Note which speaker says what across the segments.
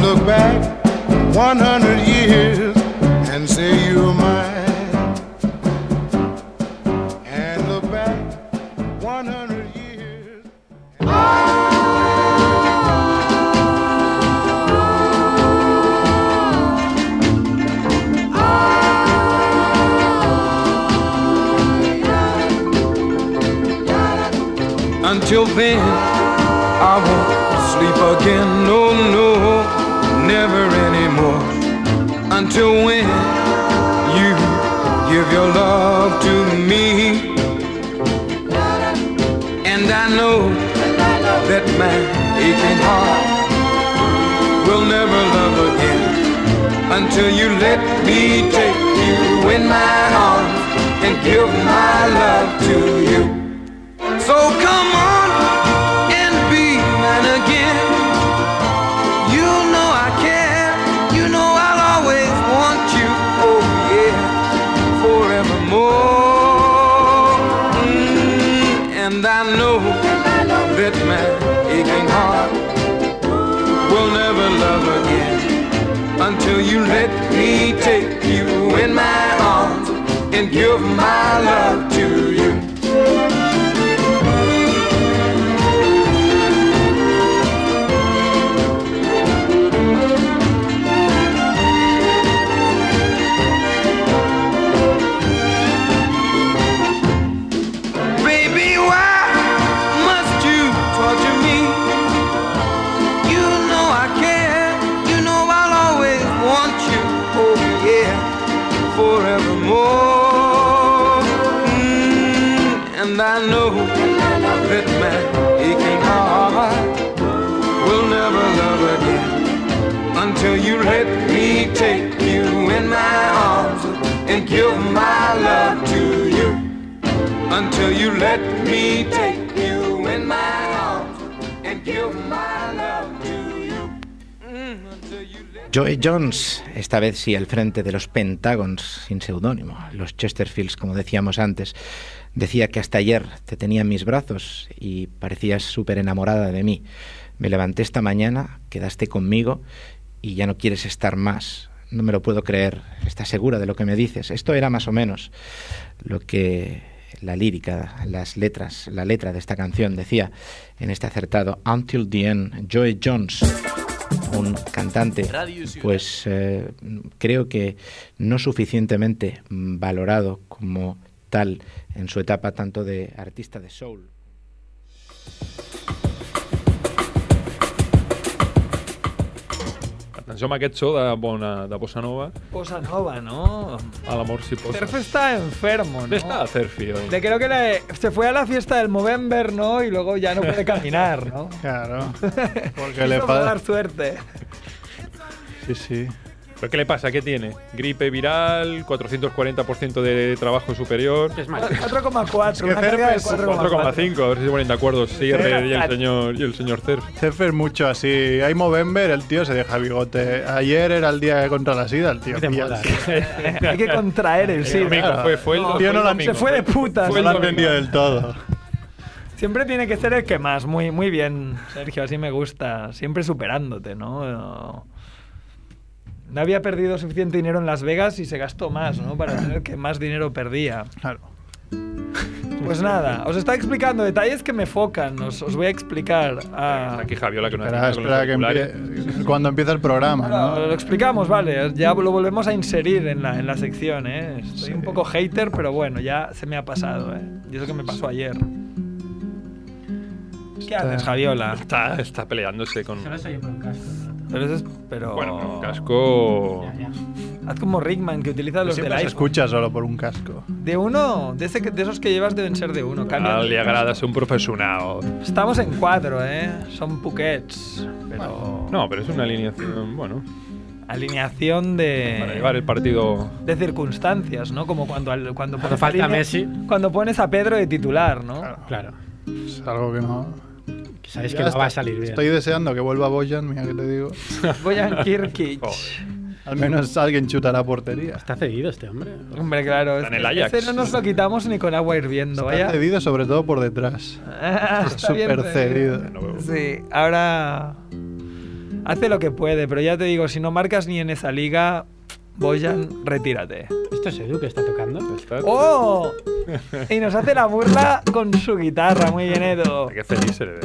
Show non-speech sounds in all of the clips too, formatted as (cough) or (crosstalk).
Speaker 1: look back 100 years and say you're mine. And look back 100 years.
Speaker 2: Until then, I won't sleep again. No, no, never anymore. Until when you give your love to me. And I know that my aching heart will never love again. Until you let me take you in my arms and give my love to you. So come on and be mine again. You know I care. You know I'll always want you. Oh yeah, forevermore. Mm, and I know that my aching heart will never love again until you let me take you in my arms and give my love to you. Baby, why must you torture me? You know I care. You know I'll always want you. Oh yeah, forevermore. Mm, and I know that my aching heart will never love again until you let me take you in my arms and give my love to you until you let me take you in my arms and give my love to you. Mm, until you let
Speaker 3: Joey Jones, esta vez sí al frente de los Pentagons sin seudónimo, los Chesterfields, como decíamos antes. Decía que hasta ayer te tenía en mis brazos y parecías súper enamorada de mí. Me levanté esta mañana, quedaste conmigo y ya no quieres estar más. No me lo puedo creer. ¿Estás segura de lo que me dices? Esto era más o menos lo que la lírica, las letras, la letra de esta canción decía en este acertado Until the End, Joey Jones, un cantante, pues eh, creo que no suficientemente valorado como tal en su etapa tanto de artista de soul.
Speaker 4: Atenció amb aquest so de, bona, de Bossa Nova.
Speaker 5: Cosa nova, ¿no?
Speaker 4: A l'amor si Ah, poses.
Speaker 5: Cerf está enfermo, ¿no?
Speaker 4: ¿Dónde está Cerfi hoy?
Speaker 5: Le creo que le- se fue a la fiesta del Movember, ¿no? Y luego ya no
Speaker 6: (laughs)
Speaker 5: puede caminar, ¿no? (laughs)
Speaker 6: Claro. Porque
Speaker 5: Quiso
Speaker 6: le
Speaker 5: probar
Speaker 6: pasa.
Speaker 5: suerte.
Speaker 6: Sí, sí.
Speaker 4: ¿Pero qué le pasa? ¿Qué tiene? Gripe viral, 440% de trabajo superior.
Speaker 7: Es más,
Speaker 5: 4,4. una
Speaker 6: Cerf
Speaker 5: media del
Speaker 6: es
Speaker 4: 4,5, a ver si se ponen de acuerdo Sierre y el
Speaker 5: Cerf.
Speaker 4: señor, y el señor Cerf.
Speaker 6: Cerf es mucho así. Hay Movember, el tío se deja bigote. Ayer era el día contra la sida, el tío.
Speaker 7: te
Speaker 6: pilla-
Speaker 7: mola.
Speaker 5: (laughs) Hay que contraer el sí.
Speaker 4: Domingo, fue, fue el,
Speaker 6: No,
Speaker 4: fue
Speaker 6: tío,
Speaker 4: el
Speaker 6: no la-
Speaker 4: domingo.
Speaker 5: Se fue de putas.
Speaker 6: No
Speaker 4: Fue el
Speaker 6: lo han
Speaker 4: domingo.
Speaker 6: vendido del todo.
Speaker 5: Siempre tiene que ser el que más. Muy, muy bien, Sergio, así me gusta. Siempre superándote, ¿no? No había perdido suficiente dinero en Las Vegas y se gastó más, ¿no? Para ser el que más dinero perdía.
Speaker 6: Claro.
Speaker 5: Pues nada, os está explicando detalles que me focan. Os, os voy a explicar. ah,
Speaker 4: Está Aquí Javiola que no
Speaker 6: Espera, espera que empie- cuando empieza el programa,
Speaker 5: Ahora
Speaker 6: ¿no?
Speaker 5: lo explicamos, vale. Ya lo volvemos a inserir en la, en la sección, ¿eh? Soy
Speaker 6: Sí.
Speaker 5: un poco hater, pero bueno, ya se me ha pasado, ¿eh? Y eso que me pasó ayer. ¿Qué haces, Javiola?
Speaker 4: Está, está peleándose con...
Speaker 7: solo soy yo con un casco. ¿no?
Speaker 5: Pero eso es. Pero.
Speaker 4: Bueno, con un casco...
Speaker 7: Ya, ya.
Speaker 5: Haz como Rickman, que utiliza los del
Speaker 6: Siempre se
Speaker 5: iPhone.
Speaker 6: escucha solo por un casco.
Speaker 5: De uno, de, ese que- de esos que llevas deben ser de uno. Cambia.
Speaker 4: Ah, le agrada ser un profesional.
Speaker 5: Estamos en cuadro, ¿eh? Son puquets. Pero.
Speaker 4: No, pero es una alineación, bueno,
Speaker 5: Alineación de.
Speaker 4: para llevar el partido...
Speaker 5: de circunstancias, ¿no? Como cuando, al- cuando, pones a
Speaker 7: falta
Speaker 5: línea-
Speaker 7: Messi.
Speaker 5: Cuando pones a Pedro de titular, ¿no?
Speaker 7: Claro.
Speaker 6: Es algo que no.
Speaker 7: Que sabes
Speaker 6: Ya
Speaker 7: que no
Speaker 6: está.
Speaker 7: va a salir bien.
Speaker 6: Estoy deseando que vuelva Boyan, mira que te digo.
Speaker 5: (laughs)
Speaker 4: (laughs)
Speaker 5: Boyan Kirkic.
Speaker 4: Oh.
Speaker 6: Al menos alguien chutará portería.
Speaker 7: Está cedido este hombre.
Speaker 5: Hombre, claro.
Speaker 4: Está en
Speaker 5: es
Speaker 4: el
Speaker 5: que
Speaker 4: Ajax.
Speaker 5: Ese no nos lo quitamos ni con agua hirviendo,
Speaker 6: Está
Speaker 5: vaya.
Speaker 6: cedido sobre todo por detrás.
Speaker 5: Ah, (laughs) está bien
Speaker 6: Súper cedido.
Speaker 5: Sí, ahora. hace lo que puede, pero ya te digo, si no marcas ni en esa liga, Boyan,
Speaker 4: (laughs)
Speaker 5: retírate.
Speaker 7: Esto es Edu que está tocando.
Speaker 4: Está-
Speaker 5: ¡Oh! Y nos hace la burla con su guitarra. Muy bien, Edu.
Speaker 4: Qué feliz eh. se le ve.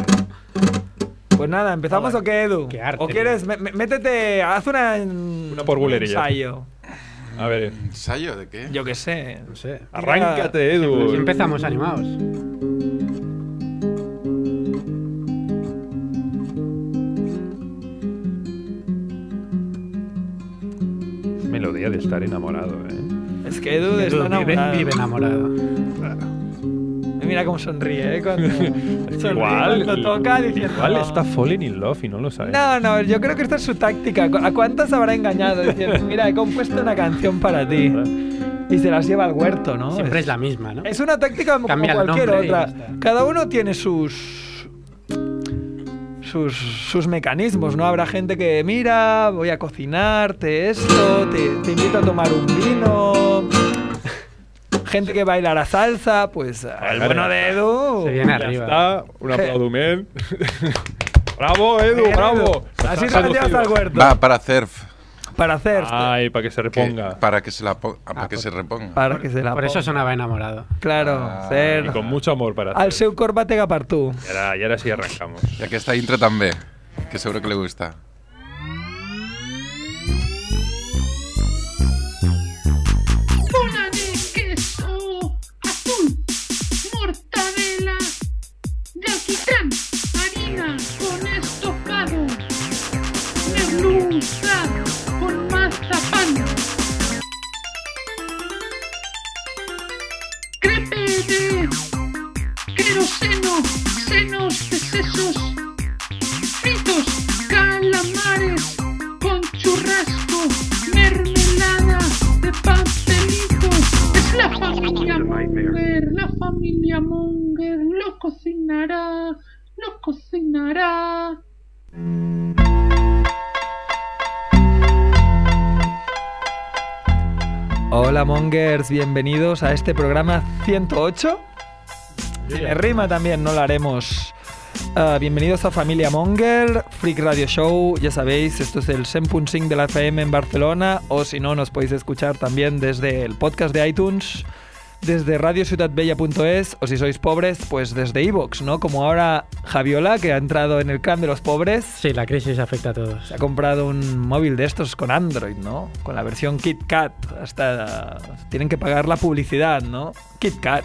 Speaker 5: Pues nada, ¿empezamos
Speaker 7: Joder,
Speaker 5: o qué, Edu?
Speaker 7: qué arte,
Speaker 5: ¿O quieres? me- me- métete, haz una...
Speaker 4: Una por bulería.
Speaker 5: ensayo.
Speaker 4: A ver,
Speaker 8: ¿Ensayo de qué?
Speaker 5: Yo qué sé.
Speaker 7: No sé.
Speaker 4: arráncate, Edu.
Speaker 7: Si empezamos animados.
Speaker 4: Melodía de estar enamorado, ¿eh?
Speaker 5: Es que Edu
Speaker 7: Edu
Speaker 5: está
Speaker 7: vive,
Speaker 5: enamorado.
Speaker 7: vive enamorado.
Speaker 5: Mira cómo sonríe, ¿eh? Cuando,
Speaker 4: (laughs)
Speaker 5: sonríe cuando
Speaker 4: Igual.
Speaker 5: toca diciendo...
Speaker 4: Igual está falling in love y no lo sabe.
Speaker 5: No, no, yo creo que esta es su táctica. ¿A cuántas habrá engañado? Diciendo, mira, he compuesto una canción para ti. Y se las lleva al huerto, ¿no?
Speaker 7: Siempre es la misma, ¿no?
Speaker 5: Es una táctica como
Speaker 7: Cambia el
Speaker 5: cualquier
Speaker 7: nombre y ya
Speaker 5: otra.
Speaker 7: está.
Speaker 5: Cada uno tiene sus, sus sus mecanismos, ¿no? Habrá gente que, mira, voy a cocinarte esto, te, te invito a tomar un vino. Gente que bailará salsa, pues al
Speaker 4: Vale.
Speaker 5: bueno de Edu.
Speaker 7: Se viene
Speaker 4: Ya
Speaker 7: arriba.
Speaker 4: está, un
Speaker 5: (laughs)
Speaker 4: aplaudumen. bravo, Edu,
Speaker 5: Bien,
Speaker 4: bravo.
Speaker 5: Así
Speaker 4: Está
Speaker 5: te metías
Speaker 4: seducido.
Speaker 5: al huerto.
Speaker 8: Va, para hacer.
Speaker 5: Para hacer.
Speaker 4: Ay, para que se
Speaker 8: que-
Speaker 4: reponga.
Speaker 8: para que se la po- ah, para que se reponga.
Speaker 5: Para que se la
Speaker 7: Por eso
Speaker 5: ponga.
Speaker 7: sonaba enamorado.
Speaker 5: Claro,
Speaker 8: Ah,
Speaker 5: ser.
Speaker 4: Y con mucho amor para
Speaker 5: Al
Speaker 4: hacer.
Speaker 5: seu cor batega per tu.
Speaker 4: Y ahora, y ahora sí arrancamos.
Speaker 8: Ya que esta intro también, que seguro que le gusta.
Speaker 9: bola de queso azul, mortadela de alquitrán, harina con estofado, merluza con mazapán, crepe de queroseno, senos de sesos, fritos, calamares con churrasco, mermelada de pastelito. Es la familia Munger, la familia Munger lo cocinará, lo cocinará.
Speaker 5: Hola Mongers, bienvenidos a este programa 108. Tiene rima también, no la haremos. Ah, bienvenidos a Familia Monger, Freak Radio Show, ya sabéis, esto es el 100.5 de la FM en Barcelona, o si no, nos podéis escuchar también desde el podcast de iTunes, desde radiociudadbella.es, o si sois pobres, pues desde iVoox, ¿no? Como ahora Javiola, que ha entrado en el clan de los pobres,
Speaker 7: Sí, la crisis afecta a todos.
Speaker 5: se ha comprado un móvil de estos con Android, ¿no? Con la versión KitKat. Hasta tienen que pagar la publicidad, ¿no? KitKat.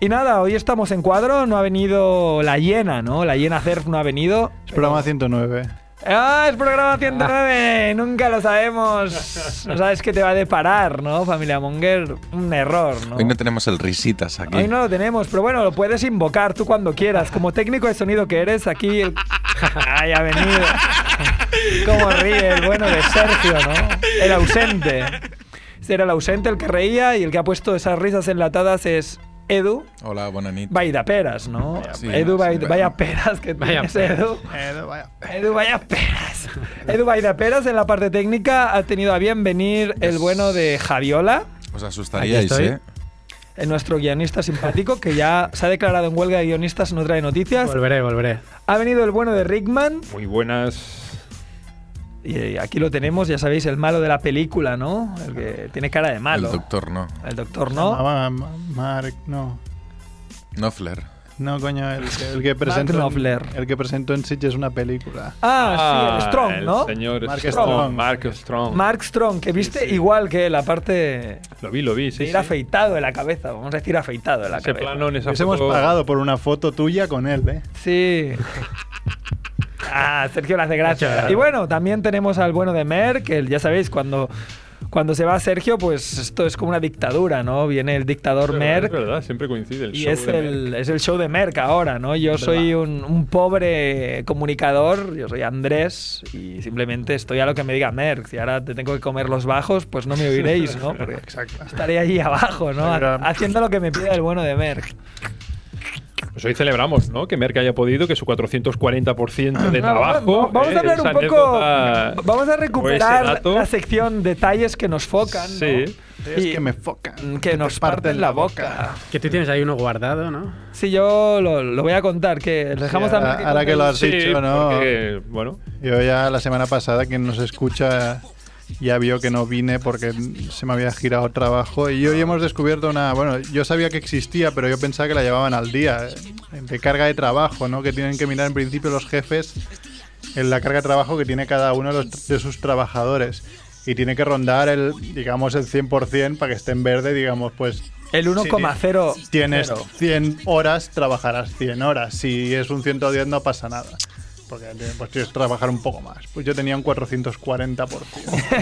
Speaker 5: Y nada, hoy estamos en cuadro, no ha venido la hiena, ¿no? La hiena CERF no ha venido.
Speaker 6: Es programa Ah. 109.
Speaker 5: ¡Ah, es programa 109! Nunca lo sabemos. No sabes qué te va a deparar, ¿no? Familia Monger, un error, ¿no?
Speaker 8: Hoy no tenemos el risitas aquí.
Speaker 5: Hoy no lo tenemos, pero bueno, lo puedes invocar tú cuando quieras. Como técnico de sonido que eres, aquí el... (laughs) ¡Ay, ha venido! Como ríe el bueno de Sergio, ¿no? El ausente. Será el ausente el que reía y el que ha puesto esas risas enlatadas es Edu
Speaker 8: Hola,
Speaker 5: (laughs)
Speaker 8: buena nit.
Speaker 5: Vaida Peras, ¿no?
Speaker 8: Sí,
Speaker 5: Edu
Speaker 8: sí,
Speaker 5: Vaida-
Speaker 8: bueno.
Speaker 5: Vaya Peras que
Speaker 7: Vaya
Speaker 5: tienes, Edu. Edu Vaya Peras. Edu Vaida Peras en la parte técnica ha tenido a bien venir el bueno de Javiola
Speaker 8: Os asustaríais,
Speaker 7: Aquí estoy.
Speaker 8: ¿eh?
Speaker 5: eh, nuestro guionista simpático, que ya se ha declarado en huelga de guionistas, no trae noticias.
Speaker 7: Volveré, volveré.
Speaker 5: Ha venido el bueno de Rickman,
Speaker 4: Muy buenas.
Speaker 5: y eh, aquí lo tenemos, ya sabéis, el malo de la película, ¿no? El que tiene cara de malo.
Speaker 8: El doctor no.
Speaker 5: El doctor, ¿no?
Speaker 6: Mamá, ma- Mark, no.
Speaker 8: Knopfler.
Speaker 6: No, coño, el, que- el que presentó.
Speaker 5: Knopfler.
Speaker 6: El que presentó en Sitges una película.
Speaker 5: Ah, sí, el Strong,
Speaker 4: el
Speaker 5: ¿no?
Speaker 4: Señor
Speaker 6: Mark
Speaker 4: Strong.
Speaker 6: Strong.
Speaker 4: Mark Strong.
Speaker 5: Mark Strong, que viste igual que la parte
Speaker 4: Lo vi, lo vi,
Speaker 5: de
Speaker 4: sí.
Speaker 5: ir
Speaker 4: sí.
Speaker 5: afeitado de la cabeza, vamos a decir afeitado de la
Speaker 4: Ese
Speaker 5: cabeza.
Speaker 4: plano en esa
Speaker 6: Nos hemos
Speaker 4: foto-
Speaker 6: pagado por una foto tuya con él, ¿eh?
Speaker 5: Sí. Ah, Sergio las de gracia. Y bueno, también tenemos al bueno de Mer, que el- ya sabéis, cuando, cuando se va Sergio, pues esto es como una dictadura, ¿no? Viene el dictador
Speaker 4: Es verdad,
Speaker 5: Merck
Speaker 4: Es verdad, siempre coincide el
Speaker 5: y
Speaker 4: show
Speaker 5: es
Speaker 4: de
Speaker 5: el,
Speaker 4: Merck.
Speaker 5: es el show de Merck ahora, ¿no? Yo soy un, un pobre comunicador, yo soy Andrés y simplemente estoy a lo que me diga Merck. Si ahora te tengo que comer los bajos, pues no me oiréis, ¿no? Porque estaré allí abajo, ¿no?
Speaker 6: Pero-
Speaker 5: Haciendo lo que me pida el bueno de Merck.
Speaker 4: Pues hoy celebramos, ¿no? Que Merck haya podido, que su 440% de
Speaker 5: Ah, No,
Speaker 4: trabajo.
Speaker 5: va- Vamos
Speaker 4: ¿eh?
Speaker 5: a hablar
Speaker 4: Esa
Speaker 5: un poco.
Speaker 4: anécdota-
Speaker 5: Vamos a
Speaker 4: o ese
Speaker 5: recuperar
Speaker 4: dato.
Speaker 5: la sección detalles que nos focan. ¿no?
Speaker 4: Sí.
Speaker 6: Es
Speaker 5: Y-
Speaker 6: que me focan.
Speaker 5: Que nos
Speaker 6: te
Speaker 5: parten la boca.
Speaker 7: Que tú tienes ahí uno guardado, ¿no?
Speaker 5: Sí, yo lo, lo voy a contar. Que les dejamos
Speaker 6: Sí,
Speaker 5: también
Speaker 6: ahora- ahora que lo has
Speaker 5: contéis-
Speaker 4: Sí,
Speaker 6: dicho, ¿no?
Speaker 4: porque, bueno,
Speaker 6: Yo ya la semana pasada, quien nos escucha ya vio que no vine porque se me había girado trabajo. Y hoy hemos descubierto una. Bueno, yo sabía que existía, pero yo pensaba que la llevaban al día. eh, De carga de trabajo, ¿no? Que tienen que mirar en principio los jefes en la carga de trabajo que tiene cada uno de, los- de sus trabajadores. Y tiene que rondar el, digamos, el 100% para que esté en verde, digamos, pues
Speaker 5: El 1,0.
Speaker 6: tienes
Speaker 5: cero.
Speaker 6: 100 horas, trabajarás 100 horas. Si es un 110 no pasa nada. Porque eh, pues, tienes que trabajar un poco más. Pues yo tenía un 440 por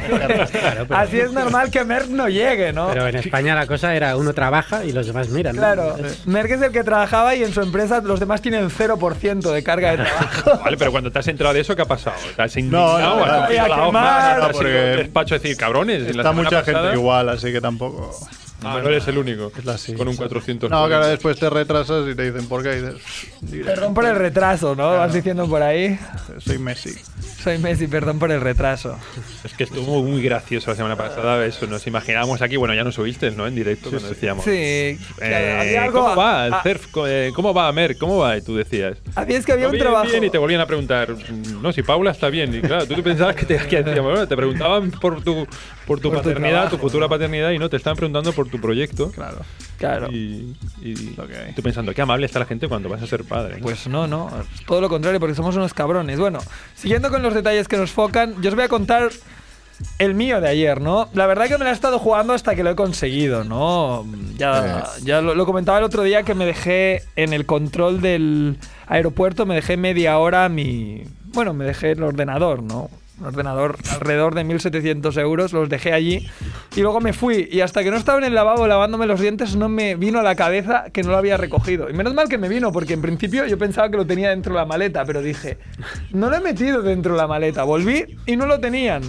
Speaker 7: Claro, pero, (laughs)
Speaker 5: Así es normal que Merck no llegue, ¿no?
Speaker 7: pero en España la cosa era uno trabaja y los demás miran. ¿no?
Speaker 5: Claro,
Speaker 7: Es-
Speaker 5: Merck es el que trabajaba y en su empresa los demás tienen 0% de carga de
Speaker 6: (laughs)
Speaker 5: trabajo.
Speaker 4: vale, pero cuando te has enterado de eso, ¿qué ha pasado? ¿Te has
Speaker 6: No,
Speaker 4: indignado?
Speaker 6: no,
Speaker 4: ¿Has
Speaker 6: no,
Speaker 4: cogido
Speaker 5: no,
Speaker 4: la hoja?
Speaker 5: no, no,
Speaker 4: ¿Te has
Speaker 6: porque
Speaker 4: ido al despacho a decir, cabrones, la
Speaker 6: Está
Speaker 4: semana
Speaker 6: mucha
Speaker 4: pasada-
Speaker 6: gente igual, así que tampoco.
Speaker 4: Ah, no eres el único.
Speaker 6: Es la sí.
Speaker 4: Con un 400.
Speaker 6: No, que ahora después te retrasas y te dicen por qué. Y dices,
Speaker 5: Perdón por el retraso, ¿no? Vas diciendo por ahí.
Speaker 6: soy Messi.
Speaker 5: Soy Messi, perdón por el retraso.
Speaker 4: Es que estuvo muy gracioso la semana pasada. Eso nos imaginábamos aquí. Bueno, ya nos oíste, ¿no? En directo, cuando decíamos.
Speaker 5: Sí,
Speaker 4: eh,
Speaker 5: había algo.
Speaker 4: ¿Cómo va el
Speaker 5: a-
Speaker 4: surf? Co- eh, ¿Cómo va Mer? ¿Cómo va? Y tú decías.
Speaker 5: Había es que había
Speaker 4: "No,
Speaker 5: un
Speaker 4: bien,
Speaker 5: trabajo.
Speaker 4: bien", y te volvían a preguntar. mm, No, si Paula está bien. Y claro, tú te pensabas que te, que decíamos, bueno, te preguntaban por tu, por tu
Speaker 5: Por tu
Speaker 4: paternidad, tu,
Speaker 5: trabajo.
Speaker 4: futura paternidad, y no, te estaban preguntando por tu proyecto.
Speaker 6: Claro.
Speaker 5: Claro.
Speaker 4: Y, y
Speaker 6: Lo que hay.
Speaker 4: tú pensando, qué amable está la gente cuando vas a ser padre. ¿no?
Speaker 5: Pues no, no, todo lo contrario, porque somos unos cabrones. Bueno, siguiendo con los detalles que nos focan, yo os voy a contar el mío de ayer, ¿no? La verdad que me la he estado jugando hasta que lo he conseguido, ¿no? Ya, ya lo, lo comentaba el otro día que me dejé en el control del aeropuerto, me dejé media hora mi... Bueno, me dejé el ordenador, ¿no? Un ordenador alrededor de 1.700 euros, los dejé allí y luego me fui y hasta que no estaba en el lavabo lavándome los dientes no me vino a la cabeza que no lo había recogido. Y menos mal que me vino porque en principio yo pensaba que lo tenía dentro de la maleta, pero dije, no lo he metido dentro de la maleta, volví y no lo tenían.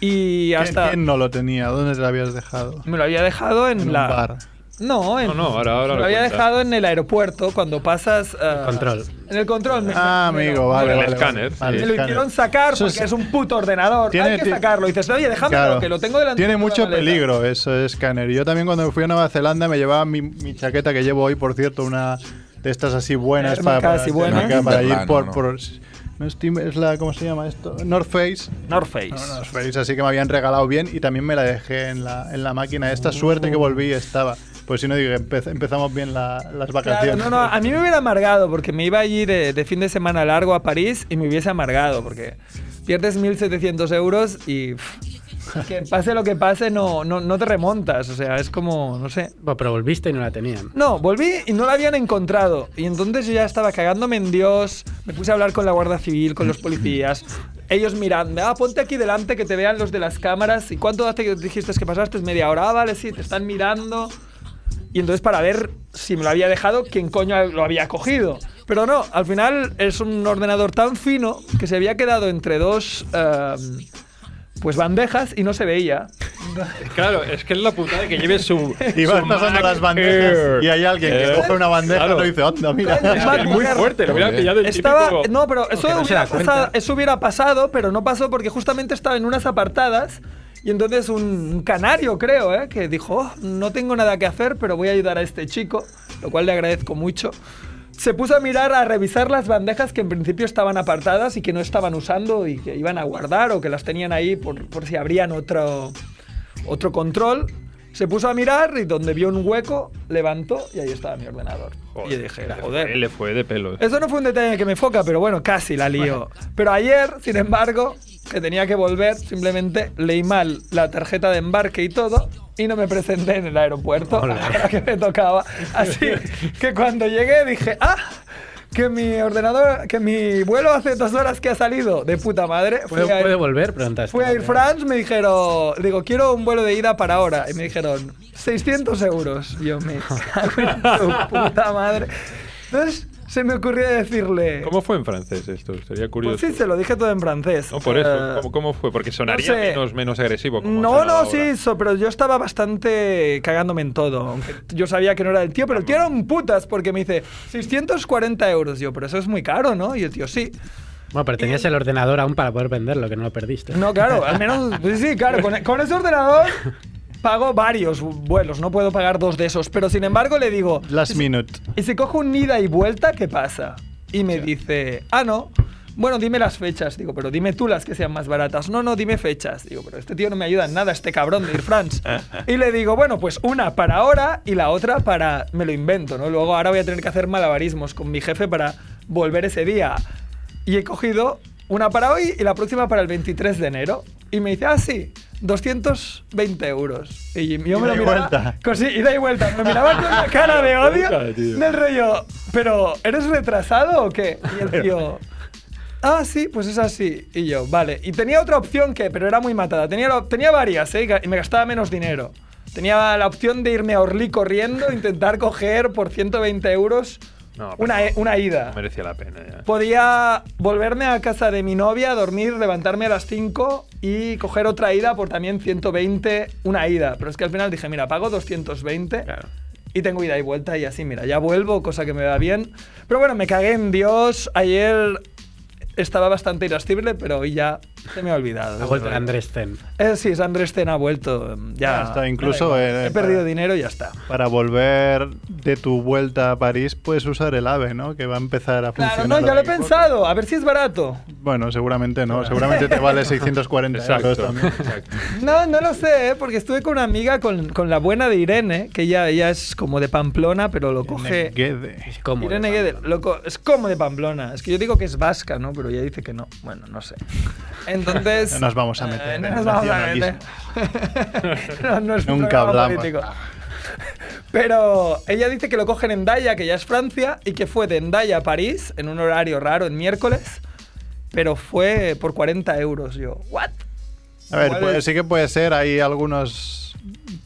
Speaker 5: Y
Speaker 6: ¿Quién-
Speaker 5: hasta
Speaker 6: ¿Quién no lo tenía? ¿Dónde te lo habías dejado?
Speaker 5: me lo había dejado en,
Speaker 6: En un
Speaker 5: la.
Speaker 6: bar.
Speaker 5: No, en-
Speaker 4: No, no, ahora- ahora
Speaker 5: me
Speaker 4: lo
Speaker 5: lo había
Speaker 4: cuentas.
Speaker 5: dejado en el aeropuerto cuando pasas. ah,
Speaker 7: control.
Speaker 5: En el control. me-
Speaker 6: Ah,
Speaker 5: me-
Speaker 6: amigo,
Speaker 5: me-
Speaker 6: vale.
Speaker 4: el
Speaker 6: vale, vale.
Speaker 4: escáner,
Speaker 6: Vale,
Speaker 5: Me
Speaker 4: sí.
Speaker 5: lo
Speaker 6: escáner.
Speaker 5: hicieron sacar
Speaker 6: Eso
Speaker 5: porque es un puto ordenador.
Speaker 6: Tiene-
Speaker 5: Hay que
Speaker 6: ti-
Speaker 5: sacarlo. Y dices, oye, déjamelo,
Speaker 6: Claro.
Speaker 5: que lo tengo delante.
Speaker 6: Tiene
Speaker 5: de la
Speaker 6: mucho
Speaker 5: maleta".
Speaker 6: peligro eso de escáner. Yo también cuando fui a Nueva Zelanda me llevaba mi, mi chaqueta que llevo hoy, por cierto, una de estas así buenas para,
Speaker 5: Térmica
Speaker 6: para,
Speaker 5: así buena.
Speaker 6: térmica, para ir
Speaker 8: Timberland,
Speaker 6: por...
Speaker 8: ¿no?
Speaker 6: por- no es, Tim- es la, ¿Cómo se llama esto? North Face.
Speaker 5: North Face.
Speaker 6: No, North Face, así que me habían regalado bien y también me la dejé en la, en la máquina.
Speaker 5: Uh.
Speaker 6: Esta suerte que volví y estaba. Pues si no, digo, empe- empezamos bien la- las
Speaker 5: Claro,
Speaker 6: vacaciones.
Speaker 5: no, no, a mí me hubiera amargado porque me iba allí de, de fin de semana largo a París y me hubiese amargado porque pierdes 1.700 euros y pff, que pase lo que pase no, no, no te remontas. O sea, es como, no sé.
Speaker 7: Bueno, pero volviste y no la tenían.
Speaker 5: No, volví y no la habían encontrado. Y entonces yo ya estaba cagándome en Dios. Me puse a hablar con la Guardia Civil, con los policías. Ellos mirando, ah, ponte aquí delante que te vean los de las cámaras. ¿Y cuánto hace que dijiste que pasaste? Media hora, ah, vale, sí, te están mirando. Y entonces para ver si me lo había dejado, quién coño lo había cogido. Pero no, al final es un ordenador tan fino que se había quedado entre dos ehm, pues bandejas y no se veía.
Speaker 4: Claro, es que es la putada que lleves su.
Speaker 6: Y vas pasando las bandejas y hay alguien que
Speaker 4: Eh,
Speaker 6: coge una bandeja
Speaker 4: claro.
Speaker 6: y dice, anda, mira.
Speaker 5: Coño,
Speaker 4: Es que es muy
Speaker 5: Mac-
Speaker 4: fuerte, lo hubiera pillado el
Speaker 5: Estaba.
Speaker 4: típico-
Speaker 5: No, pero eso,
Speaker 7: que no se
Speaker 5: hubiera
Speaker 7: da cuenta.
Speaker 5: pasado, eso hubiera pasado, pero no pasó porque justamente estaba en unas apartadas. Y entonces un, un canario, creo, ¿eh? que dijo: "Oh, No tengo nada que hacer, pero voy a ayudar a este chico, lo cual le agradezco mucho. Se puso a mirar, a revisar las bandejas que en principio estaban apartadas y que no estaban usando y que iban a guardar o que las tenían ahí por, por si abrían otro, otro control. Se puso a mirar y donde vio un hueco, levantó y ahí estaba mi ordenador. y yo dije, joder.
Speaker 4: Él le fue de ¿eh? pelos.
Speaker 5: Eso no fue un detalle en el que me enfoca, pero bueno, casi la lío. Pero ayer, sin embargo, que tenía que volver, simplemente leí mal la tarjeta de embarque y todo, y no me presenté en el aeropuerto a (laughs) la hora que me tocaba. Así que cuando llegué dije, ¡ah! Que mi ordenador, que mi vuelo hace dos horas que ha salido, de puta madre. Fui
Speaker 7: ¿Puede,
Speaker 5: a-
Speaker 7: puede volver? Preguntaste.
Speaker 5: Fui a Air France, me dijeron, digo, quiero un vuelo de ida para ahora. Y me dijeron, 600 euros. Yo me cago
Speaker 4: (laughs)
Speaker 5: en tu puta madre. Entonces se me ocurrió decirle.
Speaker 4: ¿Cómo fue en francés esto? Sería curioso.
Speaker 5: Pues sí, se lo dije todo en francés.
Speaker 4: No, por eso.
Speaker 5: Eh,
Speaker 4: ¿Cómo, cómo fue? Porque sonaría
Speaker 5: no sé.
Speaker 4: menos, menos agresivo. Como ha
Speaker 5: no,
Speaker 4: sonado
Speaker 5: no,
Speaker 4: ahora.
Speaker 5: sí, eso, pero yo estaba bastante cagándome en todo. aunque yo sabía que no era el tío, pero el tío era un putas porque me dice 640 euros. Yo, pero eso es muy caro, ¿no? Y el tío, sí.
Speaker 7: Bueno, pero tenías el ordenador aún para poder venderlo, que no lo perdiste.
Speaker 5: No, claro, al menos. pues sí, claro, con, con ese este ordenador pago varios vuelos, no puedo pagar dos de esos, pero sin embargo le digo,
Speaker 6: Last minute.
Speaker 5: y si cojo un ida y vuelta, ¿qué pasa? Y me dice, ah, no. Bueno, dime las fechas, digo, pero dime tú las que sean más baratas. No, no, dime fechas. Digo, pero este tío no me ayuda en nada, este cabrón de Air France. Y le digo, bueno, pues una para ahora y la otra para. Me lo invento, ¿no? Luego ahora voy a tener que hacer malabarismos con mi jefe para volver ese día. Y he cogido una para hoy y la próxima para el 23 de enero. Y me dice, ah, sí, 220 euros. Y yo me
Speaker 6: Ida
Speaker 5: lo
Speaker 6: y
Speaker 5: miraba.
Speaker 6: vuelta.
Speaker 5: Cosí, ida y vuelta. Me miraba con una cara de
Speaker 4: Puta,
Speaker 5: odio
Speaker 4: tío.
Speaker 5: del rollo. Pero, ¿eres retrasado o qué? Y el tío. Ah, sí, pues es así. Y yo, vale. Y tenía otra opción que, pero era muy matada. Tenía, la- tenía varias, ¿eh? Y ga- Y me gastaba menos dinero. Tenía la opción de irme a Orly corriendo, intentar coger por 120 euros
Speaker 4: No, pero
Speaker 5: una, e- una ida.
Speaker 4: Merecía la pena ¿eh? ya.
Speaker 5: Podía volverme a casa de mi novia, dormir, levantarme a las 5 y coger otra ida por también 120, una ida. Pero es que al final dije, mira, pago 220
Speaker 4: Claro.
Speaker 5: y tengo ida y vuelta y así, mira, ya vuelvo, cosa que me va bien. Pero bueno, me cagué en Dios. Ayer estaba bastante irascible, pero hoy ya se me ha olvidado.
Speaker 7: Ha vuelto el Andrés Ten.
Speaker 5: Eh, sí, Andrés Ten ha vuelto. Ya,
Speaker 6: Ya está, incluso,
Speaker 5: me da igual.
Speaker 6: eh,
Speaker 5: he perdido
Speaker 6: para-
Speaker 5: dinero y ya está.
Speaker 6: Para volver de tu vuelta a París puedes usar el AVE, ¿no? Que va a empezar a
Speaker 5: Claro,
Speaker 6: funcionar.
Speaker 5: no, ya lo he
Speaker 6: ahí.
Speaker 5: pensado. A ver si es barato.
Speaker 6: Bueno, seguramente no. Seguramente te
Speaker 5: (laughs)
Speaker 6: vale 640 euros
Speaker 4: Exacto.
Speaker 6: también.
Speaker 4: exacto.
Speaker 5: No, no lo sé, ¿eh? porque estuve con una amiga, con, con la buena de Irene, que ella, ella es como de Pamplona, pero lo coge...
Speaker 6: Guede.
Speaker 7: Es cómodo.
Speaker 5: Irene Guedel, loco, es como de Pamplona. Es que yo digo que es vasca, ¿no? Pero ella dice que no. Bueno, no sé. Entonces...
Speaker 6: (laughs) No nos vamos a meter
Speaker 5: eh,
Speaker 6: en
Speaker 5: no
Speaker 6: el
Speaker 5: nos vamos a meter.
Speaker 6: nacionalismo.
Speaker 5: (laughs) No, no es un
Speaker 6: Nunca
Speaker 5: programa
Speaker 6: hablamos.
Speaker 5: político. Pero ella dice que lo cogen en Daya, que ya es Francia, y que fue de Endaya a París, en un horario raro, en miércoles, pero fue por 40 euros. Yo, ¿what?
Speaker 6: A ver,
Speaker 5: Igual
Speaker 6: puede-
Speaker 5: es-
Speaker 6: sí que puede ser, hay algunos...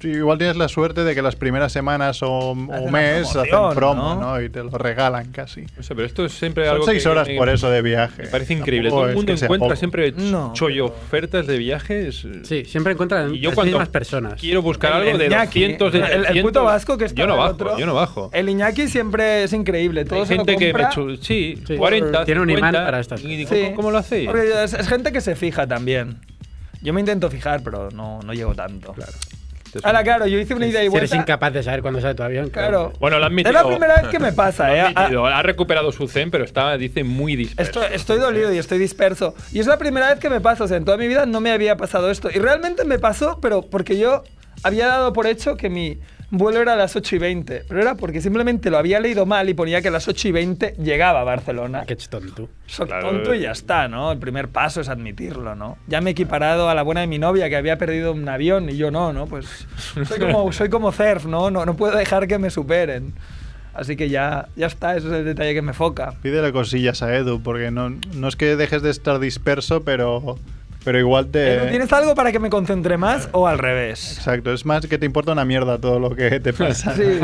Speaker 6: Igual tienes la suerte de que las primeras semanas o, o
Speaker 5: una
Speaker 6: mes hacen
Speaker 5: promoción,
Speaker 6: promo,
Speaker 5: ¿no?
Speaker 6: ¿no? Y te lo regalan casi.
Speaker 4: O sea, pero esto es siempre
Speaker 6: Son
Speaker 4: algo.
Speaker 6: seis
Speaker 4: que-
Speaker 6: horas
Speaker 4: que-
Speaker 6: por eso de viaje.
Speaker 4: Me parece increíble.
Speaker 6: Tampoco
Speaker 4: Todo el
Speaker 6: es
Speaker 4: mundo
Speaker 6: que sea
Speaker 4: encuentra
Speaker 6: poco.
Speaker 4: siempre ch-
Speaker 5: No,
Speaker 4: chollo ofertas de viajes. eh,
Speaker 7: Sí, siempre encuentran
Speaker 4: Y yo
Speaker 7: las
Speaker 4: cuando
Speaker 7: mismas personas.
Speaker 4: quiero buscar
Speaker 5: El
Speaker 4: algo de
Speaker 5: Iñaki,
Speaker 4: 200 de
Speaker 5: el- el,
Speaker 4: 300,
Speaker 5: puto vasco que está
Speaker 4: Yo no
Speaker 5: al
Speaker 4: bajo,
Speaker 5: otro.
Speaker 4: yo no bajo.
Speaker 5: El Iñaki siempre es increíble. Todo
Speaker 4: Hay
Speaker 5: se lo
Speaker 4: gente que me
Speaker 5: compra.
Speaker 4: chu- sí,
Speaker 7: Sí.
Speaker 4: 40,
Speaker 7: Tiene un imán
Speaker 4: 50,
Speaker 7: para estas
Speaker 4: y digo,
Speaker 5: Sí.
Speaker 4: ¿Cómo lo hacéis?
Speaker 5: Porque es, es gente que se fija también. Yo me intento fijar, pero no, no llego tanto. Claro. Ahora, claro, yo hice una idea y
Speaker 7: Si eres
Speaker 5: vuelta.
Speaker 7: incapaz de saber cuándo sale tu avión.
Speaker 5: Claro.
Speaker 4: Bueno, lo han
Speaker 5: Es
Speaker 4: metido.
Speaker 5: la primera vez que
Speaker 4: (laughs)
Speaker 5: me pasa, ¿eh?
Speaker 4: Ha,
Speaker 5: Ah,
Speaker 4: admitido, ha recuperado su zen, pero está, dice, muy disperso.
Speaker 5: Estoy, estoy dolido y estoy disperso. Y es la primera vez que me pasa, o sea, en toda mi vida no me había pasado esto. Y realmente me pasó, pero porque yo había dado por hecho que mi vuelo era a las 8 y 20. Pero era porque simplemente lo había leído mal y ponía que a las 8 y 20 llegaba a Barcelona.
Speaker 7: Ah, Qué chistón tú.
Speaker 5: Soy
Speaker 4: Claro,
Speaker 5: tonto y
Speaker 4: eh.
Speaker 5: ya está, ¿no? El primer paso es admitirlo, ¿no? Ya me he equiparado a la buena de mi novia que había perdido un avión y yo no, ¿no? Pues soy como, soy como CERF, ¿no? ¿no? No puedo dejar que me superen. Así que ya, ya está, ese es el detalle que me foca.
Speaker 6: Pídele cosillas a Edu, porque no, no es que dejes de estar disperso, pero, pero igual te...
Speaker 5: Edu, ¿Tienes algo para que me concentre más o al revés?
Speaker 6: Exacto, es más que te importa una mierda todo lo que te pasa.
Speaker 5: Sí.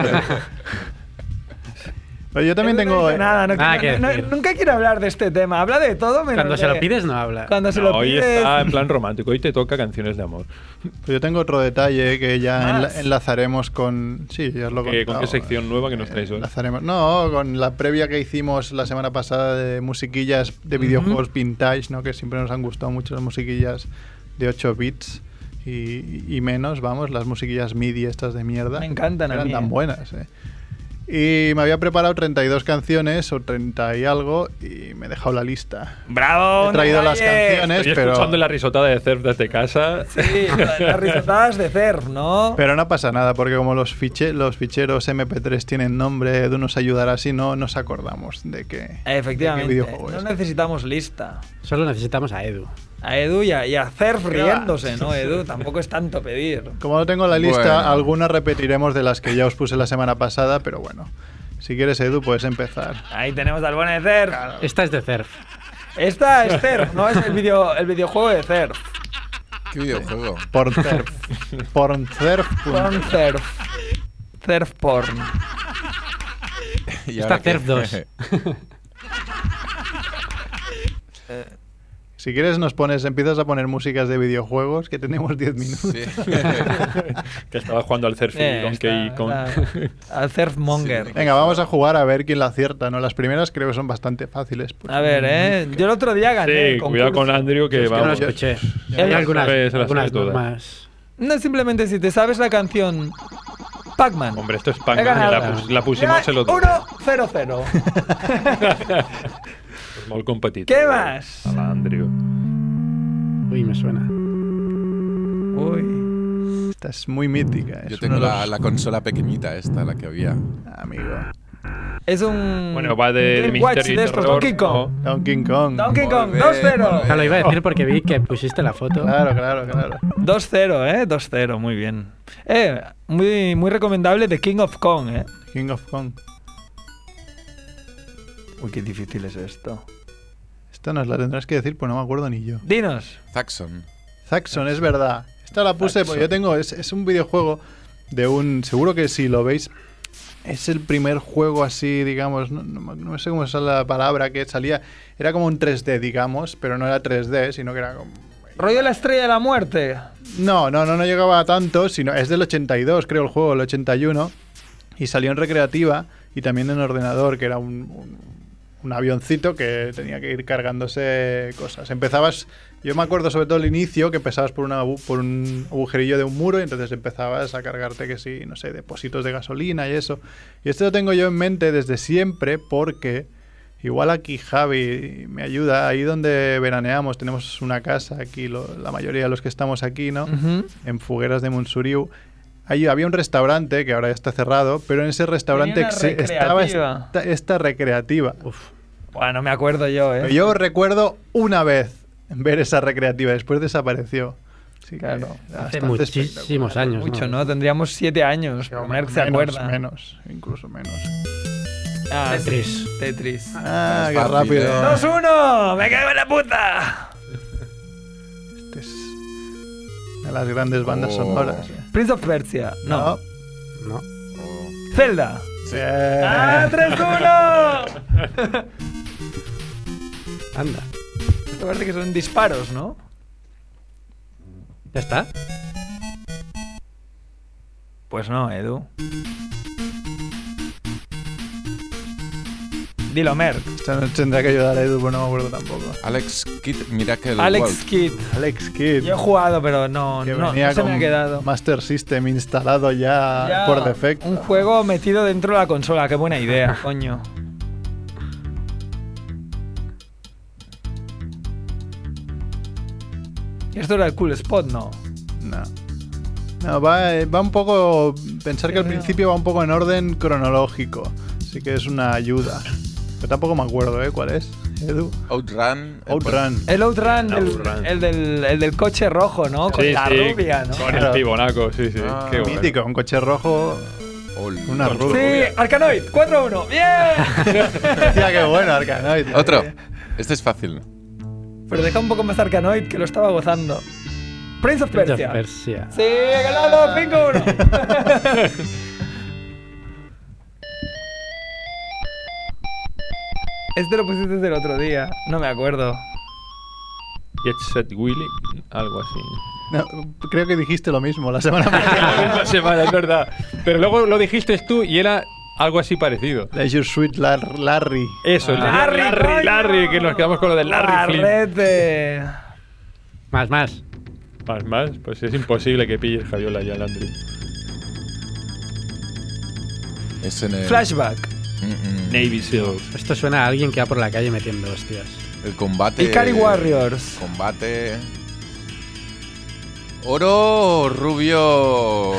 Speaker 6: Pero yo también
Speaker 5: Edu no
Speaker 6: tengo... eh.
Speaker 5: dice nada, no
Speaker 7: Nada
Speaker 5: quiere-
Speaker 7: que
Speaker 5: no-
Speaker 7: decir.
Speaker 5: nunca quiere hablar de este tema. Habla de todo menos
Speaker 7: Cuando se
Speaker 5: de-
Speaker 7: lo pides, no habla.
Speaker 5: eh, Cuando se
Speaker 4: No,
Speaker 5: lo
Speaker 4: hoy
Speaker 5: pides.
Speaker 4: está en plan romántico. Hoy te toca canciones de amor.
Speaker 6: Pero Pues yo tengo otro detalle que ya
Speaker 5: Más.
Speaker 6: enla- enlazaremos con... Sí, ya os lo he
Speaker 4: Eh, ¿Con
Speaker 6: contado.
Speaker 4: qué sección nueva que nos traéis hoy?
Speaker 6: Enlazaremos- No, con la previa que hicimos la semana pasada de musiquillas de videojuegos vintage, ¿no? que siempre nos han gustado mucho las musiquillas de 8 bits y, y menos, vamos, las musiquillas MIDI estas de mierda.
Speaker 5: Me encantan a
Speaker 6: Eran
Speaker 5: mí, eh.
Speaker 6: tan buenas, eh. Y me había preparado 32 canciones o 30 y algo y me he dejado la lista.
Speaker 5: ¡Bravo!
Speaker 6: He traído las
Speaker 5: Novalle!
Speaker 6: canciones,
Speaker 4: Estoy
Speaker 6: pero,
Speaker 4: escuchando la risotada de Cerf desde casa.
Speaker 5: Sí,
Speaker 4: (laughs)
Speaker 5: las risotadas de CERF, ¿no?
Speaker 6: pero no pasa nada porque como los, fiche- los ficheros MP3 tienen nombre, Edu nos ayudará si no nos acordamos de que...
Speaker 5: Efectivamente.
Speaker 6: ¿De qué videojuego este.
Speaker 5: no
Speaker 6: es?
Speaker 5: necesitamos lista.
Speaker 7: Solo necesitamos a Edu.
Speaker 5: A Edu y a, y a Cerf
Speaker 6: Venga,
Speaker 5: riéndose,
Speaker 6: (laughs)
Speaker 5: ¿no? Edu, tampoco es tanto pedir.
Speaker 6: Como no tengo la lista,
Speaker 8: Bueno.
Speaker 6: algunas repetiremos de las que ya os puse la semana pasada, pero bueno. Si quieres, Edu, puedes empezar.
Speaker 5: Ahí tenemos al bueno de Cerf.
Speaker 7: Esta es de Cerf.
Speaker 5: Esta es Cerf, ¿no? Es el, video, el videojuego de Cerf.
Speaker 8: ¿Qué videojuego?
Speaker 5: (laughs)
Speaker 6: Porncerf. Porncerf.
Speaker 5: Con Cerf. Cerf
Speaker 6: (laughs)
Speaker 5: porn.
Speaker 8: Y
Speaker 7: Esta
Speaker 8: ahora qué?
Speaker 7: Cerf 2.
Speaker 6: Eh, Si quieres, nos pones, empiezas a poner músicas de videojuegos, que tenemos 10 minutos.
Speaker 8: Sí.
Speaker 4: (laughs)
Speaker 5: (laughs)
Speaker 4: que estaba jugando al Cerf
Speaker 5: Eh,
Speaker 4: y con
Speaker 5: está-
Speaker 4: Key- con-
Speaker 5: está- Al Cerf monger.
Speaker 6: Venga, vamos a jugar a ver quién la acierta, ¿no? Las primeras creo que son bastante fáciles. pues. porque-
Speaker 5: A ver, ¿eh? Yo el otro día gané.
Speaker 4: Sí,
Speaker 5: el
Speaker 4: cuidado
Speaker 5: concurso.
Speaker 4: con Andrew que
Speaker 6: Es que
Speaker 7: Yo no lo
Speaker 4: vamos.
Speaker 6: yo-
Speaker 7: escuché.
Speaker 6: ya
Speaker 7: Hay
Speaker 5: lo
Speaker 7: algunas,
Speaker 4: sabes, se las
Speaker 7: algunas
Speaker 4: sabe todas.
Speaker 7: normas.
Speaker 5: No, simplemente si te sabes la canción Pac-Man.
Speaker 4: Hombre, esto es
Speaker 5: He
Speaker 4: Pac-Man.
Speaker 5: ganado.
Speaker 4: La, pus- la pusimos el otro.
Speaker 5: 1-0-0.
Speaker 4: (laughs) Pues molt competit.
Speaker 5: Què més?
Speaker 4: A l'Andrew.
Speaker 7: Uy, me suena.
Speaker 5: Uy.
Speaker 6: Esta es muy mítica. es
Speaker 8: Yo tengo
Speaker 6: uno de
Speaker 8: la,
Speaker 6: los-
Speaker 8: la consola pequeñita esta, la que había.
Speaker 6: Amigo.
Speaker 5: Es un.
Speaker 4: Bueno, va de, de
Speaker 5: Game Watch
Speaker 4: misterio
Speaker 5: de
Speaker 4: y
Speaker 5: estos,
Speaker 4: terror.
Speaker 5: Donkey Kong.
Speaker 4: ¿no?
Speaker 6: Donkey Kong.
Speaker 5: Donkey Kong,
Speaker 8: Volver,
Speaker 5: 2-0.
Speaker 8: volver.
Speaker 7: No lo iba a decir porque vi que pusiste la foto.
Speaker 6: Claro, claro, claro.
Speaker 5: 2-0, eh. 2-0, muy bien. Eh, muy, muy recomendable The King of Kong, eh.
Speaker 6: King of Kong.
Speaker 5: Uy, qué difícil es esto.
Speaker 6: Esta nos la tendrás que decir, pues no me acuerdo ni yo.
Speaker 5: Dinos.
Speaker 8: Saxon.
Speaker 6: Zaxxon, es verdad. Esta la puse, porque yo tengo, es, es un videojuego de un, seguro que si lo veis, es el primer juego así, digamos, no, no me- no sé cómo es la palabra que salía, era como un 3D, digamos, pero no era 3D, sino que era como...
Speaker 5: Rollo la estrella de la muerte.
Speaker 6: No, no, no, no llegaba a tanto, sino es del 82, creo, el juego, el 81, y salió en recreativa y también en ordenador, que era un, un- un avioncito que tenía que ir cargándose cosas. Empezabas, yo me acuerdo sobre todo el inicio, que empezabas por, una, agu- por un agujerillo de un muro y entonces empezabas a cargarte que sí, no sé, depósitos de gasolina y eso. Y esto lo tengo yo en mente desde siempre porque... Igual aquí Javi me ayuda, ahí donde veraneamos, tenemos una casa aquí, lo- la mayoría de los que estamos aquí, ¿no?
Speaker 5: Ujú.
Speaker 6: en Fugueras de Montsuriu. Ahí había un restaurante que ahora ya está cerrado, pero en ese restaurante
Speaker 5: Tenía una
Speaker 6: exe- estaba
Speaker 5: recreativa.
Speaker 6: esta, esta recreativa.
Speaker 7: Uf.
Speaker 5: Bueno, me acuerdo yo, eh.
Speaker 6: Yo recuerdo una vez ver esa recreativa, después desapareció. Así que
Speaker 5: Claro.
Speaker 6: era
Speaker 7: Hace
Speaker 6: bastante
Speaker 7: muchísimos años.
Speaker 5: Mucho,
Speaker 7: ¿no?
Speaker 5: ¿no? Tendríamos siete años. pero
Speaker 6: espectacular.
Speaker 5: Merck se
Speaker 6: menos,
Speaker 5: acuerda.
Speaker 6: menos, incluso menos.
Speaker 5: Ah,
Speaker 7: Tetris.
Speaker 5: Tetris.
Speaker 6: Ah,
Speaker 8: es
Speaker 6: qué
Speaker 8: fácil,
Speaker 6: rápido.
Speaker 8: ¿eh?
Speaker 5: ¡Dos, uno! ¡Me cago en la puta!
Speaker 6: Este es una de las grandes bandas
Speaker 8: Oh.
Speaker 6: sonoras. ¿eh?
Speaker 5: Prince of Persia. No.
Speaker 7: No.
Speaker 5: Zelda.
Speaker 6: Bien.
Speaker 5: ¡Ah, 3-1!
Speaker 7: (laughs) Anda.
Speaker 5: Me parece que son disparos, ¿no?
Speaker 7: ¿Ya está?
Speaker 5: Pues no, Edu. Dilo, Merck.
Speaker 6: Esta nos tendrá que ayudar Edu, pero no me acuerdo tampoco.
Speaker 8: Alex Kidd Miracle
Speaker 5: Alex
Speaker 8: World.
Speaker 5: Kidd.
Speaker 6: Alex Kidd.
Speaker 5: Yo he jugado, pero no,
Speaker 6: que
Speaker 5: no, no
Speaker 6: venía
Speaker 5: se me
Speaker 6: con
Speaker 5: ha quedado.
Speaker 6: Master System instalado ya,
Speaker 5: Ya,
Speaker 6: por defecto.
Speaker 5: Un juego metido dentro de la consola, qué buena
Speaker 6: (laughs)
Speaker 5: idea, coño. Esto era el cool spot, ¿no?
Speaker 6: No. No, va, eh, va un poco. Pensar que al principio va un poco en orden cronológico. Así que es una ayuda. Pero tampoco me acuerdo, ¿eh? ¿Cuál es? Edu.
Speaker 8: Outrun. eh, por-
Speaker 6: Outrun.
Speaker 5: El Outrun, el,
Speaker 4: Outrun.
Speaker 5: el del, el del coche rojo, ¿no? Con
Speaker 4: Sí,
Speaker 5: la
Speaker 4: sí,
Speaker 5: rubia, ¿no?
Speaker 4: Con el pibonaco, sí, sí.
Speaker 8: Ah,
Speaker 4: Qué bueno.
Speaker 6: Mítico, un coche rojo,
Speaker 8: Old-
Speaker 6: una rubia.
Speaker 5: Sí, Arcanoid, 4-1,
Speaker 6: (laughs)
Speaker 5: ¡bien!
Speaker 6: Hostia, qué bueno, Arcanoid.
Speaker 8: Otro. Este es fácil.
Speaker 5: Pero deja un poco más Arcanoid, que lo estaba gozando. Prince of
Speaker 7: Prince of
Speaker 5: Persia.
Speaker 7: Persia.
Speaker 5: Sí, he ganado 5-1. (laughs) este lo pusiste el otro día, no me acuerdo.
Speaker 4: Jet Set Willy,
Speaker 7: (laughs)
Speaker 4: algo así. (laughs)
Speaker 6: No, creo que dijiste lo mismo la
Speaker 5: (laughs)
Speaker 6: semana pasada.
Speaker 4: La misma semana, es verdad. Pero luego lo dijiste tú y era algo así parecido.
Speaker 6: Leisure Suite Lar- Larry.
Speaker 4: Eso, el de
Speaker 5: Ah. Larry, coño.
Speaker 4: Larry, Larry, que nos quedamos con lo de Larry Flynn.
Speaker 5: Larrete.
Speaker 7: Más, más.
Speaker 4: Más, más, pues es imposible que pilles Javiola ya al Andrew.
Speaker 8: Es en el.
Speaker 5: Flashback.
Speaker 8: Mm, mm.
Speaker 4: Navy Seals.
Speaker 7: Esto suena a alguien que va por la calle metiendo hostias.
Speaker 8: El combate.
Speaker 5: Ikari Warriors.
Speaker 8: Combate. Oro rubio.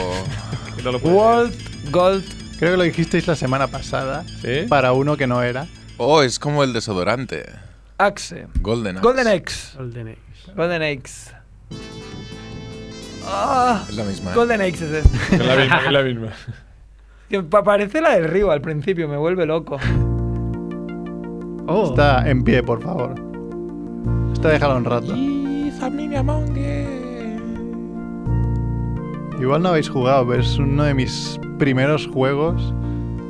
Speaker 4: Que (laughs) no lo puedes
Speaker 5: World Gold.
Speaker 6: Creo que lo dijisteis la semana pasada.
Speaker 4: ¿Sí?
Speaker 6: Para uno que no era.
Speaker 8: Oh, es como el desodorante.
Speaker 5: Axe.
Speaker 8: Golden Axe.
Speaker 5: Golden Axe.
Speaker 7: Golden Age.
Speaker 5: Golden Axe. Ah,
Speaker 8: Es la misma. ¿eh?
Speaker 5: Golden Axe es este.
Speaker 4: (laughs) Es la misma, es la misma.
Speaker 5: Que pa- Parece la del río al principio, me vuelve loco.
Speaker 7: Oh.
Speaker 6: Está en pie, por favor. Esta déjala un rato. Igual no habéis jugado, pero es uno de mis primeros juegos.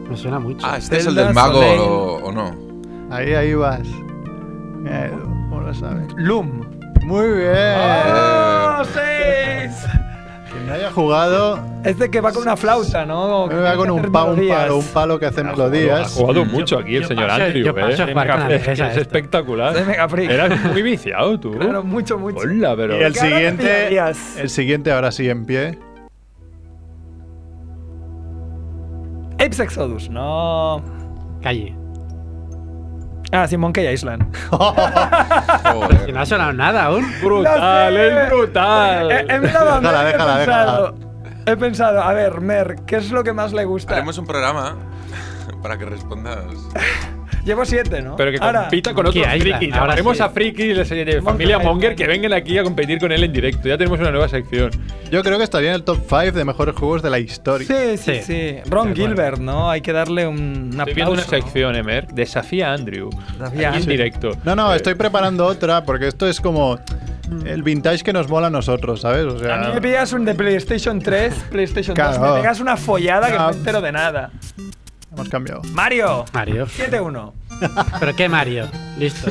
Speaker 7: Me suena mucho.
Speaker 8: Ah, este es el
Speaker 5: Zelda,
Speaker 8: del mago
Speaker 5: Soleil.
Speaker 8: o, o no.
Speaker 6: Ahí, ahí vas. Mira, Edu, ¿cómo lo sabes?
Speaker 8: Eh.
Speaker 5: Loom.
Speaker 4: Ah.
Speaker 6: Muy bien.
Speaker 5: ¡Oh, ¡Ah, seis!
Speaker 6: Que Quien haya jugado,
Speaker 5: Este que va con una flauta, ¿no? O que
Speaker 6: me va con
Speaker 5: hace
Speaker 6: un, pa- un
Speaker 5: melodías.
Speaker 6: palo, un palo que hace
Speaker 4: Ha
Speaker 6: melodías.
Speaker 4: jugado
Speaker 7: Yo-
Speaker 4: mucho aquí el
Speaker 7: yo
Speaker 4: señor
Speaker 7: paso-
Speaker 4: Andrew,
Speaker 7: yo paso a
Speaker 4: ¿eh?
Speaker 7: jugar con la
Speaker 4: Es, que
Speaker 7: vieja
Speaker 4: es
Speaker 7: esta.
Speaker 4: espectacular.
Speaker 5: De Mega Freak.
Speaker 4: Eras muy viciado tú.
Speaker 5: Claro, mucho, mucho.
Speaker 4: Hola,
Speaker 6: Y
Speaker 4: pero.
Speaker 6: el
Speaker 5: Claro,
Speaker 6: siguiente,
Speaker 5: melodías.
Speaker 6: el siguiente ahora sí en pie.
Speaker 5: Apes Exodus, no.
Speaker 7: Calle.
Speaker 5: Ah, sí, Monkey Island.
Speaker 8: Joder.
Speaker 7: Y no ha sonado nada
Speaker 6: (laughs)
Speaker 7: aún.
Speaker 4: Brutal,
Speaker 5: No sé. Eh,
Speaker 4: es brutal.
Speaker 5: He, he mirado a
Speaker 6: Déjala,
Speaker 5: Merck, he
Speaker 6: déjala,
Speaker 5: pensado- He pensado, a ver, Merck, ¿qué es lo que más le gusta?
Speaker 8: Haremos un programa (laughs) para que respondas.
Speaker 5: (laughs) Llevo siete, ¿no?
Speaker 4: Pero que
Speaker 5: Ahora,
Speaker 4: compita con otros
Speaker 7: Monkey Island,
Speaker 4: frikis.
Speaker 7: ahora
Speaker 4: Haremos
Speaker 7: sí.
Speaker 4: a frikis de, de familia
Speaker 5: Island.
Speaker 4: Monger que vengan aquí a competir con él en directo. Ya tenemos una nueva sección.
Speaker 6: Yo creo que estaría en el top 5 de mejores juegos de la historia.
Speaker 5: Sí, sí, sí.
Speaker 7: Sí. De
Speaker 5: Ron
Speaker 7: acuerdo.
Speaker 5: Gilbert, ¿no? Hay que darle un,
Speaker 4: Estoy viendo una
Speaker 5: aplauso, ¿no?
Speaker 4: sección, Emer. Desafía a Andrew.
Speaker 5: Desafía a
Speaker 4: Aquí en
Speaker 5: Andrew.
Speaker 4: directo.
Speaker 6: No, no,
Speaker 4: Eh,
Speaker 6: estoy preparando otra porque esto es como el vintage que nos mola a nosotros, ¿sabes? O
Speaker 5: A mí
Speaker 6: sea,
Speaker 5: me pillas un de PlayStation 3, PlayStation 2,
Speaker 6: Claro.
Speaker 5: me pegas una follada que no
Speaker 6: No.
Speaker 5: me entero de nada.
Speaker 6: hemos cambiado.
Speaker 5: Mario,
Speaker 7: Mario.
Speaker 5: 7-1.
Speaker 7: (laughs) ¿Pero qué Mario? Listo.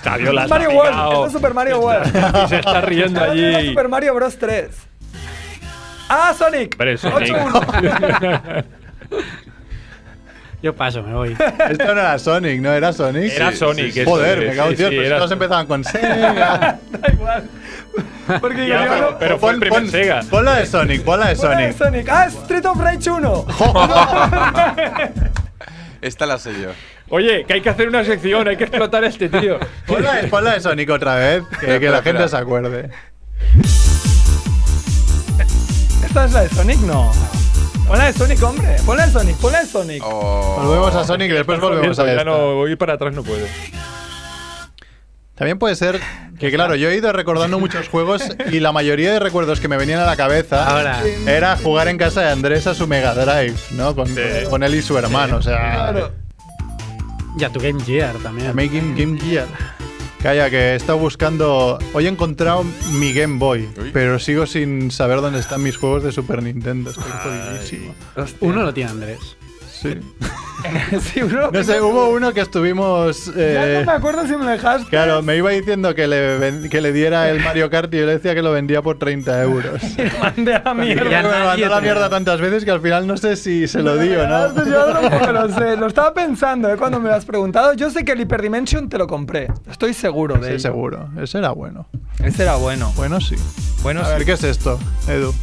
Speaker 4: Fabio (laughs) la has
Speaker 5: Mario
Speaker 4: pegado.
Speaker 5: World, es Super Mario World.
Speaker 4: Y se está riendo
Speaker 5: Ahora tenemos
Speaker 4: allí.
Speaker 5: Super Mario Bros 3. Ah, Sonic.
Speaker 4: Hombre, Sonic. (laughs)
Speaker 5: 8-1.
Speaker 7: Yo paso, me
Speaker 6: (laughs)
Speaker 7: voy.
Speaker 6: Esto no era Sonic, ¿no? ¿Era Sonic?
Speaker 4: Era
Speaker 8: Sí,
Speaker 4: Sonic. eso
Speaker 6: Joder,
Speaker 4: es.
Speaker 6: me cago en
Speaker 4: Sí,
Speaker 6: Dios,
Speaker 4: sí,
Speaker 6: pero si
Speaker 4: era-
Speaker 6: todos
Speaker 4: (laughs)
Speaker 6: empezaban con Sega.
Speaker 5: da igual. Porque
Speaker 4: Ya,
Speaker 5: yo
Speaker 4: pero-
Speaker 5: no-
Speaker 4: pero fue el primer
Speaker 6: pon,
Speaker 4: Sega.
Speaker 6: pon la de Sonic, pon la de
Speaker 5: Fuera de
Speaker 6: Sonic.
Speaker 5: Sonic. Ah, Street of Rage 1.
Speaker 6: (laughs)
Speaker 8: Esta la sé yo.
Speaker 4: Oye, que hay que hacer una sección, hay que explotar a este tío.
Speaker 6: Pon la de, pon la de Sonic otra vez, que, que
Speaker 8: Espera,
Speaker 6: la gente
Speaker 8: espera.
Speaker 6: se acuerde.
Speaker 5: (laughs) ¿Esta es la de Sonic? No. Pon la de Sonic, hombre. Pon la de Sonic, pon la de Sonic.
Speaker 8: Oh,
Speaker 6: Volvemos a Sonic y después volvemos a
Speaker 4: ya
Speaker 6: esta.
Speaker 4: no voy para atrás, no puedo.
Speaker 6: También puede ser que, claro, yo he ido recordando muchos juegos y la mayoría de recuerdos que me venían a la cabeza
Speaker 7: Ahora.
Speaker 6: era jugar en casa de Andrés a su Mega Drive, ¿no? Con, con él y su hermano, o sea...
Speaker 5: Claro.
Speaker 7: Ya tu Game Gear también.
Speaker 6: Making Game Gear. Calla, que he estado buscando... Hoy he encontrado mi Game Boy,
Speaker 8: Uy.
Speaker 6: pero sigo sin saber dónde están mis juegos de Super Nintendo. Estoy jodidísimo.
Speaker 7: Uno lo tiene Andrés. (laughs)
Speaker 6: Sí.
Speaker 5: sí, uno-
Speaker 6: No sé, hubo uno que estuvimos...
Speaker 5: Ya
Speaker 6: eh,
Speaker 5: no me acuerdo si me lo dejaste.
Speaker 6: Claro, me iba diciendo que le, ven- que le diera el Mario Kart y yo le decía que lo vendía por 30
Speaker 5: (laughs)
Speaker 6: euros.
Speaker 5: Mandé a la mierda.
Speaker 7: Ya
Speaker 6: me
Speaker 7: nadie
Speaker 6: mandó la
Speaker 7: te-
Speaker 6: mierda tantas veces que al final no sé si se lo di o no.
Speaker 5: Yo
Speaker 6: (laughs)
Speaker 5: tampoco Este lo sé. Lo estaba pensando, ¿eh? Cuando me lo has preguntado. Yo sé que el Hyperdimension te lo compré. Estoy seguro de
Speaker 6: Sí,
Speaker 5: ello.
Speaker 6: seguro. Ese era bueno.
Speaker 5: Ese era bueno.
Speaker 6: Bueno, sí.
Speaker 5: Bueno,
Speaker 6: A ver, ¿qué es esto, Edu?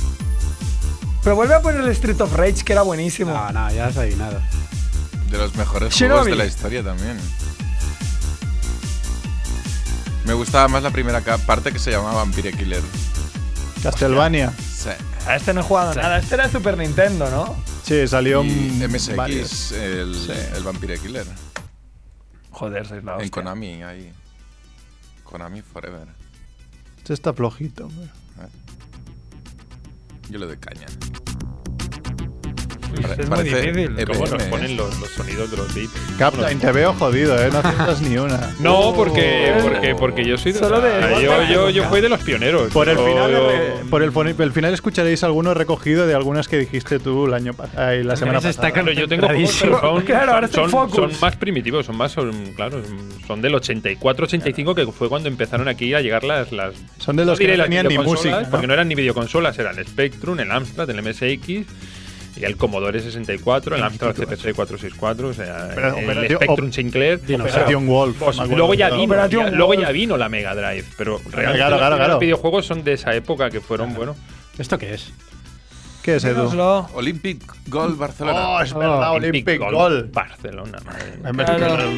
Speaker 5: Pero vuelve a poner el Street of Rage, que era buenísimo.
Speaker 7: No, no, ya has adivinado.
Speaker 8: de los mejores
Speaker 5: Shinobi.
Speaker 8: juegos de la historia también. Me gustaba más la primera ca- parte que se llamaba Vampire Killer.
Speaker 6: Castlevania.
Speaker 8: Sí.
Speaker 5: A este no he jugado nada. Este era Super Nintendo, ¿no?
Speaker 6: Sí, salió
Speaker 8: Y
Speaker 6: mm,
Speaker 8: MSX,
Speaker 6: varios.
Speaker 8: el,
Speaker 6: Sí.
Speaker 8: el Vampire Killer.
Speaker 5: Joder, sois la
Speaker 8: En
Speaker 5: hostia.
Speaker 8: Konami, ahí. Konami Forever. ¿eh?
Speaker 6: Este está flojito. hombre.
Speaker 8: Yo le doy caña.
Speaker 5: es muy
Speaker 8: parece
Speaker 5: difícil.
Speaker 8: EBM,
Speaker 4: ¿Cómo nos
Speaker 8: ¿eh?
Speaker 4: ponen los, los sonidos de los beats?
Speaker 6: Captain, te veo jodido, ¿eh? No aceptas ni una.
Speaker 4: No, porque, porque, porque yo soy de,
Speaker 5: Uh. Solo de-
Speaker 4: Ah, yo, yo, yo fui de los pioneros.
Speaker 6: Por el,
Speaker 4: Yo-
Speaker 6: final,
Speaker 4: yo-
Speaker 6: eh, por el, foni- el final escucharéis alguno recogido de algunas que dijiste tú el año pas- ay, la semana
Speaker 7: Andrés
Speaker 6: pasada.
Speaker 7: está
Speaker 4: Claro, yo tengo juegos,
Speaker 7: concentradísimo.
Speaker 4: pero son,
Speaker 5: Claro, ahora está
Speaker 4: son,
Speaker 5: en focus.
Speaker 4: son más primitivos, son más, son- claro, son del 84-85 que fue cuando empezaron aquí a llegar las, las
Speaker 6: Son de los
Speaker 4: no
Speaker 6: que
Speaker 4: diré
Speaker 6: no
Speaker 4: las
Speaker 6: tenían ni
Speaker 4: videoconsolas,
Speaker 6: música. ¿no?
Speaker 4: porque no eran ni videoconsolas, eran el Spectrum, el Amstrad, el MSX y el Commodore 64, el Amstrad CPC 464, o sea,
Speaker 6: Pero,
Speaker 4: el
Speaker 6: operación-
Speaker 4: Spectrum
Speaker 6: op-
Speaker 4: Sinclair.
Speaker 6: Operation Wolf.
Speaker 4: Pues,
Speaker 6: me acuerdo.
Speaker 4: luego ya vino, ya-
Speaker 5: Operation
Speaker 4: luego
Speaker 5: Wolf.
Speaker 4: ya vino la Mega Drive, pero realmente
Speaker 6: claro,
Speaker 4: los
Speaker 6: claro,
Speaker 4: primeros
Speaker 6: claro.
Speaker 4: videojuegos son de esa época que fueron, bueno,
Speaker 7: ¿Esto qué es?
Speaker 6: ¿Qué es Edu?
Speaker 5: Dínoslo.
Speaker 8: Olympic Gold Barcelona.
Speaker 6: Oh, es verdad,
Speaker 4: Olympic
Speaker 6: Olympic
Speaker 4: Gold,
Speaker 6: Gold.
Speaker 4: Barcelona, madre mía.
Speaker 6: En vez de-
Speaker 5: Claro.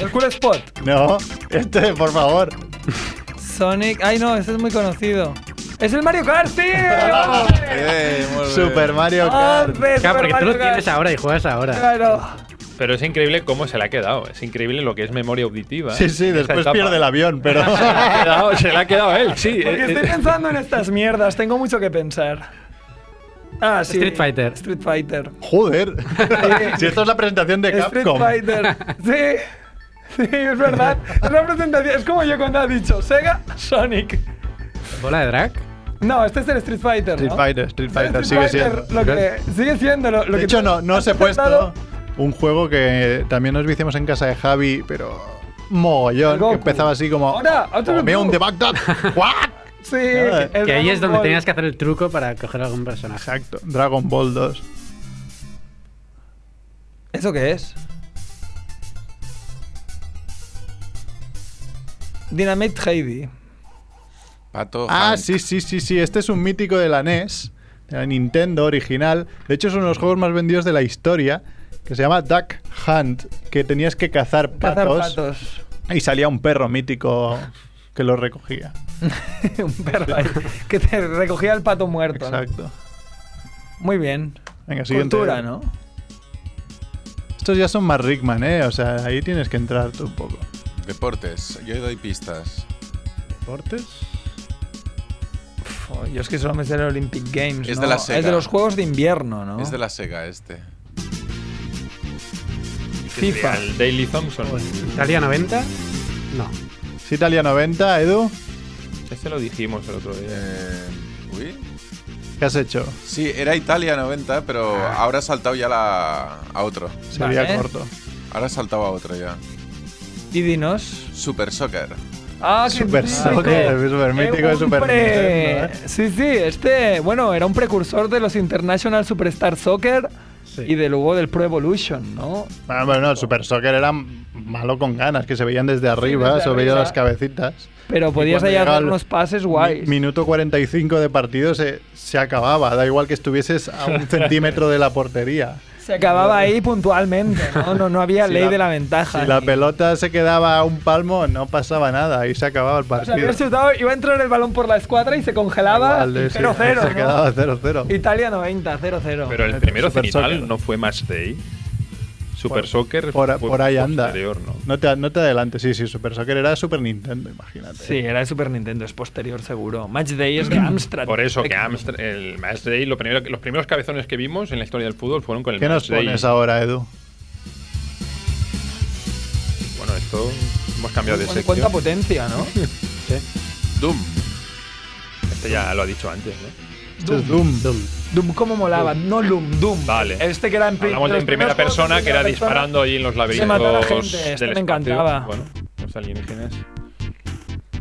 Speaker 5: El cool spot.
Speaker 6: No, este, por favor.
Speaker 5: Sonic. Ay, no, ese es muy conocido. ¡Es el Mario Kart,
Speaker 6: (laughs)
Speaker 5: tío!
Speaker 8: Eh, muy bien.
Speaker 6: Super Mario Kart.
Speaker 5: ¡Hombre,
Speaker 7: Claro, porque tú
Speaker 5: Super
Speaker 7: lo
Speaker 5: Mario Kart!
Speaker 7: tienes ahora y juegas ahora.
Speaker 5: Claro.
Speaker 4: Pero es increíble cómo se le ha quedado. Es increíble lo que es memoria auditiva.
Speaker 6: Sí, sí,
Speaker 4: Esa
Speaker 6: después
Speaker 4: etapa.
Speaker 6: pierde el avión, pero.
Speaker 4: (laughs) Se la ha quedado, se la ha quedado a él, sí.
Speaker 5: Porque
Speaker 4: Eh,
Speaker 5: estoy
Speaker 4: eh,
Speaker 5: pensando en estas mierdas, tengo mucho que pensar. Ah, sí.
Speaker 7: Street Fighter.
Speaker 5: Street Fighter. (laughs)
Speaker 6: Joder. si esto es la presentación de
Speaker 5: Street
Speaker 6: Capcom. (laughs)
Speaker 5: Fighter. Sí. Sí, es verdad. Es una presentación. Es como yo cuando ha dicho Sega, Sonic.
Speaker 7: ¿Bola de drag?
Speaker 5: No, este es el Street Fighter. ¿no?
Speaker 6: Street Fighter, Street Fighter,
Speaker 5: Street
Speaker 6: sigue
Speaker 5: Fighter,
Speaker 6: siendo.
Speaker 5: Lo que, sigue siendo lo, lo que
Speaker 6: De hecho,
Speaker 5: tú
Speaker 6: no, no
Speaker 5: has
Speaker 6: os he puesto
Speaker 5: presentado.
Speaker 6: un juego que también nos viciamos en casa de Javi, pero mogollón,
Speaker 5: El Goku.
Speaker 6: que empezaba así como
Speaker 5: Ahora, otro
Speaker 6: "Comía
Speaker 5: Goku". (laughs)
Speaker 6: un de Bagdad. ¡Guac!
Speaker 5: Sí,
Speaker 6: Nada,
Speaker 5: el
Speaker 7: Que ahí es
Speaker 5: Dragon
Speaker 7: donde
Speaker 5: Ball.
Speaker 7: tenías que hacer el truco para coger algún personaje.
Speaker 6: Exacto. Dragon Ball 2.
Speaker 5: ¿Eso qué es? Dynamite Heidi.
Speaker 8: Pato.
Speaker 6: Ah,
Speaker 8: Hank.
Speaker 6: sí, sí, sí, sí. Este es un mítico de la NES, de la Nintendo original. De hecho, es uno de los juegos más vendidos de la historia, que se llama Duck Hunt, que tenías que cazar
Speaker 5: Cazar
Speaker 6: patos,
Speaker 5: patos.
Speaker 6: y salía un perro mítico que los recogía.
Speaker 5: Un perro ahí. (laughs) Que te recogía el pato muerto. ¿no?
Speaker 6: Exacto.
Speaker 5: Muy bien.
Speaker 6: Venga, siguiente.
Speaker 5: Cultura, ¿no?
Speaker 6: Estos ya son más Rickman, ¿eh? O sea, ahí tienes que entrar tú un poco.
Speaker 8: Deportes. Yo doy pistas.
Speaker 7: ¿Deportes?
Speaker 5: Pf, yo es que solo me sé el Olympic Games.
Speaker 8: Es
Speaker 5: ¿no?
Speaker 8: de la Sega.
Speaker 5: Es de los juegos de invierno, ¿no?
Speaker 8: Es de la Sega este.
Speaker 5: FIFA.
Speaker 4: El Daily Thompson.
Speaker 7: ¿Italia 90? No.
Speaker 6: ¿Es Italia 90, Edu?
Speaker 4: Este lo dijimos el otro día.
Speaker 8: Eh, uy.
Speaker 6: ¿Qué has hecho?
Speaker 8: Sí, era Italia 90, pero
Speaker 4: Ah.
Speaker 8: ahora ha saltado ya la, a otro.
Speaker 6: Sería
Speaker 5: Vale.
Speaker 6: corto.
Speaker 8: Ahora ha saltado a otro ya.
Speaker 5: Y dinos.
Speaker 8: Super Soccer.
Speaker 5: Ah, qué
Speaker 6: Super
Speaker 5: mítico.
Speaker 6: Soccer, es súper mítico, es súper
Speaker 5: hombre.
Speaker 6: Nintendo, ¿eh?
Speaker 5: Sí, sí, este, bueno, era un precursor de los International Superstar Soccer
Speaker 7: Sí.
Speaker 5: y de luego del Pro Evolution, ¿no?
Speaker 6: Bueno, Ah, bueno, el Super Soccer era malo con ganas, que se veían desde arriba,
Speaker 5: desde
Speaker 6: se veían
Speaker 5: arriba.
Speaker 6: las cabecitas.
Speaker 5: Pero podías
Speaker 6: cuando
Speaker 5: hallar
Speaker 6: llegaba el-
Speaker 5: unos pases
Speaker 6: Mi-
Speaker 5: guays.
Speaker 6: minuto 45 de partido se, se acababa, da igual que estuvieses
Speaker 5: (laughs)
Speaker 6: a un centímetro de la portería.
Speaker 5: Se acababa ahí puntualmente, ¿no? No, no había
Speaker 6: Si
Speaker 5: ley
Speaker 6: la-
Speaker 5: de la ventaja.
Speaker 6: Si la
Speaker 5: ni-
Speaker 6: pelota se quedaba a un palmo, no pasaba nada, y se acababa el
Speaker 5: O sea, había
Speaker 6: partido.
Speaker 5: chutado, iba a entrar el balón por la escuadra y se congelaba
Speaker 6: Igual,
Speaker 5: y
Speaker 6: eh, sí,
Speaker 5: 0-0.
Speaker 6: (laughs) Se
Speaker 5: ¿no?
Speaker 6: quedaba 0-0.
Speaker 5: Italia 90, 0-0.
Speaker 4: Pero el primero
Speaker 6: Super
Speaker 4: cenital
Speaker 6: Soccer.
Speaker 4: no fue Match Day. Super
Speaker 6: Por-
Speaker 4: Soccer
Speaker 6: Por,
Speaker 4: fue
Speaker 6: por ahí anda.
Speaker 4: posterior, ¿no?
Speaker 6: te, no te adelantes, sí, sí, Super Soccer era Super Nintendo, imagínate.
Speaker 5: Sí, era de Super Nintendo, es posterior seguro. Match Day
Speaker 4: (clears throat)
Speaker 5: es de Amstrad.
Speaker 4: Por eso que Amstra- el Match Day, lo primero, los primeros cabezones que vimos en la historia del fútbol fueron con el
Speaker 6: ¿Qué
Speaker 4: Match
Speaker 6: nos
Speaker 4: Day.
Speaker 6: pones ahora, Edu?
Speaker 4: Bueno, esto hemos cambiado de
Speaker 5: Con
Speaker 4: sección.
Speaker 5: cuánta potencia, ¿no?
Speaker 8: Doom.
Speaker 4: Este ya lo ha dicho antes, ¿no?
Speaker 6: (laughs) Esto es Doom.
Speaker 5: Doom como molaba, no Loom, Doom.
Speaker 4: Vale.
Speaker 5: Este que era en, pri-
Speaker 4: Hablamos de
Speaker 5: los
Speaker 4: en primera
Speaker 5: primeros juegos
Speaker 4: persona
Speaker 5: en
Speaker 4: que era
Speaker 5: primera persona.
Speaker 4: disparando ahí en los laberintos
Speaker 5: mataba gente, este
Speaker 4: del
Speaker 5: me
Speaker 4: espacio.
Speaker 5: encantaba.
Speaker 4: Bueno, los alienígenas.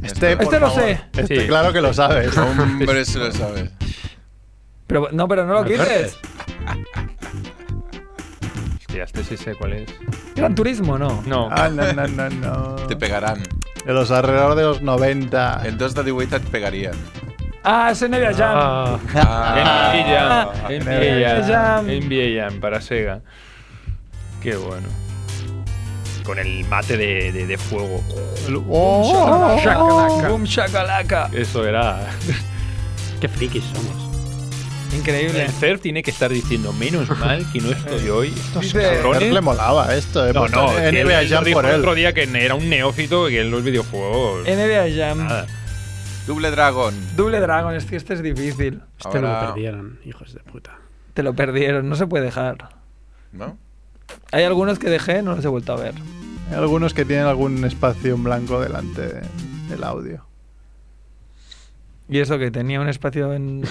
Speaker 6: Este, por
Speaker 5: Este lo
Speaker 6: favor.
Speaker 5: sé.
Speaker 6: Este,
Speaker 4: Sí.
Speaker 6: claro que lo sabes.
Speaker 8: Hombre, se lo sabe.
Speaker 5: Pero, no, pero no lo quites.
Speaker 4: Hostia, este sí sé cuál es.
Speaker 5: Gran Turismo, no.
Speaker 4: No,
Speaker 6: Ah, no, no,
Speaker 5: (laughs)
Speaker 6: no, no.
Speaker 8: Te pegarán.
Speaker 6: De los alrededor de los 90.
Speaker 8: En dos de te pegarían.
Speaker 5: Ah, es NBA Jam.
Speaker 7: Ah, (laughs)
Speaker 4: NBA
Speaker 5: Ah,
Speaker 4: Jam.
Speaker 5: NBA
Speaker 4: NBA Jam.
Speaker 5: Jam.
Speaker 4: NBA Jam para Sega. Qué bueno. Con el mate de, de- de fuego.
Speaker 6: El- ¡Oh!
Speaker 5: Shakalaka. Boom shakalaka.
Speaker 4: Eso era.
Speaker 7: (laughs) qué frikis somos.
Speaker 5: Increíble.
Speaker 4: El CERF tiene que estar diciendo, (laughs) menos mal que no estoy hoy. Eh, Estos
Speaker 5: Dice-
Speaker 6: A él
Speaker 4: cabrones.
Speaker 6: le molaba esto. eh,
Speaker 4: No,
Speaker 6: pues,
Speaker 4: no,
Speaker 6: eh,
Speaker 4: que él-
Speaker 6: NBA
Speaker 4: él
Speaker 6: Jam
Speaker 4: dijo
Speaker 6: por
Speaker 4: el
Speaker 6: él.
Speaker 4: otro día que era un neófito que en los videojuegos.
Speaker 5: NBA Jam.
Speaker 4: Nada.
Speaker 8: Double Dragon.
Speaker 5: Double Dragon, es que este es difícil.
Speaker 7: Este me
Speaker 8: Ahora-
Speaker 7: lo perdieron, hijos de puta.
Speaker 5: Te lo perdieron, no se puede dejar.
Speaker 8: ¿No?
Speaker 5: Hay algunos que dejé, no los he vuelto a ver.
Speaker 6: Hay algunos que tienen algún espacio en blanco delante de- del audio.
Speaker 5: ¿Y eso que tenía un espacio en...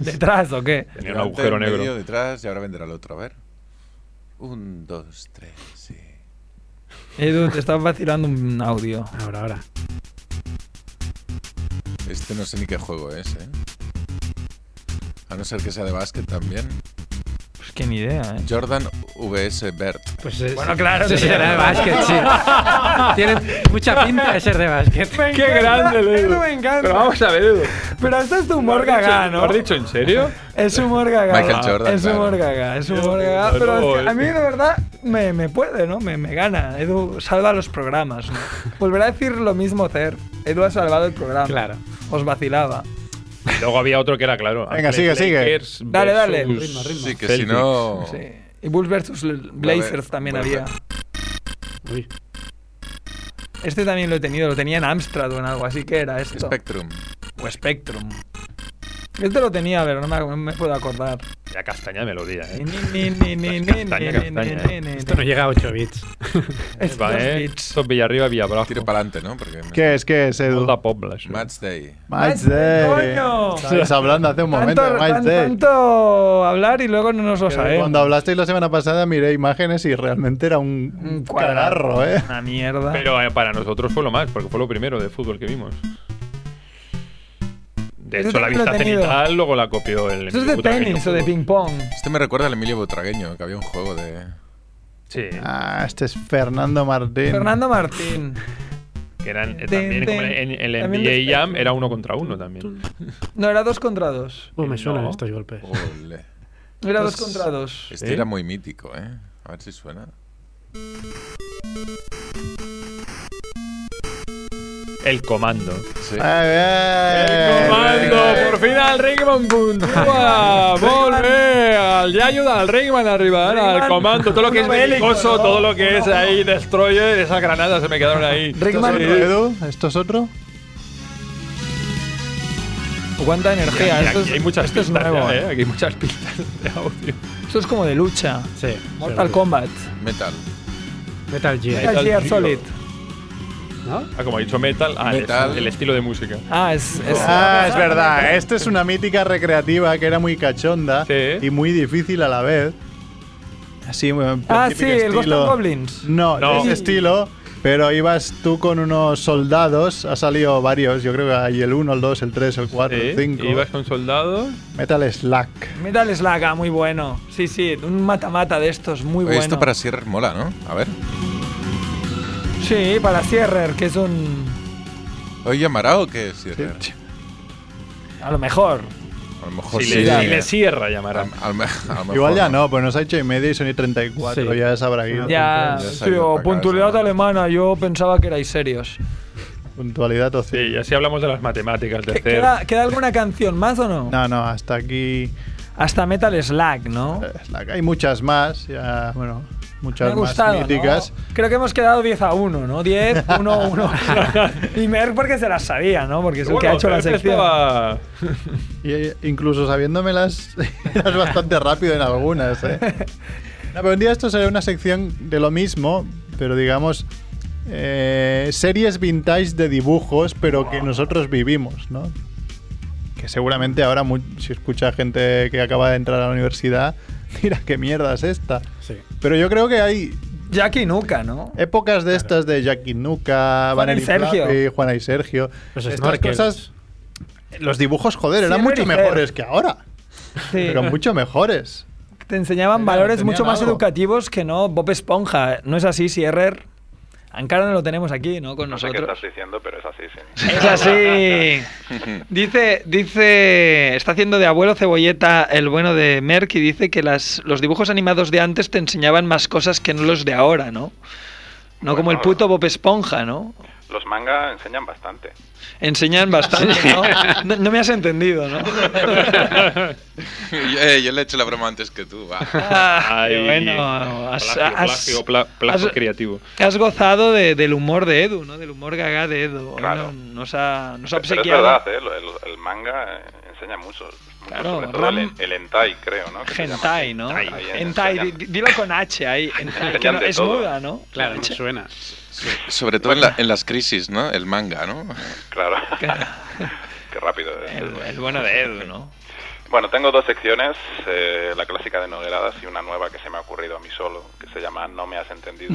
Speaker 5: detrás o qué?
Speaker 4: Tenía un
Speaker 8: Delante,
Speaker 4: agujero
Speaker 8: en medio,
Speaker 4: negro.
Speaker 8: detrás y ahora vendrá el otro. A ver. Un, dos, tres, sí.
Speaker 5: Edu, te estás vacilando un audio.
Speaker 7: Ahora, ahora.
Speaker 8: Este no sé ni qué juego es, ¿eh? A no ser que sea de básquet también.
Speaker 5: Pues que ni idea, ¿eh?
Speaker 8: Jordan VS Bert.
Speaker 7: Pues es,
Speaker 5: Bueno, claro,
Speaker 7: Ese
Speaker 5: sí.
Speaker 7: será de básquet, sí. (laughs) Tiene mucha pinta de ser de
Speaker 2: (laughs)
Speaker 7: básquet.
Speaker 5: ¡Qué grande, Edu! Me encanta. Pero vamos a ver, Edu. Pero esto es tu humor gaga,
Speaker 4: ¿Lo
Speaker 5: ¿no?
Speaker 4: has dicho en serio?
Speaker 5: (laughs) Es humor gaga.
Speaker 8: Michael Jordan,
Speaker 5: Es humor
Speaker 8: claro.
Speaker 5: gaga, es humor gaga.
Speaker 4: no,
Speaker 5: Pero
Speaker 4: no,
Speaker 5: es que a
Speaker 4: es-
Speaker 5: mí, de verdad, me, me puede, ¿no? Me, me gana. Edu salva los programas, ¿no? Volverá a decir lo mismo, Cer. Edu ha salvado el programa.
Speaker 7: Claro.
Speaker 5: Os vacilaba.
Speaker 4: Y luego había otro que era claro.
Speaker 6: Venga, sigue, sigue.
Speaker 4: Lakers
Speaker 5: Dale, dale.
Speaker 4: versus
Speaker 7: Ritmo, ritmo.
Speaker 8: Sí, que si
Speaker 4: Celtics.
Speaker 8: no.
Speaker 5: Sí. Y Bulls versus Blazers también
Speaker 8: bueno,
Speaker 5: había.
Speaker 7: Uy,
Speaker 5: Este también lo he tenido, lo tenía en Amstrad o en algo así que era esto.
Speaker 8: Spectrum.
Speaker 5: o Spectrum. Este lo tenía, pero no me, no me puedo acordar.
Speaker 4: Ya castaña de melodía, ¿eh?
Speaker 5: Ni, ni, ni, ni, ni,
Speaker 4: Castaña,
Speaker 5: ni,
Speaker 4: castaña,
Speaker 5: ni,
Speaker 4: eh.
Speaker 5: ni, ni,
Speaker 7: esto no
Speaker 5: ni.
Speaker 7: llega a 8 bits.
Speaker 5: Estos
Speaker 4: Va, ¿eh?
Speaker 5: bits.
Speaker 4: Esto Villarriba, Villabrajo.
Speaker 8: Tiro para adelante, ¿no? Porque me-
Speaker 6: ¿Qué es, qué es, Edu?
Speaker 4: Onda Poblas.
Speaker 8: Match Day.
Speaker 6: Match
Speaker 5: ¡Match
Speaker 6: Day.
Speaker 5: coño!
Speaker 6: Estabas hablando hace un momento de
Speaker 5: Tanto,
Speaker 6: Match
Speaker 5: tan-
Speaker 6: Day.
Speaker 5: tanto hablar y luego no nos lo sabemos.
Speaker 6: Cuando hablasteis la semana pasada miré imágenes y realmente era un,
Speaker 5: Un cuadrado.
Speaker 6: cuadrarro, ¿eh?
Speaker 5: Una mierda.
Speaker 4: Pero eh, para nosotros fue lo más, porque fue lo primero de fútbol que vimos. De
Speaker 5: Yo
Speaker 4: hecho, la
Speaker 5: también lo
Speaker 4: vista
Speaker 5: he tenido.
Speaker 4: cenital luego la copió el.
Speaker 5: Eso es de
Speaker 4: Butragueño
Speaker 5: tenis o de
Speaker 4: Fútbol.
Speaker 5: ping pong.
Speaker 8: Este me recuerda al Emilio Butragueño, que había un juego de.
Speaker 4: Sí,
Speaker 6: Ah, este es Fernando Martín.
Speaker 5: Fernando Martín.
Speaker 4: que eran eh,
Speaker 5: Ten,
Speaker 4: también como
Speaker 5: ten.
Speaker 4: en el
Speaker 5: También
Speaker 4: NBA
Speaker 5: despega.
Speaker 4: Jam era uno contra uno también.
Speaker 5: No, era dos contra dos.
Speaker 7: Oh, me suenan
Speaker 4: No.
Speaker 7: estos golpes.
Speaker 8: Ole.
Speaker 5: Era dos contra dos.
Speaker 8: Este
Speaker 7: ¿Sí?
Speaker 8: era muy mítico, ¿eh? A ver si suena.
Speaker 4: El comando.
Speaker 8: Sí.
Speaker 6: Ay,
Speaker 4: El
Speaker 6: ay,
Speaker 4: comando,
Speaker 6: ay,
Speaker 4: por fin al Ringman Boom.
Speaker 5: (laughs)
Speaker 4: Volve al Yayo, al Ringman arriba, ahora, al
Speaker 5: Ringman.
Speaker 4: comando. Todo lo que es
Speaker 5: Uno bélico,
Speaker 4: belicoso,
Speaker 5: ¿no?
Speaker 4: todo lo que es ahí Destroyer, esas granadas se me quedaron ahí.
Speaker 6: ¿Esto es
Speaker 5: Rickman,
Speaker 6: otro, Edu? ¿Esto es otro?
Speaker 5: cuánta
Speaker 4: Y
Speaker 5: energía.
Speaker 4: aquí
Speaker 5: esto es,
Speaker 4: hay muchas
Speaker 5: esto es
Speaker 4: pistas,
Speaker 5: nuevo,
Speaker 4: ya,
Speaker 5: eh.
Speaker 4: ¿eh? Aquí hay muchas pistas de audio.
Speaker 5: Esto es como de lucha.
Speaker 7: Sí.
Speaker 5: Mortal
Speaker 7: sí.
Speaker 5: Kombat.
Speaker 8: Metal.
Speaker 7: Metal Gear.
Speaker 5: Metal Gear Solid.
Speaker 7: ¿No?
Speaker 4: Ah, como he dicho, metal, ah, es
Speaker 8: Metal.
Speaker 4: el estilo de música.
Speaker 5: Ah, es. es-
Speaker 6: Ah, es verdad. Esta es una mítica recreativa que era muy cachonda
Speaker 4: Sí.
Speaker 6: y muy difícil a la vez. Así, bueno,
Speaker 5: Ah,
Speaker 6: típico
Speaker 5: sí, el Ghost
Speaker 6: estilo.
Speaker 5: and Goblins.
Speaker 6: No,
Speaker 4: No.
Speaker 6: de ese estilo. Pero ibas tú con unos soldados, ha salido varios, yo creo que hay el 1, el 2, el 3, el 4,
Speaker 4: Sí,
Speaker 6: el 5.
Speaker 4: Ibas con soldados.
Speaker 6: Metal Slack.
Speaker 5: Metal Slug, ah, muy bueno. Sí, sí, un mata-mata de estos, muy
Speaker 8: Oye,
Speaker 5: bueno.
Speaker 8: Esto para cierre mola, ¿no? A ver.
Speaker 5: Sí, para Sierrer, que es un.
Speaker 8: ¿Hoy llamará o qué cierre?
Speaker 5: A lo mejor.
Speaker 8: A lo mejor
Speaker 4: Si,
Speaker 8: sí.
Speaker 4: le,
Speaker 6: ya,
Speaker 4: si
Speaker 6: ya.
Speaker 4: le cierra,
Speaker 8: A-
Speaker 4: llamará.
Speaker 8: a lo me- a lo mejor
Speaker 6: Igual ya no, pues nos ha hecho y media y son y 34,
Speaker 7: Sí.
Speaker 6: ya se habrá ido.
Speaker 5: Ya,
Speaker 8: ya se ha ido
Speaker 5: tío,
Speaker 8: pa'
Speaker 5: puntualidad
Speaker 8: casa.
Speaker 5: alemana, yo pensaba que erais serios.
Speaker 6: Puntualidad o
Speaker 4: Sí, y así hablamos de las matemáticas de
Speaker 5: ¿Qué-
Speaker 4: CER.
Speaker 5: ¿Queda, queda alguna canción más o no?
Speaker 6: No, no, hasta aquí.
Speaker 5: Hasta Metal Slug, ¿no?
Speaker 6: eh, Slack. Hay muchas más, ya, bueno,
Speaker 5: Me
Speaker 6: muchas
Speaker 5: ha gustado.
Speaker 6: más míticas.
Speaker 5: ¿no? Creo que hemos quedado 10 a 1, ¿no? (laughs) 10, 1, 1. y Merck porque se las sabía, ¿no? Porque es el que ha
Speaker 4: Bueno,
Speaker 5: hecho la
Speaker 4: Fer que
Speaker 5: sección.
Speaker 4: estaba-
Speaker 6: (laughs) Y, eh, incluso (laughs) sabiéndomelas, eras bastante rápido en algunas,
Speaker 5: (laughs)
Speaker 6: ¿eh? No, pero un día esto será una sección de lo mismo, pero digamos. eh, series vintage de dibujos, pero que nosotros vivimos, ¿no? Que seguramente ahora, mu- si escucha gente que acaba de entrar a la universidad, (laughs) dirá, ¿qué mierda es esta?
Speaker 7: Sí.
Speaker 6: Pero yo creo que hay
Speaker 5: Jackie Nuka, ¿no?
Speaker 6: épocas de estas de Jackie Nuka, Vanel y
Speaker 5: Sergio.
Speaker 6: Flappy, Juana y Sergio.
Speaker 7: Los
Speaker 6: estas
Speaker 7: snorkels.
Speaker 6: cosas, los dibujos, joder, eran
Speaker 5: Sí,
Speaker 6: mucho
Speaker 5: Benny Hill.
Speaker 6: mejores que ahora.
Speaker 5: Sí.
Speaker 6: Pero mucho mejores.
Speaker 5: Te enseñaven
Speaker 6: Tenían-
Speaker 5: valores
Speaker 6: tenían
Speaker 5: mucho más
Speaker 6: algo.
Speaker 5: educativos que no Bob Esponja. No es así, Sierrer. Encara no lo tenemos aquí, ¿no? Con
Speaker 10: No sé qué
Speaker 5: nosotros.
Speaker 10: estás diciendo, pero es así, sí.
Speaker 5: Es así.
Speaker 10: (laughs)
Speaker 5: Dice, dice, está haciendo de abuelo cebolleta el bueno de Merck y dice que las, los dibujos animados de antes te enseñaban más cosas que no los de ahora, ¿no? No como el
Speaker 10: Bueno.
Speaker 5: puto Bob Esponja, ¿no?
Speaker 10: Los manga enseñan bastante. (laughs)
Speaker 5: Enseñan bastante, ¿no? No, no me has entendido, ¿no?
Speaker 8: (laughs) Eh, yo le he hecho la broma antes que tú. va.
Speaker 5: Ah, qué
Speaker 4: Ay,
Speaker 5: bueno, has,
Speaker 4: plagio,
Speaker 5: has-
Speaker 4: plagio, pla- plagio
Speaker 5: has-
Speaker 4: creativo.
Speaker 5: has gozado de- del humor de Edu, ¿no? Del humor gaga de Edu. Hoy
Speaker 10: Claro.
Speaker 5: no- nos ha, nos ha
Speaker 10: Pero es
Speaker 5: obsequiado.
Speaker 10: verdad, ¿eh? Lo- El, el manga eh, enseña mucho. mucho,
Speaker 5: Claro,
Speaker 10: sobre todo
Speaker 5: Ram-
Speaker 10: el, el hentai, creo, ¿no? Que se llama
Speaker 5: Hentai,
Speaker 10: así.
Speaker 5: ¿no?
Speaker 10: Ahí
Speaker 5: Hentai, di-
Speaker 10: enseñan.
Speaker 5: di- dilo con H ahí.
Speaker 10: (laughs)
Speaker 5: Hentai, que no-
Speaker 10: Enseñan de
Speaker 5: es
Speaker 10: todo.
Speaker 5: muda, ¿no?
Speaker 7: Claro, no
Speaker 5: H.
Speaker 7: suena.
Speaker 8: Sobre todo en, la- en las crisis, ¿no? El manga, ¿no?
Speaker 10: Claro.
Speaker 5: Claro.
Speaker 10: Qué rápido. es.
Speaker 5: El, el bueno de Edu, ¿no?
Speaker 10: Bueno, tengo dos secciones, eh, la clásica de Nogueradas y una nueva que se me ha ocurrido a mí solo, que se llama No me has
Speaker 5: (laughs)
Speaker 10: entendido.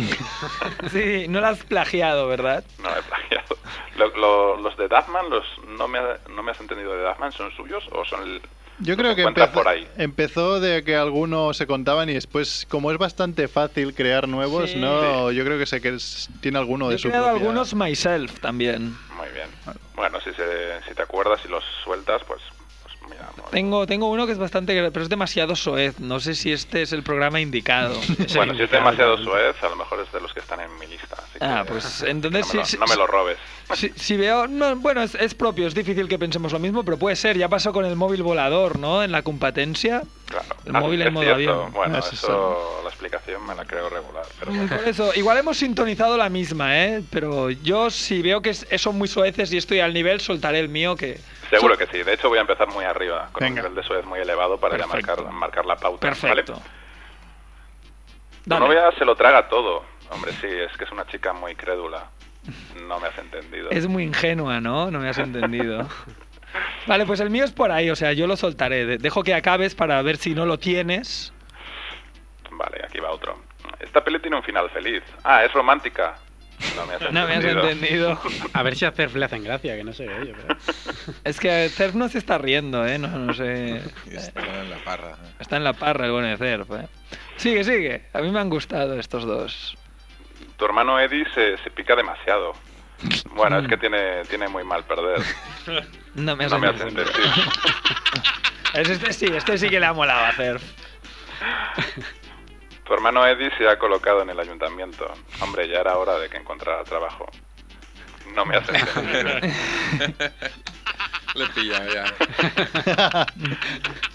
Speaker 5: Sí, no la has plagiado, ¿verdad?
Speaker 10: no he plagiado. Lo- lo- los de Duffman, los no me, ha- no me has entendido de Duffman, ¿son suyos o son el,
Speaker 6: Yo
Speaker 10: los
Speaker 6: creo que
Speaker 10: encuentras
Speaker 6: empezó,
Speaker 10: por ahí?
Speaker 6: empezó de que algunos se contaban y después, como es bastante fácil crear nuevos,
Speaker 5: Sí.
Speaker 6: no, yo creo que sé que es- tiene alguno
Speaker 5: Yo
Speaker 6: de
Speaker 5: he
Speaker 6: su
Speaker 5: creado
Speaker 6: propia-
Speaker 5: algunos myself
Speaker 6: (laughs)
Speaker 5: también.
Speaker 10: Muy bien. Bueno, si, se- si te acuerdas y los sueltas, pues, pues mira. no-
Speaker 5: Tengo, tengo uno que es bastante... gra- Pero es demasiado soez. No sé si este es el
Speaker 10: (laughs)
Speaker 5: programa indicado. (laughs)
Speaker 10: Bueno, si es demasiado suez, a lo mejor es de los que están en mi lista. así
Speaker 5: Ah,
Speaker 10: que-
Speaker 5: pues entonces
Speaker 10: no me, lo,
Speaker 5: sí-
Speaker 10: no me lo robes.
Speaker 5: Si, si veo, no, bueno, es, es propio, es difícil que pensemos lo mismo, pero puede ser. Ya pasó con el móvil volador, ¿no? En la competencia.
Speaker 10: Claro.
Speaker 5: El móvil en
Speaker 10: es
Speaker 5: modo
Speaker 10: cierto.
Speaker 5: avión.
Speaker 10: Bueno,
Speaker 6: Ah, sí,
Speaker 10: eso, la explicación me la creo regular. Pero
Speaker 5: Mm,
Speaker 10: bueno.
Speaker 5: Por eso, igual hemos sintonizado la misma, ¿eh? Pero yo, si veo que es- son muy sueces y estoy al nivel, soltaré el mío que.
Speaker 10: Seguro que sí. De hecho, voy a empezar muy arriba, con
Speaker 6: Venga.
Speaker 10: un nivel de suez muy elevado para ya
Speaker 5: Perfecto.
Speaker 10: marcar, marcar la pauta.
Speaker 5: Perfecto.
Speaker 10: ¿vale? Tu
Speaker 5: Dale.
Speaker 10: novia se lo traga todo. Hombre, sí, es que es una chica muy crédula. No me has entendido.
Speaker 5: Es muy ingenua, ¿no? No me
Speaker 7: (laughs)
Speaker 5: has entendido. vale, pues el mío es por ahí, o sea, yo lo soltaré. De- Dejo que acabes para ver si no lo tienes.
Speaker 10: Vale, aquí va otro. Esta peli tiene un final feliz. Ah, es romántica. No me has
Speaker 5: (laughs) No me has
Speaker 10: entendido.
Speaker 5: entendido.
Speaker 7: A ver si a Cerf le hacen gracia, que no sé ello. Pero...
Speaker 5: (laughs) Es que Cerf no se está riendo, ¿eh? No, no sé.
Speaker 8: Está en la parra. ¿eh?
Speaker 5: Está en la parra el bueno de Cerf, ¿eh? Sigue, sigue. A mí me han gustado estos dos.
Speaker 10: Tu hermano Eddie se, se pica demasiado. Bueno, es que tiene, tiene muy mal perder.
Speaker 5: No me has
Speaker 10: No me has
Speaker 5: entendido.
Speaker 10: entendido.
Speaker 5: Es Este sí, este sí que le ha molado a Cerf.
Speaker 10: Tu hermano Eddie se ha colocado en el ayuntamiento. Hombre, ya era hora de que encontrara trabajo. No me has entendido.
Speaker 8: Le pilla ya.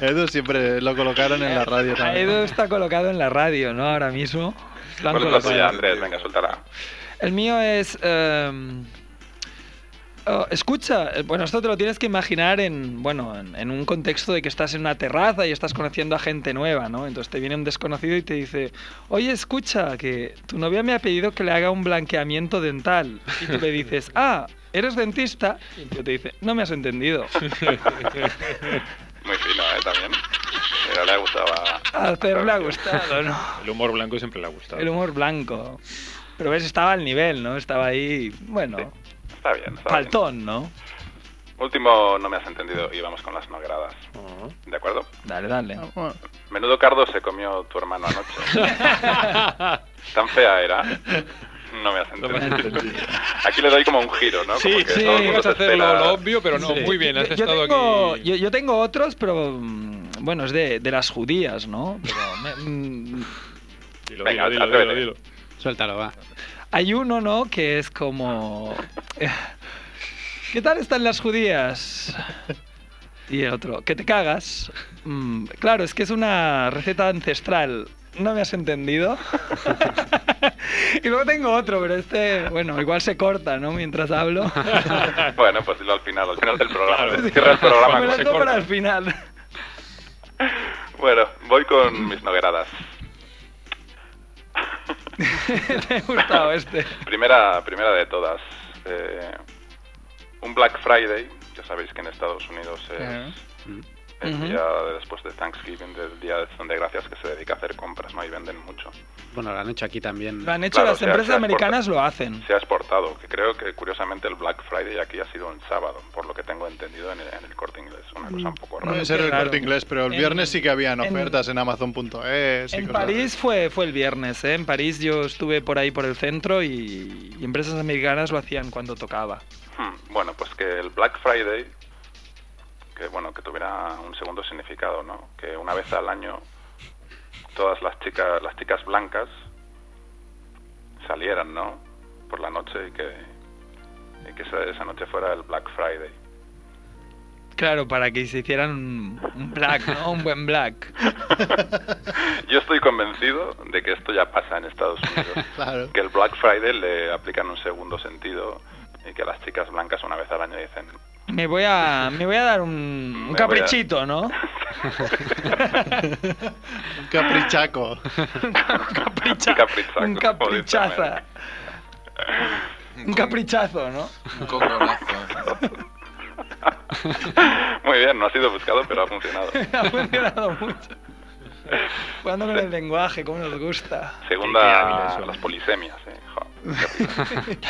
Speaker 6: Edu siempre lo colocaron
Speaker 5: Eh,
Speaker 6: en la radio
Speaker 5: A
Speaker 6: también.
Speaker 5: Edu está colocado en la radio, ¿no? Ahora mismo. Lo han
Speaker 10: ¿Cuál es la
Speaker 5: colocado.
Speaker 10: tuya, Andrés? Venga, suéltala.
Speaker 5: El mío es. em, oh, escucha, eh, bueno, esto te lo tienes que imaginar en, bueno, en, en un contexto de que estás en una terraza y estás conociendo a gente nueva, ¿no? Entonces te viene un desconocido y te dice, oye, escucha, que tu novia me ha pedido que le haga un blanqueamiento dental. Y tú le dices, ah, eres dentista. Y el tío te dice, no me
Speaker 10: (laughs)
Speaker 5: has entendido.
Speaker 10: Muy fino, ¿eh? También. Pero le gustaba.
Speaker 5: A Cer le ha gustado, ¿no?
Speaker 4: El humor blanco siempre le ha gustado.
Speaker 5: El humor blanco. Pero ves, estaba al nivel, ¿no? Estaba ahí, bueno,
Speaker 10: Está bien, está bien.
Speaker 5: faltón, ¿no?
Speaker 10: Último, no me has entendido y vamos con las nogradas. ¿De acuerdo?
Speaker 5: Dale, dale.
Speaker 6: Ah, bueno,
Speaker 10: Menudo cardo se comió tu hermano anoche. Tan fea era. No me has
Speaker 4: No me has
Speaker 10: entendido.
Speaker 4: entendido.
Speaker 10: Aquí le doy como un giro, ¿no?
Speaker 4: Sí,
Speaker 10: como que
Speaker 4: sí,
Speaker 10: todo el mundo
Speaker 4: ibas a
Speaker 10: se
Speaker 4: hacer lo,
Speaker 10: espera.
Speaker 4: lo obvio, pero no, muy bien, has
Speaker 5: yo, yo
Speaker 4: estado
Speaker 5: tengo, (laughs)
Speaker 4: aquí.
Speaker 5: Yo, yo tengo otros, pero. mm, Bueno, es de, de las judías, ¿no? Pero me- mm,
Speaker 4: Dilo,
Speaker 10: Venga,
Speaker 4: dilo, dilo,
Speaker 10: atrévete.
Speaker 4: dilo, dilo.
Speaker 7: Suéltalo, va.
Speaker 5: hay uno, ¿no? Que es como. ¿Qué tal están las judías? Y el otro, que te cagas. Mm, claro, es que es una receta ancestral. ¿No me has entendido? (laughs) y luego tengo otro, pero este, bueno, igual se corta, ¿no? Mientras hablo.
Speaker 10: Bueno, pues dilo al final, al final del programa.
Speaker 4: Claro. Pues
Speaker 10: Se (laughs) Cierra el programa.
Speaker 5: Me lo
Speaker 10: se
Speaker 5: dejo para
Speaker 10: corta.
Speaker 5: el final. (laughs)
Speaker 10: Bueno, voy con mis nogueradas.
Speaker 5: Te ha gustado este.
Speaker 10: Primera, primera de todas. eh, un Black Friday, ya sabéis que en Estados Unidos es el
Speaker 5: Ujú.
Speaker 10: día de- después de Thanksgiving, el día de acción de gracias que se dedica a hacer compras, ¿no? Y venden mucho.
Speaker 7: Bueno, lo han hecho aquí también.
Speaker 5: Lo han hecho,
Speaker 10: Claro,
Speaker 5: las
Speaker 10: se ha-
Speaker 5: empresas
Speaker 10: se ha
Speaker 5: americanas
Speaker 10: exportado.
Speaker 5: lo hacen.
Speaker 10: Se ha exportado, que creo que curiosamente el Black Friday aquí ha sido un sábado, por lo que tengo entendido en el, en el corte inglés. Una cosa un poco rara.
Speaker 6: Puede ser el
Speaker 5: Claro.
Speaker 6: corte inglés, pero el
Speaker 5: En-
Speaker 6: viernes sí que habían
Speaker 5: en-
Speaker 6: ofertas en, e. Amazon.es. y
Speaker 5: En
Speaker 6: cosas así.
Speaker 5: París fue, fue el viernes, ¿eh? En París yo estuve por ahí por el centro y, y empresas americanas lo hacían cuando tocaba.
Speaker 10: Hmm, bueno, pues que el Black Friday, que bueno, que tuviera un segundo significado, ¿no? Que una vez al año todas las chicas, las chicas blancas salieran, ¿no? Por la noche y que, y que esa, esa noche fuera el Black Friday.
Speaker 5: Claro, para que se hicieran un, un black, ¿no? Un buen black.
Speaker 10: Yo estoy convencido de que esto ya pasa en Estados Unidos.
Speaker 6: (laughs) (laughs) Claro.
Speaker 10: que el Black Friday le aplican un segundo sentido y que las chicas blancas una vez al año dicen
Speaker 5: Me voy a, me voy a dar un, un
Speaker 10: Me
Speaker 5: caprichito, ¿no?
Speaker 6: (laughs) Un caprichaco.
Speaker 10: Un caprichazo,
Speaker 5: un caprichaza. Un caprichazo, ¿no? (laughs)
Speaker 10: (laughs)
Speaker 8: Un coconazo.
Speaker 10: Muy bien, no ha sido buscado, pero ha funcionado.
Speaker 5: (laughs) Ha funcionado mucho. Jugando con el lenguaje, como nos gusta.
Speaker 4: Qué hábiles
Speaker 10: Segunda,
Speaker 4: son.
Speaker 10: las polisemias. eh. Jo, qué rico.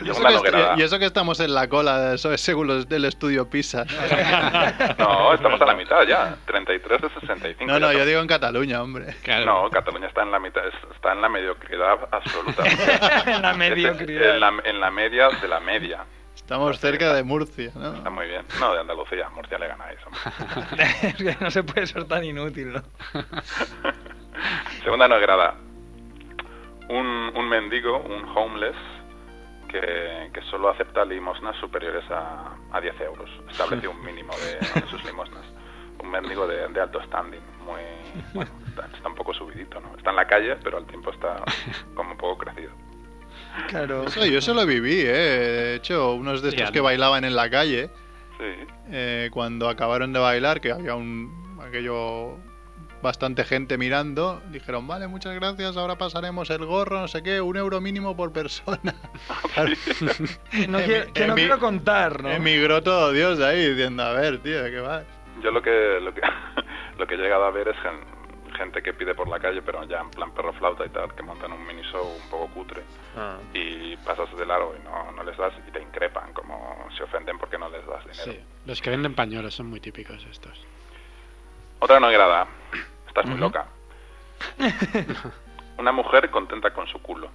Speaker 6: Y eso,
Speaker 10: Segunda
Speaker 6: que
Speaker 10: noguerada.
Speaker 6: est- y eso que estamos en la cola, eso es según los del estudio
Speaker 5: (laughs)
Speaker 6: PISA.
Speaker 10: (laughs) No, estamos a la mitad ya. 33 de 65.
Speaker 6: No,
Speaker 10: ya
Speaker 6: no, yo
Speaker 10: estamos-
Speaker 6: digo en Cataluña, hombre.
Speaker 7: Claro.
Speaker 10: No, Cataluña está en la mitad, es- está en la mediocridad absoluta.
Speaker 5: (laughs) En la mediocridad.
Speaker 10: En la, en la media de la media.
Speaker 6: Estamos cerca de Murcia,
Speaker 10: Pues Está
Speaker 6: ¿no?
Speaker 10: muy bien. No, de Andalucía, Murcia le gana eso.
Speaker 5: (laughs) es que no se puede ser tan inútil, ¿no?
Speaker 10: Segunda no agrada. Un, un mendigo, un homeless, que, que solo acepta limosnas superiores a, a 10 euros. Establece un mínimo de, de sus limosnas. Un mendigo de, de alto standing, muy... Bueno, está, está un poco subidito, ¿no? Está en la calle, pero al tiempo está como un poco crecido.
Speaker 5: (laughs) Claro.
Speaker 6: Eso yo se lo viví, ¿eh? De hecho, unos de estos
Speaker 7: Ya.
Speaker 6: que bailaban en la calle,
Speaker 10: Sí.
Speaker 6: eh, cuando acabaron de bailar, que había un. aquello. bastante gente mirando, dijeron, vale, muchas gracias, ahora pasaremos el gorro, no sé qué, un euro mínimo
Speaker 10: (laughs)
Speaker 6: por persona.
Speaker 5: No
Speaker 6: En
Speaker 5: quiero,
Speaker 6: mi-
Speaker 5: que
Speaker 6: en
Speaker 5: no
Speaker 6: mi-
Speaker 5: quiero contar, ¿no?
Speaker 6: Emigró todo Dios de ahí diciendo, a ver, tío, ¿qué va?
Speaker 10: (laughs) Yo lo que, lo que lo que he llegado a ver es gen- gente que pide por la calle, pero ya en plan perro flauta y tal, que montan un mini show un poco cutre
Speaker 4: Ah. (laughs)
Speaker 10: y pasas de largo y no, no les das y te increpan, como se ofenden porque no les das dinero.
Speaker 11: Sí, los que venden pañuelos son muy típicos estos.
Speaker 10: Otra no grada, estás muy
Speaker 11: Ujú.
Speaker 10: loca. Una mujer contenta con su culo.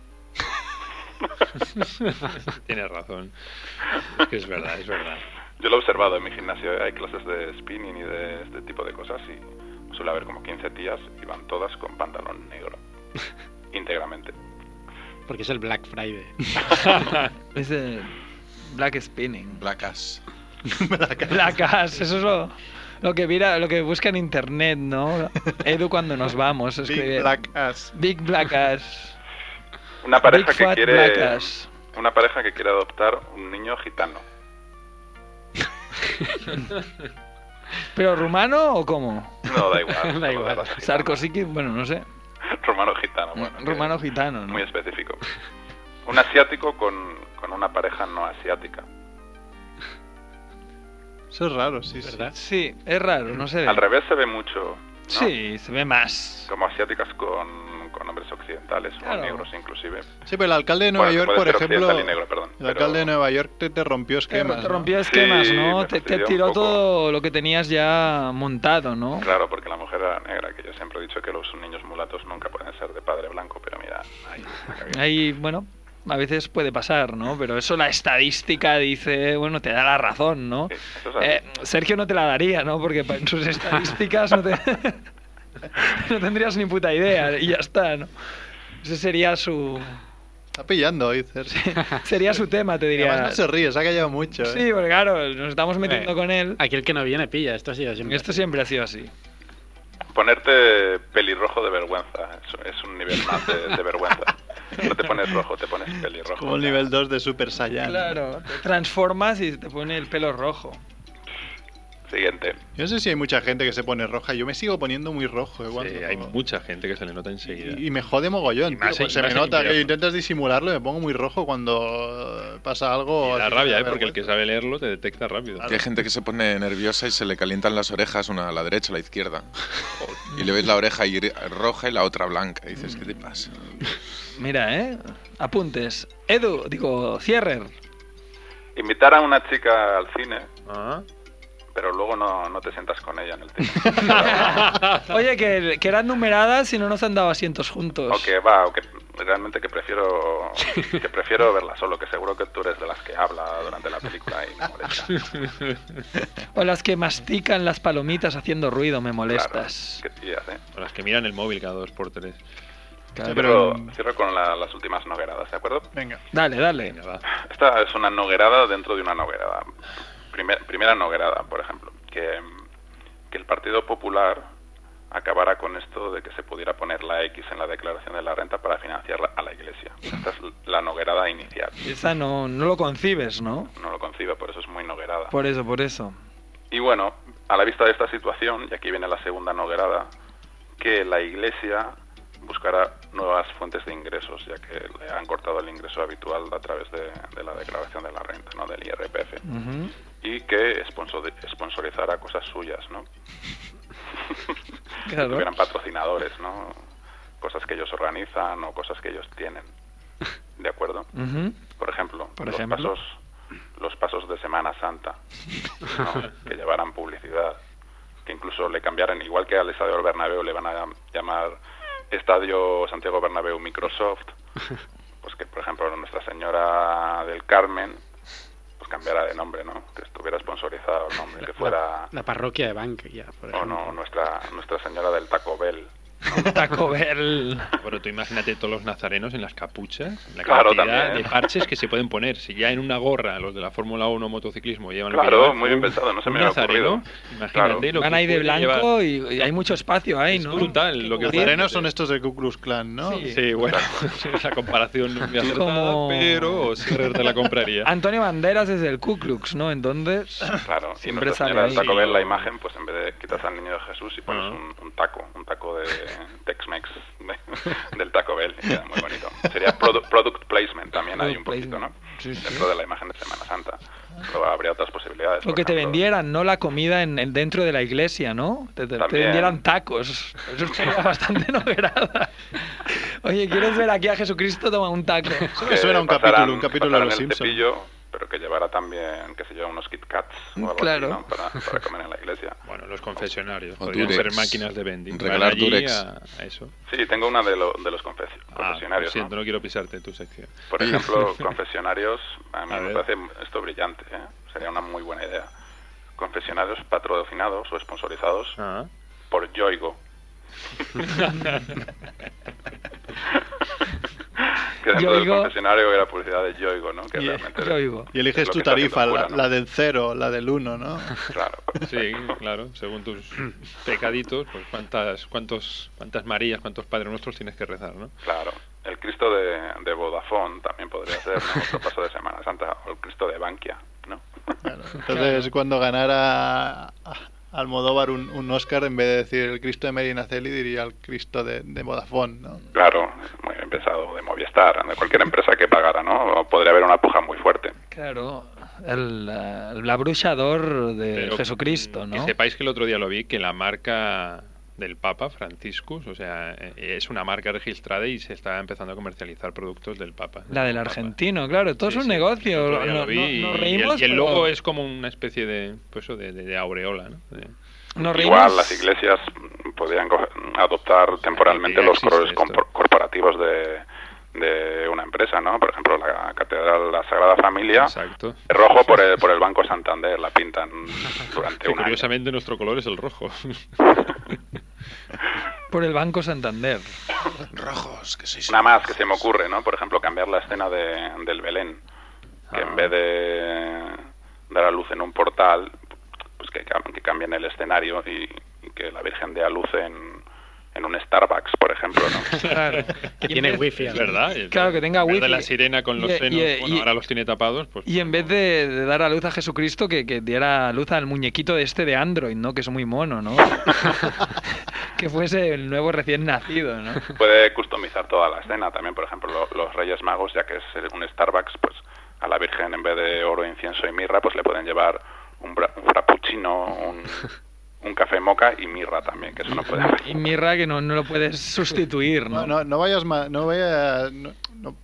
Speaker 4: Tienes razón. Es que es verdad, es verdad.
Speaker 10: (laughs) Yo lo he observado en mi gimnasio, hay clases de spinning y de este tipo de cosas y suele haber como 15 tías y van todas con pantalón
Speaker 4: (laughs)
Speaker 10: negro, íntegramente.
Speaker 11: Porque es el Black Friday.
Speaker 5: (laughs) es el Black Spinning.
Speaker 8: Black Ass.
Speaker 5: (laughs) Placas, eso es lo, lo que mira, lo que busca en internet, ¿no? Edu cuando nos vamos. Escribe, Big Black
Speaker 6: Ass.
Speaker 5: Big Black Ass.
Speaker 10: Una pareja
Speaker 5: Big
Speaker 10: que
Speaker 5: fat black
Speaker 10: quiere
Speaker 5: ass.
Speaker 10: una pareja que quiere adoptar un niño
Speaker 5: (laughs)
Speaker 10: gitano.
Speaker 5: ¿Pero rumano o cómo?
Speaker 10: No, da
Speaker 5: (laughs)
Speaker 10: igual.
Speaker 5: da igual. Sarkozy, que- bueno, no sé.
Speaker 10: Romano gitano, bueno,
Speaker 5: rumano gitano, ¿no?
Speaker 10: muy específico. Un asiático con, con una pareja no asiática.
Speaker 6: Eso es raro, sí,
Speaker 5: sí. Sí, es raro, no sé.
Speaker 10: Al revés se ve mucho.
Speaker 5: Sí, se ve más.
Speaker 10: Como asiáticas con, con hombres occidentales
Speaker 5: Claro.
Speaker 10: o negros inclusive.
Speaker 6: Sí, pero el alcalde de Nueva
Speaker 10: Bueno,
Speaker 6: York,
Speaker 10: puede
Speaker 6: por
Speaker 10: ser
Speaker 6: ejemplo.
Speaker 10: occidental y negro, perdón,
Speaker 6: el
Speaker 10: pero-
Speaker 6: alcalde de Nueva York te, te rompió esquemas.
Speaker 5: Te
Speaker 6: ¿no?
Speaker 5: rompió esquemas,
Speaker 10: Sí,
Speaker 5: ¿no?
Speaker 10: me
Speaker 5: Te, te
Speaker 10: fastidió un
Speaker 5: tiró
Speaker 10: poco.
Speaker 5: todo lo que tenías ya montado, ¿no?
Speaker 10: Claro, porque la mujer era negra, que yo siempre he dicho que los niños mulatos nunca pueden ser de padre blanco, pero mira, ahí la cagué.
Speaker 5: Ahí, bueno, a veces puede pasar, ¿no? Pero eso la estadística dice, bueno, te da la razón, ¿no?
Speaker 10: eso es así.
Speaker 5: Eh, Sergio no te la daría, ¿no? Porque pa- en sus estadísticas no, te- (laughs) no tendrías ni puta idea y ya está, ¿no? Ese sería su
Speaker 6: Está pillando hoy, Cersei.
Speaker 5: sería su tema, te diría.
Speaker 6: Además no se ríe, se ha callado mucho. ¿eh?
Speaker 5: Sí, porque claro, nos estamos metiendo
Speaker 11: Eh,
Speaker 5: con él.
Speaker 11: Aquí el que no viene pilla, esto ha sido siempre.
Speaker 5: Esto siempre ha sido así.
Speaker 10: Ponerte pelirrojo de vergüenza, eso es un nivel más de, de vergüenza. No te pones rojo, te pones
Speaker 5: pues
Speaker 10: pelirrojo.
Speaker 6: Como el nivel 2 de Super Saiyan.
Speaker 5: Claro, te transformas y te pone el pelo rojo.
Speaker 10: Siguiente.
Speaker 6: Yo no sé si hay mucha gente que se pone roja. Yo me sigo poniendo muy rojo. eh, cuando-
Speaker 4: Sí, hay mucha gente que se le nota enseguida.
Speaker 6: Y me jode mogollón.
Speaker 5: Ah,
Speaker 4: más
Speaker 6: tío,
Speaker 4: en-
Speaker 6: Pues se
Speaker 4: más
Speaker 6: me
Speaker 4: en
Speaker 6: nota que
Speaker 4: invierno.
Speaker 6: intentas disimularlo y me pongo muy rojo cuando eh, pasa algo.
Speaker 4: La
Speaker 6: así
Speaker 4: rabia,
Speaker 6: que
Speaker 4: ¿eh?
Speaker 6: me
Speaker 4: Porque el que sabe leerlo te detecta rápido.
Speaker 8: Y hay gente que se pone nerviosa y se le calientan las orejas, una a la derecha, a la izquierda. Y le ves la oreja ir- eh, roja y la otra blanca. Y dices, ¿qué te pasa?
Speaker 5: Mira, ¿eh? Apuntes. Edu, digo, cierrer.
Speaker 10: (laughs) Invitar a una chica al cine,
Speaker 4: Ah.
Speaker 10: pero luego no, no te sientas con ella en el cine.
Speaker 5: Oye, que, que eran numeradas y no nos han dado asientos juntos.
Speaker 10: O que va, o que realmente que prefiero que prefiero verla solo, que seguro que tú eres de las que habla durante la película y me molesta.
Speaker 5: O las que mastican las palomitas haciendo ruido, me molestas.
Speaker 10: Qué tías, ¿eh?
Speaker 4: O las que miran el móvil cada dos por tres.
Speaker 5: Claro.
Speaker 10: Cierro, cierro con la- las últimas nogueradas, ¿de acuerdo?
Speaker 6: Venga.
Speaker 5: Dale, dale.
Speaker 10: Esta es una noguerada dentro de una noguerada. Primer- primera noguerada, por ejemplo, que, que el Partido Popular acabara con esto de que se pudiera poner la X en la declaración de la renta para financiar la- a la Iglesia. Esta es la noguerada inicial.
Speaker 5: Esa no, no lo concibes, ¿no?
Speaker 10: No lo concibe, por eso es muy noguerada.
Speaker 5: Por eso, por eso.
Speaker 10: Y bueno, a la vista de esta situación, y aquí viene la segunda noguerada, que la Iglesia buscará nuevas fuentes de ingresos, ya que le han cortado el ingreso habitual a través de, de la declaración de la renta, ¿no? del IRPF,
Speaker 5: (laughs) Ujú.
Speaker 10: y que sponsor- sponsorizará cosas suyas, ¿no? Que
Speaker 5: Claro.
Speaker 10: tuvieran patrocinadores, ¿no? Cosas que ellos organizan o cosas que ellos
Speaker 5: (laughs)
Speaker 10: tienen. ¿De acuerdo?
Speaker 5: Ujú.
Speaker 10: Por ejemplo,
Speaker 5: Por
Speaker 10: los,
Speaker 5: ejemplo.
Speaker 10: Pasos, los pasos de Semana Santa, ¿no?
Speaker 5: (laughs)
Speaker 10: que llevaran publicidad, que incluso le cambiaran, igual que al Estadio del Bernabéu le van a llamar Estadio Santiago Bernabéu
Speaker 5: (laughs)
Speaker 10: Microsoft, pues que, por ejemplo, Nuestra Señora del Carmen, pues cambiara de nombre, ¿no? Que estuviera sponsorizado el nombre, que fuera...
Speaker 11: La parroquia de Bank, ya, por
Speaker 10: O
Speaker 11: ejemplo.
Speaker 10: no, Nuestra, nuestra Señora del Taco Bell.
Speaker 4: (laughs)
Speaker 5: Taco Bell.
Speaker 4: Pero tú imagínate todos los nazarenos en las capuchas, la
Speaker 10: Claro,
Speaker 4: cantidad
Speaker 10: también.
Speaker 4: de parches que se pueden poner. Si ya en una gorra los de la Fórmula 1 motociclismo llevan lo que
Speaker 10: Claro,
Speaker 4: llevan,
Speaker 10: muy bien
Speaker 4: un-
Speaker 10: pensado, no se
Speaker 4: un
Speaker 10: me había
Speaker 4: nazareno,
Speaker 10: ocurrido.
Speaker 4: Imagínate
Speaker 10: Claro.
Speaker 4: lo
Speaker 5: Van
Speaker 4: que
Speaker 5: ahí de
Speaker 4: puede llevar.
Speaker 5: blanco y, y hay mucho espacio ahí, ¿no?
Speaker 4: Es brutal lo que
Speaker 6: Los
Speaker 4: puede
Speaker 6: arenos
Speaker 4: hacer.
Speaker 6: son estos del Ku Klux Klan, ¿no?
Speaker 5: Sí.
Speaker 4: Sí, bueno, (laughs) esa comparación no es muy acertada,
Speaker 5: Como-
Speaker 4: pero Sierrer te la compraría.
Speaker 5: (laughs) Antonio Banderas es del Ku Klux, ¿no? Entonces,
Speaker 10: Claro, y
Speaker 5: Siempre
Speaker 10: Nuestra Señora
Speaker 5: sale ahí. Ah.
Speaker 10: del Taco Bell, la imagen, pues en vez de quitas al niño de Jesús y pones un, un taco, un taco de Tex-Mex de- del Taco Bell, y queda muy bonito. Sería produ- product placement (laughs) también hay un
Speaker 5: Product
Speaker 10: poquito, ¿no?
Speaker 5: (laughs) placement.
Speaker 10: dentro de la imagen de Semana Santa. Pero habría otras posibilidades.
Speaker 5: O
Speaker 10: por
Speaker 5: que te
Speaker 10: ejemplo.
Speaker 5: vendieran, ¿no? La comida en, en- dentro de la iglesia, ¿no? Te, te- te
Speaker 10: También.
Speaker 5: vendieran (laughs) tacos. Eso sería bastante novedad. Oye, ¿quieres ver aquí a Jesucristo? Toma
Speaker 4: (laughs)
Speaker 5: un taco.
Speaker 10: Que
Speaker 4: Eh,
Speaker 6: era
Speaker 10: pasaran-
Speaker 6: un capítulo, un capítulo de
Speaker 10: pasaran
Speaker 6: Los
Speaker 10: el
Speaker 6: Simpson.
Speaker 10: cepillo, pero que llevara también, qué sé yo, unos Kit Kats o algo
Speaker 5: Claro.
Speaker 10: así, ¿no? para, para comer en la iglesia.
Speaker 4: Bueno, los confesionarios.
Speaker 10: O
Speaker 4: Podrían
Speaker 10: Durex.
Speaker 4: ser máquinas de vending.
Speaker 10: Regalar
Speaker 4: Van allí
Speaker 10: Durex.
Speaker 4: A, a eso.
Speaker 10: Sí, tengo una de, lo- de los confes-
Speaker 4: Ah,
Speaker 10: confesionarios,
Speaker 4: lo siento,
Speaker 10: ¿no?
Speaker 4: ¿no? quiero pisarte tu sección.
Speaker 10: Por (laughs)
Speaker 4: (laughs)
Speaker 10: ejemplo, confesionarios, a mí me parece esto brillante, ¿eh? sería una muy buena idea. Confesionarios patrocinados o sponsorizados
Speaker 4: Ah.
Speaker 5: (laughs)
Speaker 4: (laughs)
Speaker 10: por Yoigo. que dentro del
Speaker 6: Yoigo.
Speaker 10: confesionario era publicidad de Yoigo, ¿no? Que
Speaker 6: Y-
Speaker 10: realmente
Speaker 6: Y eliges
Speaker 10: es lo
Speaker 6: tu
Speaker 10: que está
Speaker 6: tarifa,
Speaker 10: haciendo
Speaker 6: la,
Speaker 10: fuera, ¿no?
Speaker 6: la del cero, la del uno, ¿no?
Speaker 10: Claro.
Speaker 4: Sí, claro, según tus pecaditos, pues cuántas, cuántos, cuántas Marías, cuántos Padres Nuestros tienes que rezar, ¿no?
Speaker 10: Claro. El Cristo de, de Vodafone también podría ser ¿no? otro paso de Semana Santa, o el Cristo de Bankia, ¿no?
Speaker 6: Entonces, cuando ganara Almodóvar un, un Oscar, en vez de decir el Cristo de Merinaceli, diría el Cristo de, de Vodafone, ¿no?
Speaker 10: Claro, muy bien pensado, de Movistar, de cualquier empresa que pagara, ¿no? Podría haber una puja muy fuerte.
Speaker 5: Claro, el, eh, el abruchador de
Speaker 4: Pero,
Speaker 5: Jesucristo,
Speaker 4: mm,
Speaker 5: ¿no?
Speaker 4: Que sepáis que el otro día lo vi, que la marca del Papa, Franciscus, o sea, eh, es una marca registrada y se está empezando a comercializar productos del Papa.
Speaker 5: La del argentino, claro, todo es un negocio.
Speaker 4: El otro día
Speaker 5: No-
Speaker 4: lo vi
Speaker 5: no-
Speaker 4: y-
Speaker 5: nos
Speaker 4: y el-
Speaker 5: reímos,
Speaker 4: y el,
Speaker 5: pero-
Speaker 4: logo es como una especie de, pues eso, de, de- de aureola, ¿no? De-
Speaker 5: Nos
Speaker 10: Igual las iglesias podrían co- adoptar temporalmente
Speaker 4: ya
Speaker 10: los
Speaker 4: existe
Speaker 10: colores compor- corporativos de, de una empresa, ¿no? Por ejemplo, la Catedral La Sagrada Familia,
Speaker 4: Exacto.
Speaker 10: rojo por el, por el Banco Santander, la pintan durante
Speaker 4: (laughs) Que
Speaker 10: un año.
Speaker 4: curiosamente nuestro color es el rojo.
Speaker 5: Por el Banco Santander.
Speaker 10: Rojos, que Una más que se me ocurre, ¿no? Por ejemplo, cambiar la escena de, del Belén. Que en vez de dar a luz en un portal, pues que, cam- que cambien el escenario y, y que la Virgen dé a luz en, en un Starbucks, por ejemplo,
Speaker 5: (laughs)
Speaker 10: ¿no?
Speaker 5: (laughs) Claro.
Speaker 11: Que
Speaker 5: Y en
Speaker 11: tiene
Speaker 5: vez-
Speaker 11: wifi.
Speaker 4: Es verdad. es
Speaker 5: Claro, que tenga
Speaker 4: verdad,
Speaker 5: wifi.
Speaker 4: la sirena con los
Speaker 5: Y- y-
Speaker 4: senos, bueno,
Speaker 5: y-
Speaker 4: ahora los tiene tapados, pues
Speaker 5: Y en vez de, de dar a luz a Jesucristo, que, que diera luz al muñequito de este de Android, ¿no? Que es muy mono, ¿no? que fuese el nuevo recién nacido, ¿no?
Speaker 10: Puede customizar toda la escena también, por ejemplo, lo- los Reyes Magos, ya que es eh, un Starbucks, pues a la Virgen en vez de oro, incienso y mirra, pues le pueden llevar un, bra- un frappuccino, un, un café moca y mirra también, que eso no puede
Speaker 5: Y mirra que no, no lo puedes sustituir,
Speaker 6: No,
Speaker 5: ¿no?
Speaker 6: no, no vayas más, no vayas... no- no.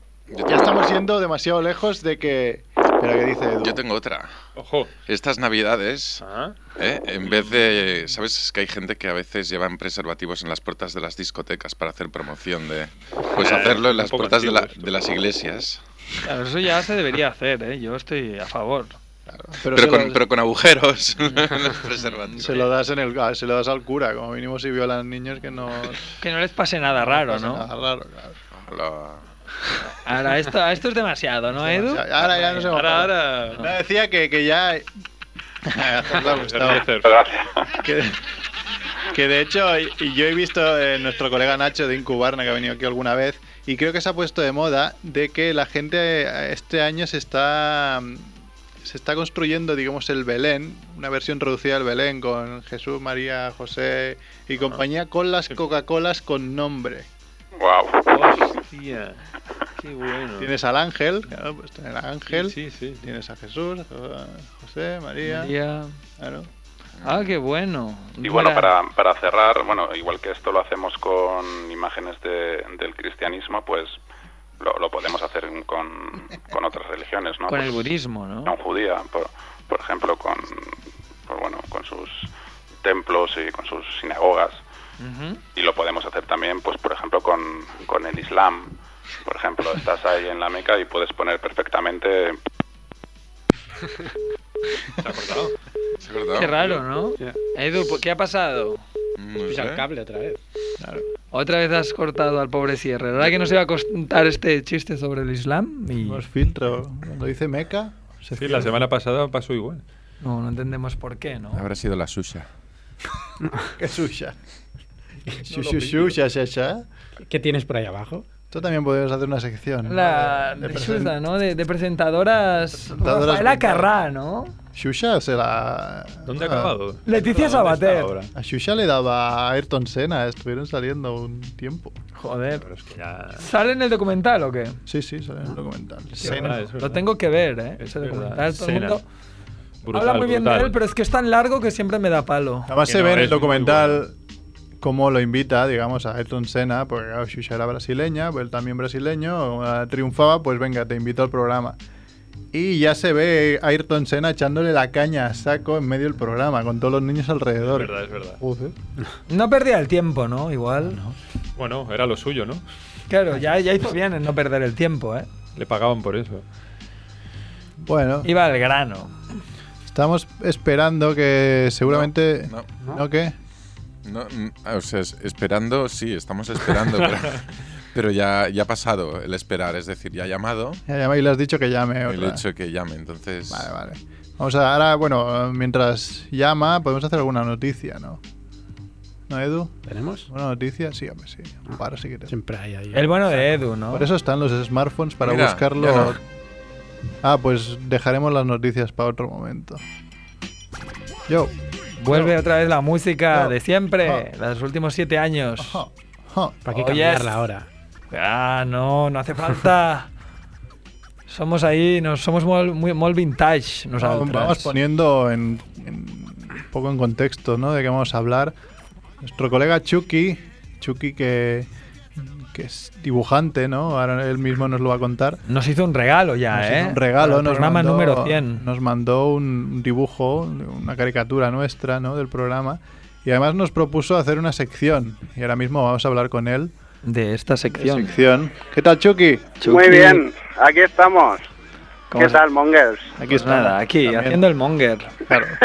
Speaker 6: Ya estamos yendo demasiado lejos de que... Espera, ¿qué dice Edu?
Speaker 8: Yo tengo otra.
Speaker 4: Ojo.
Speaker 8: Estas navidades,
Speaker 4: Ah.
Speaker 8: ¿eh? en vez de... ¿Sabes? Es que hay gente que a veces llevan preservativos en las puertas de las discotecas para hacer promoción de... Pues
Speaker 4: Eh,
Speaker 8: hacerlo en
Speaker 4: un
Speaker 8: las
Speaker 4: poco
Speaker 8: puertas de,
Speaker 4: antiguo
Speaker 8: la- de las iglesias.
Speaker 5: Claro, eso ya se debería hacer, ¿eh? Yo estoy a favor.
Speaker 8: Pero,
Speaker 6: se
Speaker 8: con,
Speaker 6: lo-
Speaker 8: pero con agujeros. (laughs) en los preservativos.
Speaker 6: Se lo das en el ah, se lo das al cura, como mínimo si violan niños que no
Speaker 5: Que no les pase nada raro, ¿no?
Speaker 6: nada raro, claro.
Speaker 5: Ahora, esto, esto es demasiado, ¿no, Edu?
Speaker 6: Ahora ya no se me
Speaker 5: Ahora,
Speaker 6: acuerda.
Speaker 5: ahora...
Speaker 6: No, decía que,
Speaker 5: (laughs)
Speaker 6: que ya Ah, te ha gustado. que, que de hecho y- y yo he visto eh, nuestro colega Nacho de Incubarna que ha venido aquí alguna vez y creo que se ha puesto de moda de que la gente eh, este año se está mm, se está construyendo digamos el Belén una versión reducida del Belén con Jesús María José y compañía con las Coca-Colas con nombre
Speaker 10: Wow.
Speaker 4: Hostia. Qué bueno.
Speaker 6: Tienes al ángel, claro, pues tienes al ángel,
Speaker 4: Sí, sí, sí.
Speaker 6: tienes a Jesús, a José, María.
Speaker 5: María.
Speaker 6: Claro.
Speaker 5: Ah, qué bueno.
Speaker 10: Y bueno,
Speaker 5: Mira,
Speaker 10: para, para cerrar, bueno, igual que esto lo hacemos con imágenes de- del cristianismo, pues lo, lo podemos hacer con, con otras religiones, ¿no?
Speaker 5: Con el
Speaker 10: Pues,
Speaker 5: budismo, ¿no?
Speaker 10: con judía, por, por ejemplo, con, pues bueno, con sus templos y con sus sinagogas.
Speaker 5: Ujú.
Speaker 10: Y lo podemos hacer también, pues por ejemplo, con, con el Islam. Por ejemplo, estás ahí en la Meca y puedes poner perfectamente...
Speaker 4: ¿Se ha cortado?
Speaker 8: Se ha cortado.
Speaker 5: Qué raro, ¿no? Edu, ¿por- ¿qué ha pasado?
Speaker 11: Pisa el cable otra vez.
Speaker 5: Otra vez has cortado al pobre Sierra. ¿Verdad que nos iba a contar este chiste sobre el Islam? Y...
Speaker 6: No es filtro. Cuando dice Meca, se
Speaker 4: Sí, la semana pasada pasó igual.
Speaker 5: No, no entendemos por qué, ¿no?
Speaker 8: Habrá sido la suya.
Speaker 6: (laughs) que suya.
Speaker 11: No
Speaker 6: Shu,
Speaker 11: lo
Speaker 6: shu, shu,
Speaker 11: pillo.
Speaker 6: sha, sha, sha.
Speaker 11: ¿Qué tienes por ahí abajo?
Speaker 6: Tú también podrías hacer una sección. ¿eh?
Speaker 5: La
Speaker 6: De
Speaker 5: de
Speaker 6: present-
Speaker 5: Susa, ¿no? De, de presentadoras.
Speaker 6: Presentadoras
Speaker 5: Rafaela
Speaker 6: mentales.
Speaker 5: Carrá, ¿no?
Speaker 6: Xuxa se la...
Speaker 4: ¿Dónde ha
Speaker 6: ah,
Speaker 4: acabado?
Speaker 5: Leticia Sabater. ahora?
Speaker 6: A Xuxa le daba a Ayrton Senna, estuvieron saliendo un tiempo.
Speaker 5: Joder.
Speaker 4: Pero es que ya...
Speaker 5: ¿Sale en el documental o qué?
Speaker 6: Sí, sí, sale en el documental.
Speaker 4: verdad, es
Speaker 5: Lo
Speaker 4: verdad.
Speaker 5: tengo que ver, ¿eh? Ese
Speaker 4: verdad.
Speaker 5: documental. Todo el
Speaker 4: Senna.
Speaker 5: mundo
Speaker 4: Brutal,
Speaker 5: habla muy bien
Speaker 4: brutal.
Speaker 5: de él, pero es que es tan largo que siempre me da palo.
Speaker 6: Además
Speaker 4: Que
Speaker 6: se
Speaker 4: no,
Speaker 6: ve en
Speaker 4: es
Speaker 6: el
Speaker 4: muy
Speaker 6: documental cómo lo invita, digamos, a Ayrton Senna, porque claro, Xuxa era brasileña, pues él también brasileño, eh, triunfaba, pues venga, te invito al programa. Y ya se ve Ayrton Senna echándole la caña a saco en medio del programa, con todos los niños alrededor.
Speaker 4: Es verdad, es verdad.
Speaker 5: eh.
Speaker 6: Joder.
Speaker 5: No perdía el tiempo, ¿no? Igual.
Speaker 4: Bueno, era lo suyo, ¿no?
Speaker 5: Claro, ya, ya hizo bien en no perder el tiempo, ¿eh?
Speaker 4: Le pagaban por eso.
Speaker 6: Bueno,
Speaker 5: Iba al grano.
Speaker 6: estamos esperando que seguramente...
Speaker 8: No,
Speaker 6: ¿No, qué?
Speaker 8: no, mm, o sea, es- esperando, sí, estamos esperando, (laughs) pero, pero ya, ya ha pasado el esperar, es decir, ya ha llamado
Speaker 6: Ya llama y le has dicho que llame.
Speaker 8: el
Speaker 6: Otra.
Speaker 8: hecho que llame, entonces...
Speaker 6: Vale, vale. Vamos a, ahora, bueno, mientras llama, podemos hacer alguna noticia, ¿no? ¿No, Edu?
Speaker 11: ¿Tenemos? Ah,
Speaker 6: ¿Una noticia? Sí, hombre, sí. Para si quieres.
Speaker 11: Siempre hay ahí.
Speaker 5: El bueno de Edu, ¿no?
Speaker 6: Por eso están los smartphones, para
Speaker 8: Mira,
Speaker 6: buscarlo.
Speaker 8: ya no.
Speaker 6: Ah, pues dejaremos las noticias para otro momento. Yo.
Speaker 5: Vuelve otra vez la música
Speaker 6: No.
Speaker 5: de siempre,
Speaker 6: Ah.
Speaker 5: la de los últimos siete años.
Speaker 6: Ja, ja.
Speaker 11: ¿Para qué
Speaker 5: Oh,
Speaker 11: cambiarla
Speaker 5: yes.
Speaker 11: ahora?
Speaker 5: Ah, no, no hace
Speaker 6: (laughs)
Speaker 5: falta. somos ahí, nos, somos molt- muy, molt vintage nosaltres.
Speaker 6: Vamos poniendo en, en- un poco en contexto, ¿no? De qué vamos a hablar. Nuestro colega Chucky, Chucky que, que es dibujante, ¿no? Ahora él mismo nos lo va a contar.
Speaker 5: Nos hizo un regalo ya,
Speaker 6: Nos
Speaker 5: ¿eh?
Speaker 6: hizo un regalo,
Speaker 5: Para el
Speaker 6: nos
Speaker 5: programa
Speaker 6: mandó,
Speaker 5: número 100.
Speaker 6: Nos mandó un dibujo, una caricatura nuestra, ¿no? Del programa. Y además nos propuso hacer una sección. Y ahora mismo vamos a hablar con él.
Speaker 5: De esta sección.
Speaker 6: Sección. ¿Qué tal, Chucky?
Speaker 12: Muy bien, aquí estamos.
Speaker 6: ¿Cómo
Speaker 12: ¿Qué
Speaker 6: se-
Speaker 12: tal, Mongers?
Speaker 6: Aquí
Speaker 5: Pues
Speaker 6: está.
Speaker 5: nada, aquí,
Speaker 6: También.
Speaker 5: haciendo el monger.
Speaker 6: Claro.
Speaker 5: (laughs)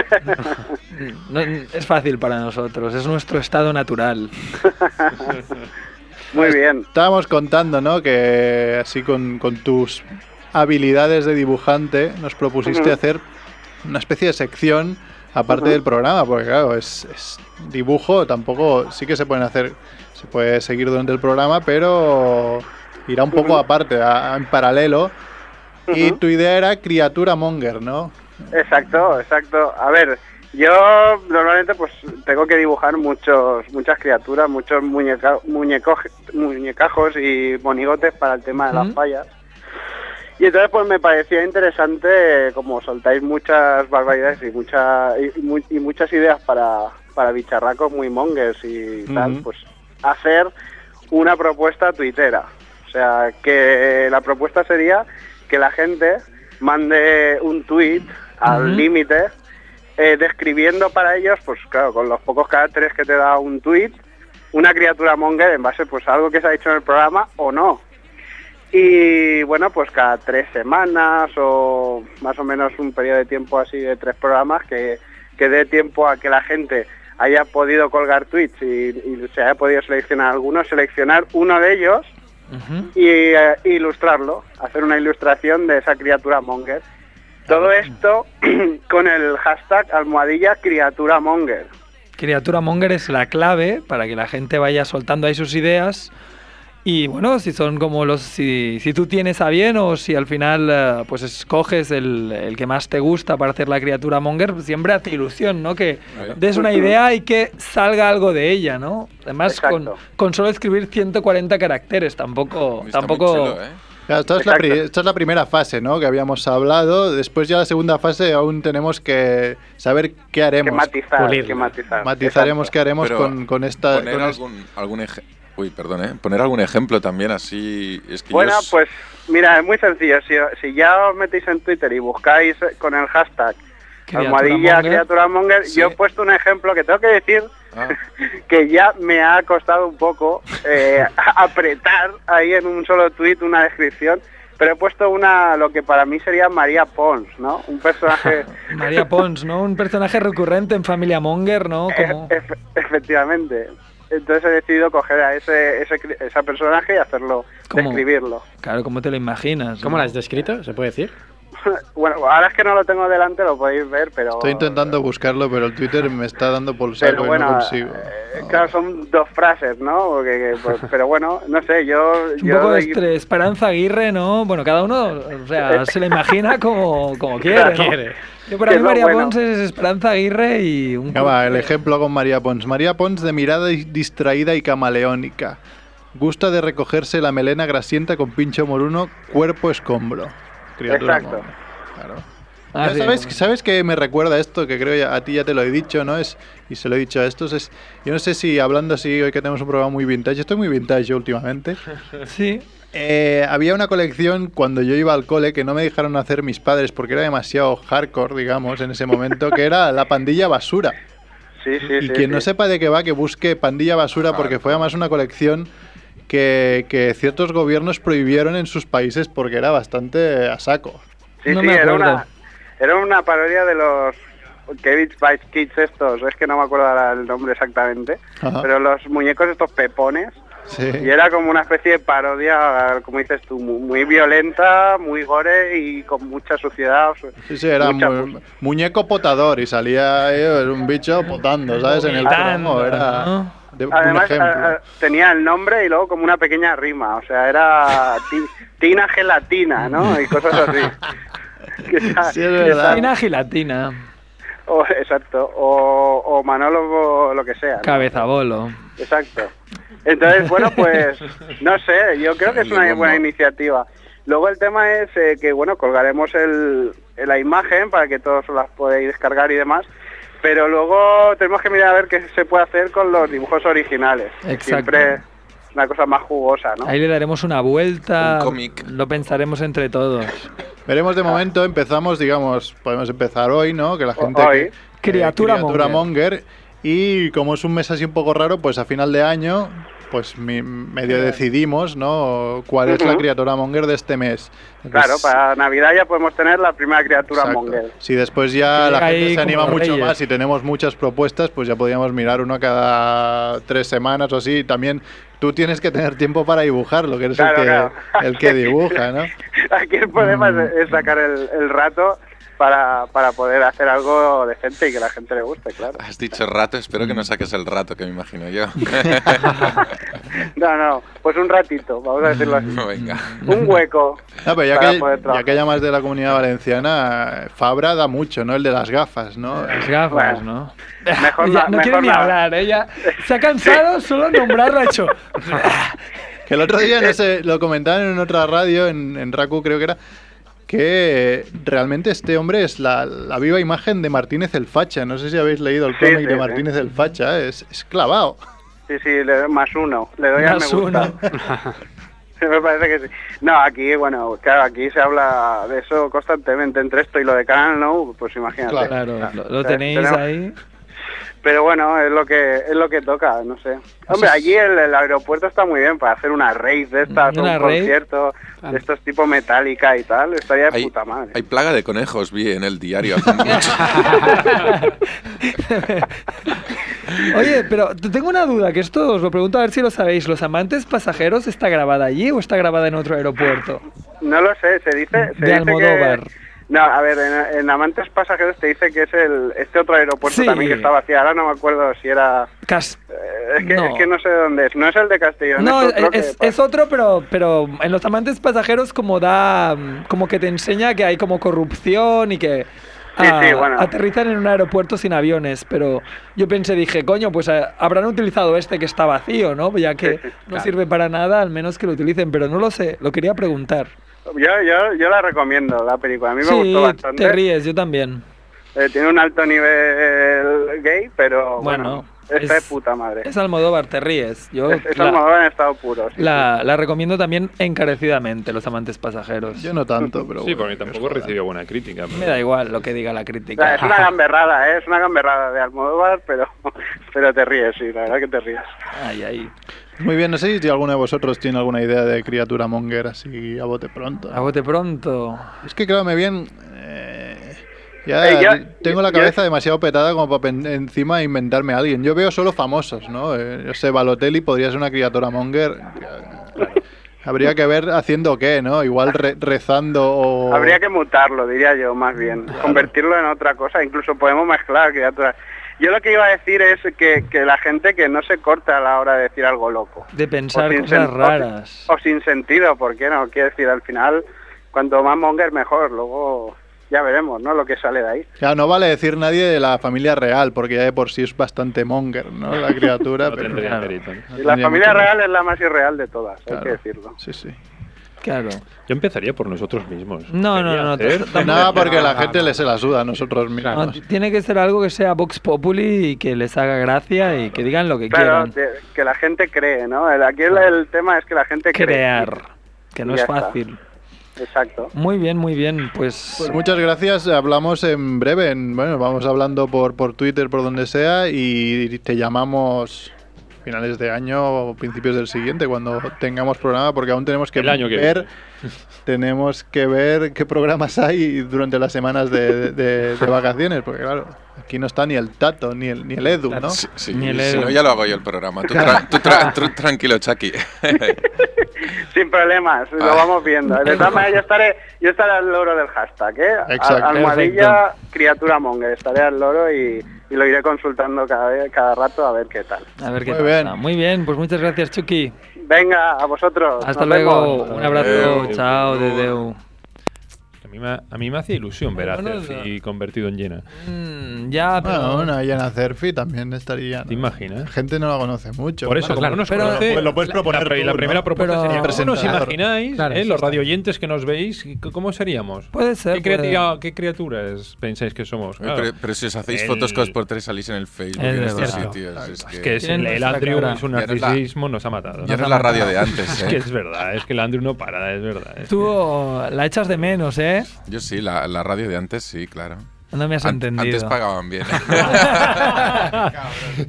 Speaker 5: No, es fácil para nosotros, es nuestro estado natural.
Speaker 12: Muy bien.
Speaker 6: Estábamos contando, ¿no? Que así con, con tus habilidades de dibujante nos propusiste
Speaker 12: Ujú.
Speaker 6: hacer una especie de sección aparte del programa, porque claro, es, es dibujo, tampoco sí que se pueden hacer, se puede seguir durante el programa, pero irá un poco aparte, a- a- en paralelo. Y
Speaker 12: Ujú.
Speaker 6: tu idea era criatura monger, ¿no?
Speaker 12: Exacto, exacto. A ver, yo normalmente pues tengo que dibujar muchos, muchas criaturas, muchos muñeca, muñecoje- muñecajos y monigotes para el tema de las
Speaker 5: Ujú.
Speaker 12: fallas. Y entonces pues me parecía interesante eh, como soltáis muchas barbaridades y, mucha, y, mu- y muchas ideas para, para bicharracos muy mongers y tal,
Speaker 6: Ujú.
Speaker 12: pues hacer una propuesta tuitera. O sea, que la propuesta sería que la gente mande un tuit al
Speaker 5: Ujú.
Speaker 12: límite eh, describiendo para ellos, pues claro, con los pocos caracteres que te da un tuit, una criatura monger en base pues a algo que se ha dicho en el programa o no. Y bueno, pues cada tres semanas o más o menos un periodo de tiempo así de tres programas que, que dé tiempo a que la gente haya podido colgar tweets y, y se haya podido seleccionar algunos, seleccionar uno de ellos
Speaker 5: Ujú.
Speaker 12: y eh, ilustrarlo, hacer una ilustración de esa criatura monger. Todo esto (clears throat) con el hashtag almohadilla criatura monger.
Speaker 5: Criatura Monger es la clave para que la gente vaya soltando ahí sus ideas. Y bueno, si son como los. Si, si tú tienes a bien o si al final eh, pues escoges el, el que más te gusta para hacer la criatura Monger, pues siempre hace ilusión, ¿no? Que des una idea y que salga algo de ella, ¿no? Además, con,
Speaker 12: Exacto.
Speaker 5: con solo escribir 140 caracteres, tampoco.
Speaker 8: Está muy
Speaker 5: tampoco
Speaker 8: chulo, ¿eh?
Speaker 6: Claro, esta, es la pri-
Speaker 12: Exacto.
Speaker 6: esta es la primera fase, ¿no? Que habíamos hablado. Después ya la segunda fase aún tenemos que saber qué
Speaker 12: Que
Speaker 6: haremos.
Speaker 12: matizar,
Speaker 11: pulirla.
Speaker 12: que matizar.
Speaker 6: Matizaremos qué
Speaker 12: Exacto.
Speaker 6: haremos
Speaker 8: Pero
Speaker 6: con, con esta...
Speaker 8: Poner
Speaker 6: con
Speaker 8: algún, algún ej- Uy, perdón, ¿eh? Poner algún ejemplo también así... Es que
Speaker 12: Bueno,
Speaker 8: yo s-
Speaker 12: pues mira, es muy sencillo. Si, si ya os metéis en Twitter y buscáis eh, con el hashtag
Speaker 5: Criatura
Speaker 12: almohadilla
Speaker 5: Monger.
Speaker 12: criatura monger,
Speaker 8: Sí.
Speaker 12: yo he puesto un ejemplo que tengo que decir
Speaker 8: Ah,
Speaker 12: que ya me ha costado un poco eh, (laughs) apretar ahí en un solo tuit una descripción, pero he puesto una, lo que para mí sería María Pons, ¿no? Un
Speaker 8: (laughs)
Speaker 12: personaje...
Speaker 5: María Pons, ¿no? Un personaje recurrente en Familia
Speaker 12: (laughs)
Speaker 5: Monger, ¿no? Como...
Speaker 12: Eh, Efe- efe- efectivamente. Entonces he decidido coger a ese, ese, cri- ese personaje y hacerlo,
Speaker 5: ¿Cómo?
Speaker 12: describirlo. (laughs)
Speaker 5: Claro, ¿cómo te lo imaginas?
Speaker 11: ¿Cómo
Speaker 5: no?
Speaker 11: la has descrito? ¿Se puede decir?
Speaker 12: bueno, ahora es que no lo tengo delante, lo podéis ver, pero...
Speaker 6: Estoy intentando buscarlo, pero el Twitter me está dando por
Speaker 12: Pero
Speaker 6: saco
Speaker 12: bueno,
Speaker 6: y no consigo.
Speaker 12: eh, claro, son dos frases, ¿no? Porque, que, pues,
Speaker 5: (laughs)
Speaker 12: pero bueno, no sé, yo...
Speaker 5: Un
Speaker 12: yo
Speaker 5: poco de
Speaker 12: doy-
Speaker 5: estre- Esperanza Aguirre, ¿no? Bueno, cada uno o sea, se la imagina como, como quiere. ¿no?
Speaker 6: Quiere.
Speaker 5: Yo para mí
Speaker 6: Que es lo
Speaker 5: María
Speaker 6: bueno.
Speaker 5: Ponce es Esperanza Aguirre y un...
Speaker 6: Venga, va, el ejemplo con María Pons. María Pons de mirada y- distraída y camaleónica. Gusta de recogerse la melena grasienta con pincho moruno, cuerpo escombro. Criatura
Speaker 12: Exacto.
Speaker 6: mono. Claro.
Speaker 12: Ah,
Speaker 6: Ya
Speaker 12: sí,
Speaker 6: ¿Sabes,
Speaker 12: bueno.
Speaker 6: ¿Sabes que me recuerda esto? Que creo ya, a ti ya te lo he dicho, ¿no? es Y se lo he dicho a estos. Es, yo no sé si hablando así, hoy que tenemos un programa muy vintage, estoy muy vintage
Speaker 12: (laughs)
Speaker 6: yo últimamente.
Speaker 5: Sí.
Speaker 6: Eh, había una colección cuando yo iba al cole que no me dejaron hacer mis padres porque era demasiado hardcore, digamos, en ese momento, que era la pandilla basura.
Speaker 12: Sí, sí,
Speaker 6: Y
Speaker 12: sí,
Speaker 6: quien
Speaker 12: sí.
Speaker 6: no sepa de qué va, que busque Pandilla Basura, porque fue además una colección que, que ciertos gobiernos prohibieron en sus países porque era bastante a saco.
Speaker 12: Sí, sí, era una, era una parodia de los Kevin Spice Kids estos, es que no me acuerdo ahora el nombre exactamente,
Speaker 6: Ajá.
Speaker 12: pero los muñecos estos pepones,
Speaker 6: Sí.
Speaker 12: y era como una especie de parodia, como dices tú, mu- muy violenta, muy gore y con mucha suciedad.
Speaker 6: Sí, sí, era
Speaker 12: mucha
Speaker 6: mu- muñeco potador y salía eh, un bicho potando, ¿sabes? En el
Speaker 12: Vomitando,
Speaker 6: cromo, era
Speaker 12: ¿no?
Speaker 6: de- un
Speaker 12: Además, ah,
Speaker 6: ejemplo.
Speaker 12: a- a- tenía el nombre y luego como una pequeña rima, o sea, era ti- Tina Gelatina, ¿no? Y cosas
Speaker 6: (laughs)
Speaker 12: así. Que está-
Speaker 5: Sí, es
Speaker 12: que está-
Speaker 5: verdad. Gelatina, gelatina.
Speaker 12: o- exacto, o, o Manólogo, lo que sea. ¿no?
Speaker 5: Cabezabolo.
Speaker 12: Exacto. Entonces, bueno, pues no sé, yo creo que es una buena iniciativa. Luego el tema es eh, que, bueno, colgaremos el, la imagen para que todos las podáis descargar y demás, pero luego tenemos que mirar a ver qué se puede hacer con los dibujos originales.
Speaker 5: Exacto.
Speaker 12: Siempre es una cosa más jugosa, ¿no?
Speaker 5: Ahí le daremos una vuelta. Lo pensaremos entre todos.
Speaker 12: ah.
Speaker 6: Veremos de momento, empezamos, digamos, podemos empezar hoy, ¿no? Que la gente...
Speaker 5: hoy.
Speaker 6: que-
Speaker 5: Criatura
Speaker 6: monger. Y como es un mes así un poco raro, pues a final de año, pues mi- medio decidimos, ¿no? Cuál es la
Speaker 12: Ujú.
Speaker 6: criatura monger de este mes.
Speaker 12: Claro,
Speaker 6: Entonces,
Speaker 12: para Navidad ya podemos tener la primera criatura
Speaker 6: Exacto.
Speaker 12: Mongel.
Speaker 6: Si después ya la
Speaker 12: Llega
Speaker 6: gente
Speaker 12: ahí
Speaker 6: se anima
Speaker 12: como
Speaker 6: mucho
Speaker 12: Reyes.
Speaker 6: más y tenemos muchas propuestas, pues ya podríamos mirar uno cada tres semanas o así. Y también tú tienes que tener tiempo para dibujarlo, que eres
Speaker 12: Claro,
Speaker 6: el, que,
Speaker 12: claro. (laughs)
Speaker 6: el que dibuja, ¿no?
Speaker 12: (laughs) Aquí el problema es,
Speaker 5: Mm.
Speaker 12: es sacar el, el rato para, para poder hacer algo decente y que la gente le guste, claro.
Speaker 8: Has dicho rato, espero que no saques el rato que me imagino yo. (laughs)
Speaker 12: No, no, pues un ratito, vamos a decirlo así.
Speaker 8: Venga.
Speaker 12: Un hueco.
Speaker 6: No, Ah, pero ya
Speaker 12: para
Speaker 6: que,
Speaker 12: poder
Speaker 6: ya que llamas de la comunidad valenciana, Fabra da mucho, ¿no? El de las gafas, ¿no? Las
Speaker 5: gafas, ¿no?
Speaker 12: Mejor
Speaker 5: (laughs) Ya,
Speaker 12: la-
Speaker 5: no
Speaker 12: mejor
Speaker 5: quiere ni
Speaker 12: la-
Speaker 5: hablar, ella se ha cansado solo nombrarlo ha hecho.
Speaker 6: (laughs) Que el otro día, no sé, lo comentaban en otra radio, en, en Raku creo que era, que realmente este hombre es la, la viva imagen de Martínez el Facha. No sé si habéis leído el
Speaker 12: Sí,
Speaker 6: cómic
Speaker 12: sí,
Speaker 6: de
Speaker 12: sí.
Speaker 6: Martínez el Facha, es, es clavado.
Speaker 12: Sí, sí, le doy más uno. Le doy a me gusta. (laughs) Me parece que sí. No, aquí, bueno, claro, aquí se habla de eso constantemente entre esto y lo de Canal No, pues imagínate.
Speaker 5: Claro, lo, lo
Speaker 12: O sea,
Speaker 5: tenéis
Speaker 12: tenemos-
Speaker 5: ahí.
Speaker 12: Pero bueno, es lo que es lo que toca, no sé. Hombre, allí el, el aeropuerto está muy bien para hacer una rave de estas,
Speaker 8: Una
Speaker 12: un
Speaker 8: rave.
Speaker 12: concierto de estos tipo metálica y tal, estaría de
Speaker 8: Hay-
Speaker 12: puta
Speaker 8: (laughs)
Speaker 12: madre.
Speaker 8: Hay plaga de conejos, vi en el diario
Speaker 12: (laughs)
Speaker 8: hace mucho.
Speaker 5: Oye, pero te- tengo una duda, que esto os lo pregunto a ver si lo sabéis. ¿Los amantes pasajeros está grabada allí o está grabada en otro aeropuerto?
Speaker 12: No lo sé, se dice, se
Speaker 5: De
Speaker 12: dice
Speaker 5: Almodóvar.
Speaker 12: que no, a ver, en, en Amantes Pasajeros te dice que es el este otro aeropuerto
Speaker 5: Sí.
Speaker 12: también que está vacío. Ahora no me acuerdo si era
Speaker 5: Cas-
Speaker 12: eh, es que,
Speaker 5: No.
Speaker 12: es que no sé dónde es. No es el de Castellón.
Speaker 5: No,
Speaker 12: es,
Speaker 5: es,
Speaker 12: otro que-
Speaker 5: es- es otro, pero, pero en los amantes pasajeros como da, mm, como que te enseña que hay como corrupción y que
Speaker 12: Sí,
Speaker 5: ah,
Speaker 12: sí, bueno.
Speaker 5: aterrizan en un aeropuerto sin aviones. Pero yo pensé, dije, coño, pues ah, habrán utilizado este que está vacío, ¿no? Ya que no sirve para nada, al menos que lo utilicen. Pero no lo sé, lo quería preguntar.
Speaker 12: yo, yo, yo la recomiendo la película. A mí me
Speaker 5: sí,
Speaker 12: gustó bastante.
Speaker 5: te ríes, yo también.
Speaker 12: Eh, tiene un alto nivel gay, pero bueno, está de puta madre.
Speaker 5: Es Almodóvar, te ríes. Yo
Speaker 12: Es, es
Speaker 5: la-
Speaker 12: Almodóvar en estado puro. sí.
Speaker 5: la- la recomiendo también encarecidamente, Los amantes pasajeros.
Speaker 6: Yo no tanto, pero
Speaker 4: Sí, porque tampoco recibió buena crítica. pero-
Speaker 5: Me da igual lo que diga la
Speaker 12: O sea,
Speaker 5: crítica.
Speaker 12: es una gamberrada, ¿eh? es una gamberrada de Almodóvar, pero, (laughs) pero te ríes, sí, la verdad que te ríes.
Speaker 5: Ay, ay.
Speaker 6: (laughs) Muy bien, no sé si alguno de vosotros tiene alguna idea de criatura monger así a bote pronto.
Speaker 5: A bote pronto.
Speaker 6: Es que, claro, me bien. eh, ya
Speaker 5: Eh, yo-
Speaker 6: tengo la
Speaker 5: yo-
Speaker 6: cabeza demasiado petada como para pen- encima inventarme a alguien. Yo veo solo famosos, ¿no? Eh, yo sé, Balotelli podría ser una criatura monger. Habría que ver haciendo qué, ¿no? Igual re- rezando o...
Speaker 12: Habría que mutarlo, diría yo, más bien. Convertirlo en otra cosa. Incluso podemos mezclar criaturas. Yo lo que iba a decir es que, que la gente que no se corta a la hora de decir algo loco.
Speaker 5: De pensar
Speaker 12: sin
Speaker 5: cosas
Speaker 12: sen-
Speaker 5: raras.
Speaker 12: O sin sentido, ¿por qué no? Quiero decir, al final, cuanto más monger, mejor. Luego ya veremos, ¿no? Lo que sale de ahí.
Speaker 6: Ya, no vale decir nadie de la familia real, porque ya de por sí es bastante monger, ¿no?
Speaker 4: (laughs)
Speaker 6: La criatura, pero...
Speaker 12: Y
Speaker 4: tendría
Speaker 12: la
Speaker 6: Tendría
Speaker 12: familia
Speaker 6: mucho-
Speaker 12: real es la más irreal de todas, hay que
Speaker 6: Claro.
Speaker 12: decirlo.
Speaker 6: Sí, sí.
Speaker 5: Claro.
Speaker 4: Yo empezaría por nosotros mismos.
Speaker 5: No, no, no.
Speaker 4: Hacer-
Speaker 5: t- tampoco-
Speaker 6: Nada, porque la gente le se la suda a nosotros
Speaker 5: No,
Speaker 6: mismos.
Speaker 5: t- tiene que ser algo que sea Vox Populi y que les haga gracia y que digan lo que
Speaker 12: Claro,
Speaker 5: quieran.
Speaker 12: de- que la gente cree, ¿no? El- Aquí el, el tema es que la gente cree.
Speaker 5: Crear. Que no
Speaker 12: Ya
Speaker 5: es
Speaker 12: está.
Speaker 5: fácil.
Speaker 12: Exacto.
Speaker 5: Muy bien, muy bien. Pues,
Speaker 6: Pues muchas gracias, hablamos en breve. en- bueno, vamos hablando por, por Twitter, por donde sea, y te llamamos finales de año o principios del siguiente, cuando tengamos programa, porque aún tenemos que,
Speaker 4: El año que
Speaker 6: ver. (laughs) Tenemos que ver qué programas hay durante las semanas de, de- de vacaciones, porque claro, aquí no está ni el Tato, ni el, ni el Edu, ¿no?
Speaker 8: Sí, sí, si no, ya lo hago yo el programa. Tú, tra- tú tra- tú tranquilo, Chucky. (laughs)
Speaker 12: Sin problemas, lo
Speaker 8: Ah.
Speaker 12: vamos viendo. De todas maneras, yo estaré, yo estaré al loro del hashtag, ¿eh? A-
Speaker 8: Exacto.
Speaker 12: Almohadilla criatura monger, estaré al loro y, y lo iré consultando cada, vez- cada rato a ver qué tal.
Speaker 5: a ver qué
Speaker 12: Muy
Speaker 5: pasa. Muy bien, pues muchas gracias, Chucky.
Speaker 12: Venga, a vosotros.
Speaker 5: Hasta
Speaker 12: nos
Speaker 5: luego.
Speaker 12: vemos.
Speaker 5: Un abrazo. Chao, Dedeu.
Speaker 4: Eh, A mí, me, a mí me hacía ilusión ver a Cerfi convertido en llena.
Speaker 5: Mm, Ya, pero...
Speaker 6: Bueno, una Yana Cerfi también estaría. ¿Te
Speaker 4: imaginas?
Speaker 6: gente no la conoce mucho.
Speaker 4: Por eso,
Speaker 6: Bueno,
Speaker 4: claro, no se
Speaker 6: pero-
Speaker 4: conoce.
Speaker 6: pues lo puedes
Speaker 4: La-
Speaker 6: proponer
Speaker 4: La, pri-
Speaker 6: tú,
Speaker 4: la
Speaker 6: ¿no?
Speaker 4: primera propuesta
Speaker 6: Pero-
Speaker 4: sería: ¿Cómo nos
Speaker 6: Presentador.
Speaker 4: imagináis,
Speaker 6: Claro,
Speaker 4: eh,
Speaker 6: eso
Speaker 4: los
Speaker 6: está.
Speaker 4: radioyentes que nos veis, c- cómo seríamos?
Speaker 5: Puede ser,
Speaker 4: ¿Qué,
Speaker 5: puede-
Speaker 4: criatura- qué criaturas pensáis que somos?
Speaker 8: Oye,
Speaker 4: Claro.
Speaker 8: pero, pero si os hacéis
Speaker 4: El-
Speaker 8: fotos que os por tres salís en el Facebook
Speaker 4: Es
Speaker 8: y en estos
Speaker 4: cierto.
Speaker 8: sitios. Es
Speaker 4: Es
Speaker 8: que,
Speaker 4: que es el, el Andrew es un
Speaker 8: Ya eres la-
Speaker 4: narcisismo, nos ha matado.
Speaker 8: Ya eres la radio de antes,
Speaker 4: (laughs) es que
Speaker 8: ¿eh?
Speaker 4: es verdad, es que el Andrew no para, es verdad. es
Speaker 5: Tú la echas de menos, ¿eh?
Speaker 8: Yo sí, la, la radio de antes sí, claro.
Speaker 5: No me has
Speaker 8: An-
Speaker 5: entendido.
Speaker 8: Antes pagaban bien. ¿eh?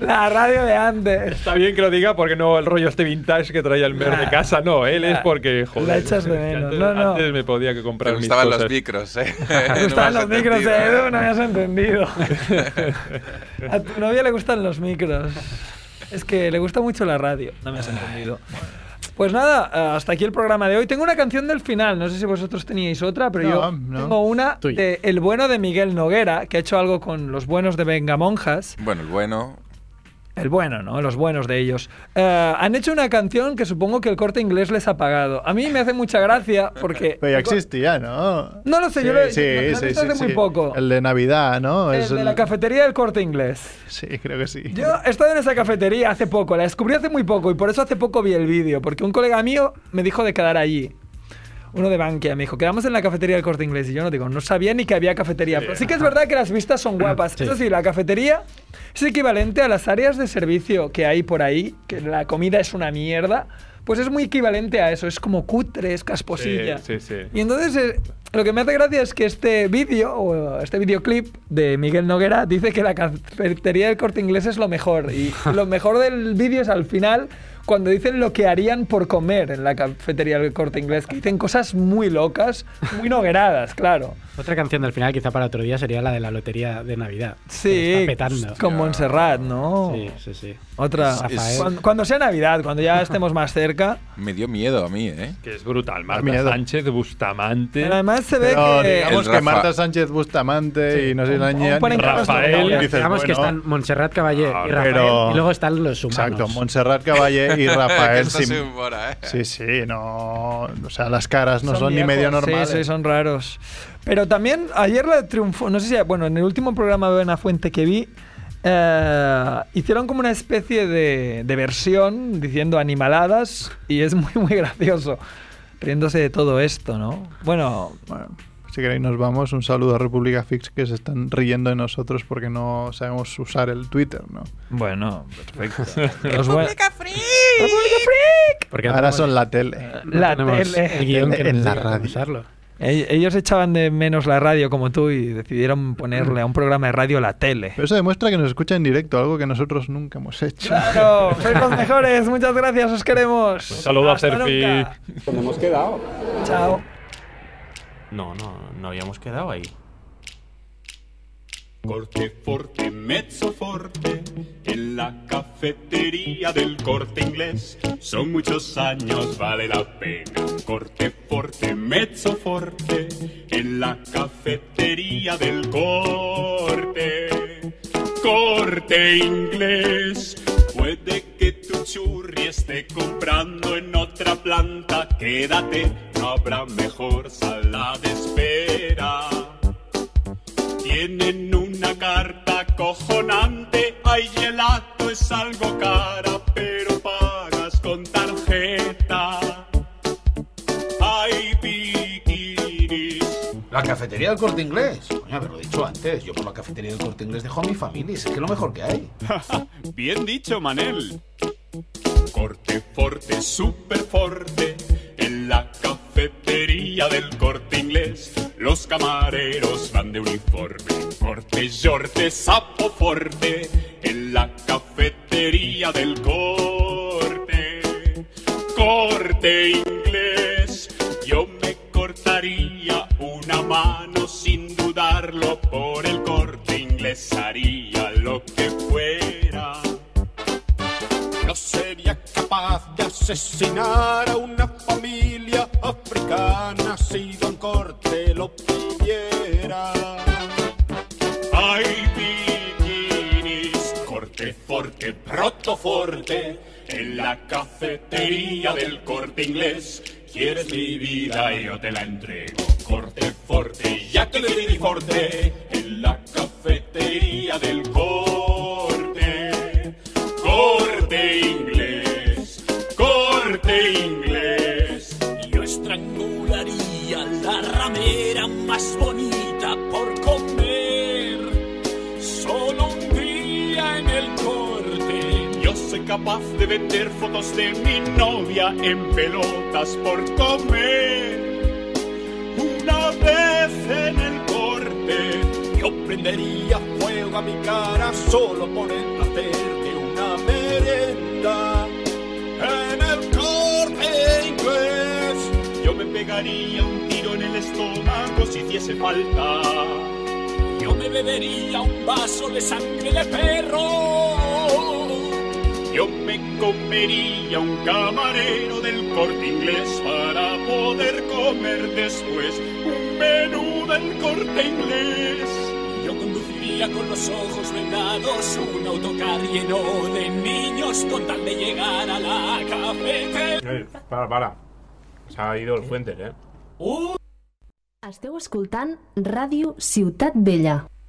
Speaker 5: La radio de antes.
Speaker 4: Está bien que lo diga porque no el rollo este vintage que traía el mer de casa, no, él es porque, joder.
Speaker 5: Ah. La echas de
Speaker 4: es que
Speaker 5: menos,
Speaker 4: Antes,
Speaker 5: no, no.
Speaker 4: antes me podía que comprar
Speaker 8: Te
Speaker 4: mis
Speaker 8: gustaban los
Speaker 4: cosas. (laughs)
Speaker 8: micros, ¿eh? (laughs)
Speaker 5: Te gustan los micros de Edu, no me has entendido. A tu novia le gustan los micros. Es que le gusta mucho la radio. No me has entendido. Pues nada, eh, hasta aquí el programa de hoy. Tengo una canción del final. No sé si vosotros teníais otra, pero
Speaker 6: No,
Speaker 5: yo
Speaker 6: no.
Speaker 5: tengo una
Speaker 6: Tuya.
Speaker 5: de El bueno de Miguel Noguera, que ha hecho algo con los buenos de Vengamonjas.
Speaker 8: Bueno, el bueno.
Speaker 5: El bueno, ¿no? Los buenos de ellos. Eh, han hecho una canción que supongo que el corte inglés les ha pagado. A mí me hace mucha gracia porque...
Speaker 6: Pero ya existía, ¿no?
Speaker 5: No lo sé, yo lo-
Speaker 6: Sí,
Speaker 5: lo- lo he
Speaker 6: sí,
Speaker 5: visto
Speaker 6: sí,
Speaker 5: hace muy
Speaker 6: sí.
Speaker 5: poco.
Speaker 6: El de Navidad, ¿no?
Speaker 5: El
Speaker 6: Es
Speaker 5: de la
Speaker 6: el-
Speaker 5: cafetería del corte inglés.
Speaker 6: Sí, creo que sí.
Speaker 5: Yo he estado en esa cafetería hace poco, la descubrí hace muy poco y por eso hace poco vi el vídeo, porque un colega mío me dijo de quedar allí. Uno de Bankia me dijo, quedamos en la cafetería del corte inglés y yo no digo, no sabía ni que había cafetería. Pero sí que es verdad que las vistas son guapas. Eso sí, la cafetería es equivalente a las áreas de servicio que hay por ahí, que la comida es una mierda. Pues es muy equivalente a eso, es como cutre, es casposilla.
Speaker 4: Sí, sí, sí.
Speaker 5: Y entonces eh, lo que me hace gracia es que este vídeo, o este videoclip de Miguel Noguera, dice que la cafetería del corte inglés es lo mejor. Y lo mejor del vídeo es al final, cuando dicen lo que harían por comer en la cafetería del corte inglés, que dicen cosas muy locas, muy nogueradas, claro.
Speaker 11: Otra canción del final, quizá para otro día, sería la de la lotería de Navidad.
Speaker 5: Sí,
Speaker 11: Está petando.
Speaker 5: con Montserrat, ¿no?
Speaker 11: Sí, sí, sí.
Speaker 5: Otra.
Speaker 11: Es- es-
Speaker 5: ¿eh? Cuando, cuando sea Navidad,
Speaker 4: (laughs)
Speaker 5: cuando ya estemos más cerca.
Speaker 8: Me dio miedo a mí, ¿eh?
Speaker 4: Que es brutal. Marta
Speaker 8: miedo.
Speaker 4: Sánchez Bustamante.
Speaker 5: Pero además se ve
Speaker 6: Pero
Speaker 5: que.
Speaker 6: digamos
Speaker 8: El
Speaker 6: que
Speaker 8: Rafa-
Speaker 6: Marta Sánchez Bustamante y no sé, Daniel
Speaker 5: ponen caras Rafael, Ah,
Speaker 11: Digamos que están Montserrat Caballé y Rafael,
Speaker 6: pero-
Speaker 11: y luego están los humanos.
Speaker 6: Exacto, Montserrat Caballé y Rafael
Speaker 8: Esto sí
Speaker 6: Sim-
Speaker 8: mola, ¿eh?
Speaker 6: Sí, sí, no. O sea, las caras no son, ni
Speaker 5: viejos,
Speaker 6: medio
Speaker 5: sí,
Speaker 6: normales.
Speaker 5: Sí, son raros. Pero también ayer la triunfó, no sé si, bueno, en el último programa de Buena Fuente que vi, eh, hicieron como una especie de, de versión diciendo animaladas y es muy, muy gracioso, riéndose de todo esto, ¿no? Bueno,
Speaker 6: Si queréis, nos vamos. Un saludo a República Fix que se están riendo de nosotros porque no sabemos usar el Twitter, ¿no?
Speaker 5: bueno, perfecto.
Speaker 11: Porque
Speaker 6: Ahora son la tele.
Speaker 5: Eh, La
Speaker 11: tenemos
Speaker 5: tele.
Speaker 11: el guión que
Speaker 6: En
Speaker 11: nos
Speaker 6: la
Speaker 11: diga cómo
Speaker 6: radio.
Speaker 11: usarlo.
Speaker 5: Ell- Ellos echaban de menos la radio como tú y decidieron ponerle a un programa de radio la tele.
Speaker 6: Pero eso demuestra que nos escucha en directo, algo que nosotros nunca hemos hecho.
Speaker 5: Claro, sois los mejores, muchas gracias, os queremos.
Speaker 4: Un saludo a
Speaker 5: Hasta
Speaker 4: Cerfi.
Speaker 5: nunca.
Speaker 13: ¿Dónde hemos quedado?
Speaker 5: Chao.
Speaker 13: No, no, no habíamos quedado ahí. Corte forte, mezzo forte, en la cafetería del corte inglés. Son muchos años, vale la pena. Corte forte, mezzo forte, en la cafetería del corte. Corte inglés. Puede que tu churri esté comprando en otra planta. Quédate, no habrá mejor sala de espera. Tienen una carta cojonante, hay gelato, es algo cara, pero pagas con tarjeta. Hay bikinis.
Speaker 14: La cafetería del corte inglés. Coño, haberlo dicho antes. Yo por la cafetería del corte inglés dejo a mi familia. Es que es lo mejor que hay.
Speaker 13: (laughs) Bien dicho, Manel. Corte forte, super forte, en la cafetería del corte inglés. Los camareros van de uniforme, corte, yorte, sapo forte, en la cafetería del corte. Corte inglés, yo me cortaría una mano sin dudarlo, por el corte inglés haría lo que fuera.
Speaker 15: No sería capaz de asesinar a una familia africana si Don Corte lo pidiera.
Speaker 13: Hay bikinis, corte forte, proto forte, en la cafetería del corte inglés. Quieres mi vida, yo te la entrego. Corte forte, ya te le di forte, en la cafetería del corte. Corte inglés, corte inglés.
Speaker 16: Yo estrangularía la ramera más bonita por comer. Solo un día en el corte.
Speaker 13: Yo soy capaz de vender fotos de mi novia en pelotas por comer. Una vez en el corte.
Speaker 15: Yo prendería fuego a mi cara solo por el placer de una merenda. En el corte inglés,
Speaker 13: yo me pegaría un tiro en el estómago si hiciese falta.
Speaker 16: Yo me bebería un vaso de sangre de perro.
Speaker 13: Yo me comería un camarero del corte inglés para poder comer después un menú del corte inglés.
Speaker 16: Yo conduciría con los ojos vendados un autocar lleno de niños con tal de llegar a la cafetería.
Speaker 17: Eh, para, para. S'ha ido el Fuentes, eh?
Speaker 18: Esteu escoltant Ràdio Ciutat Vella.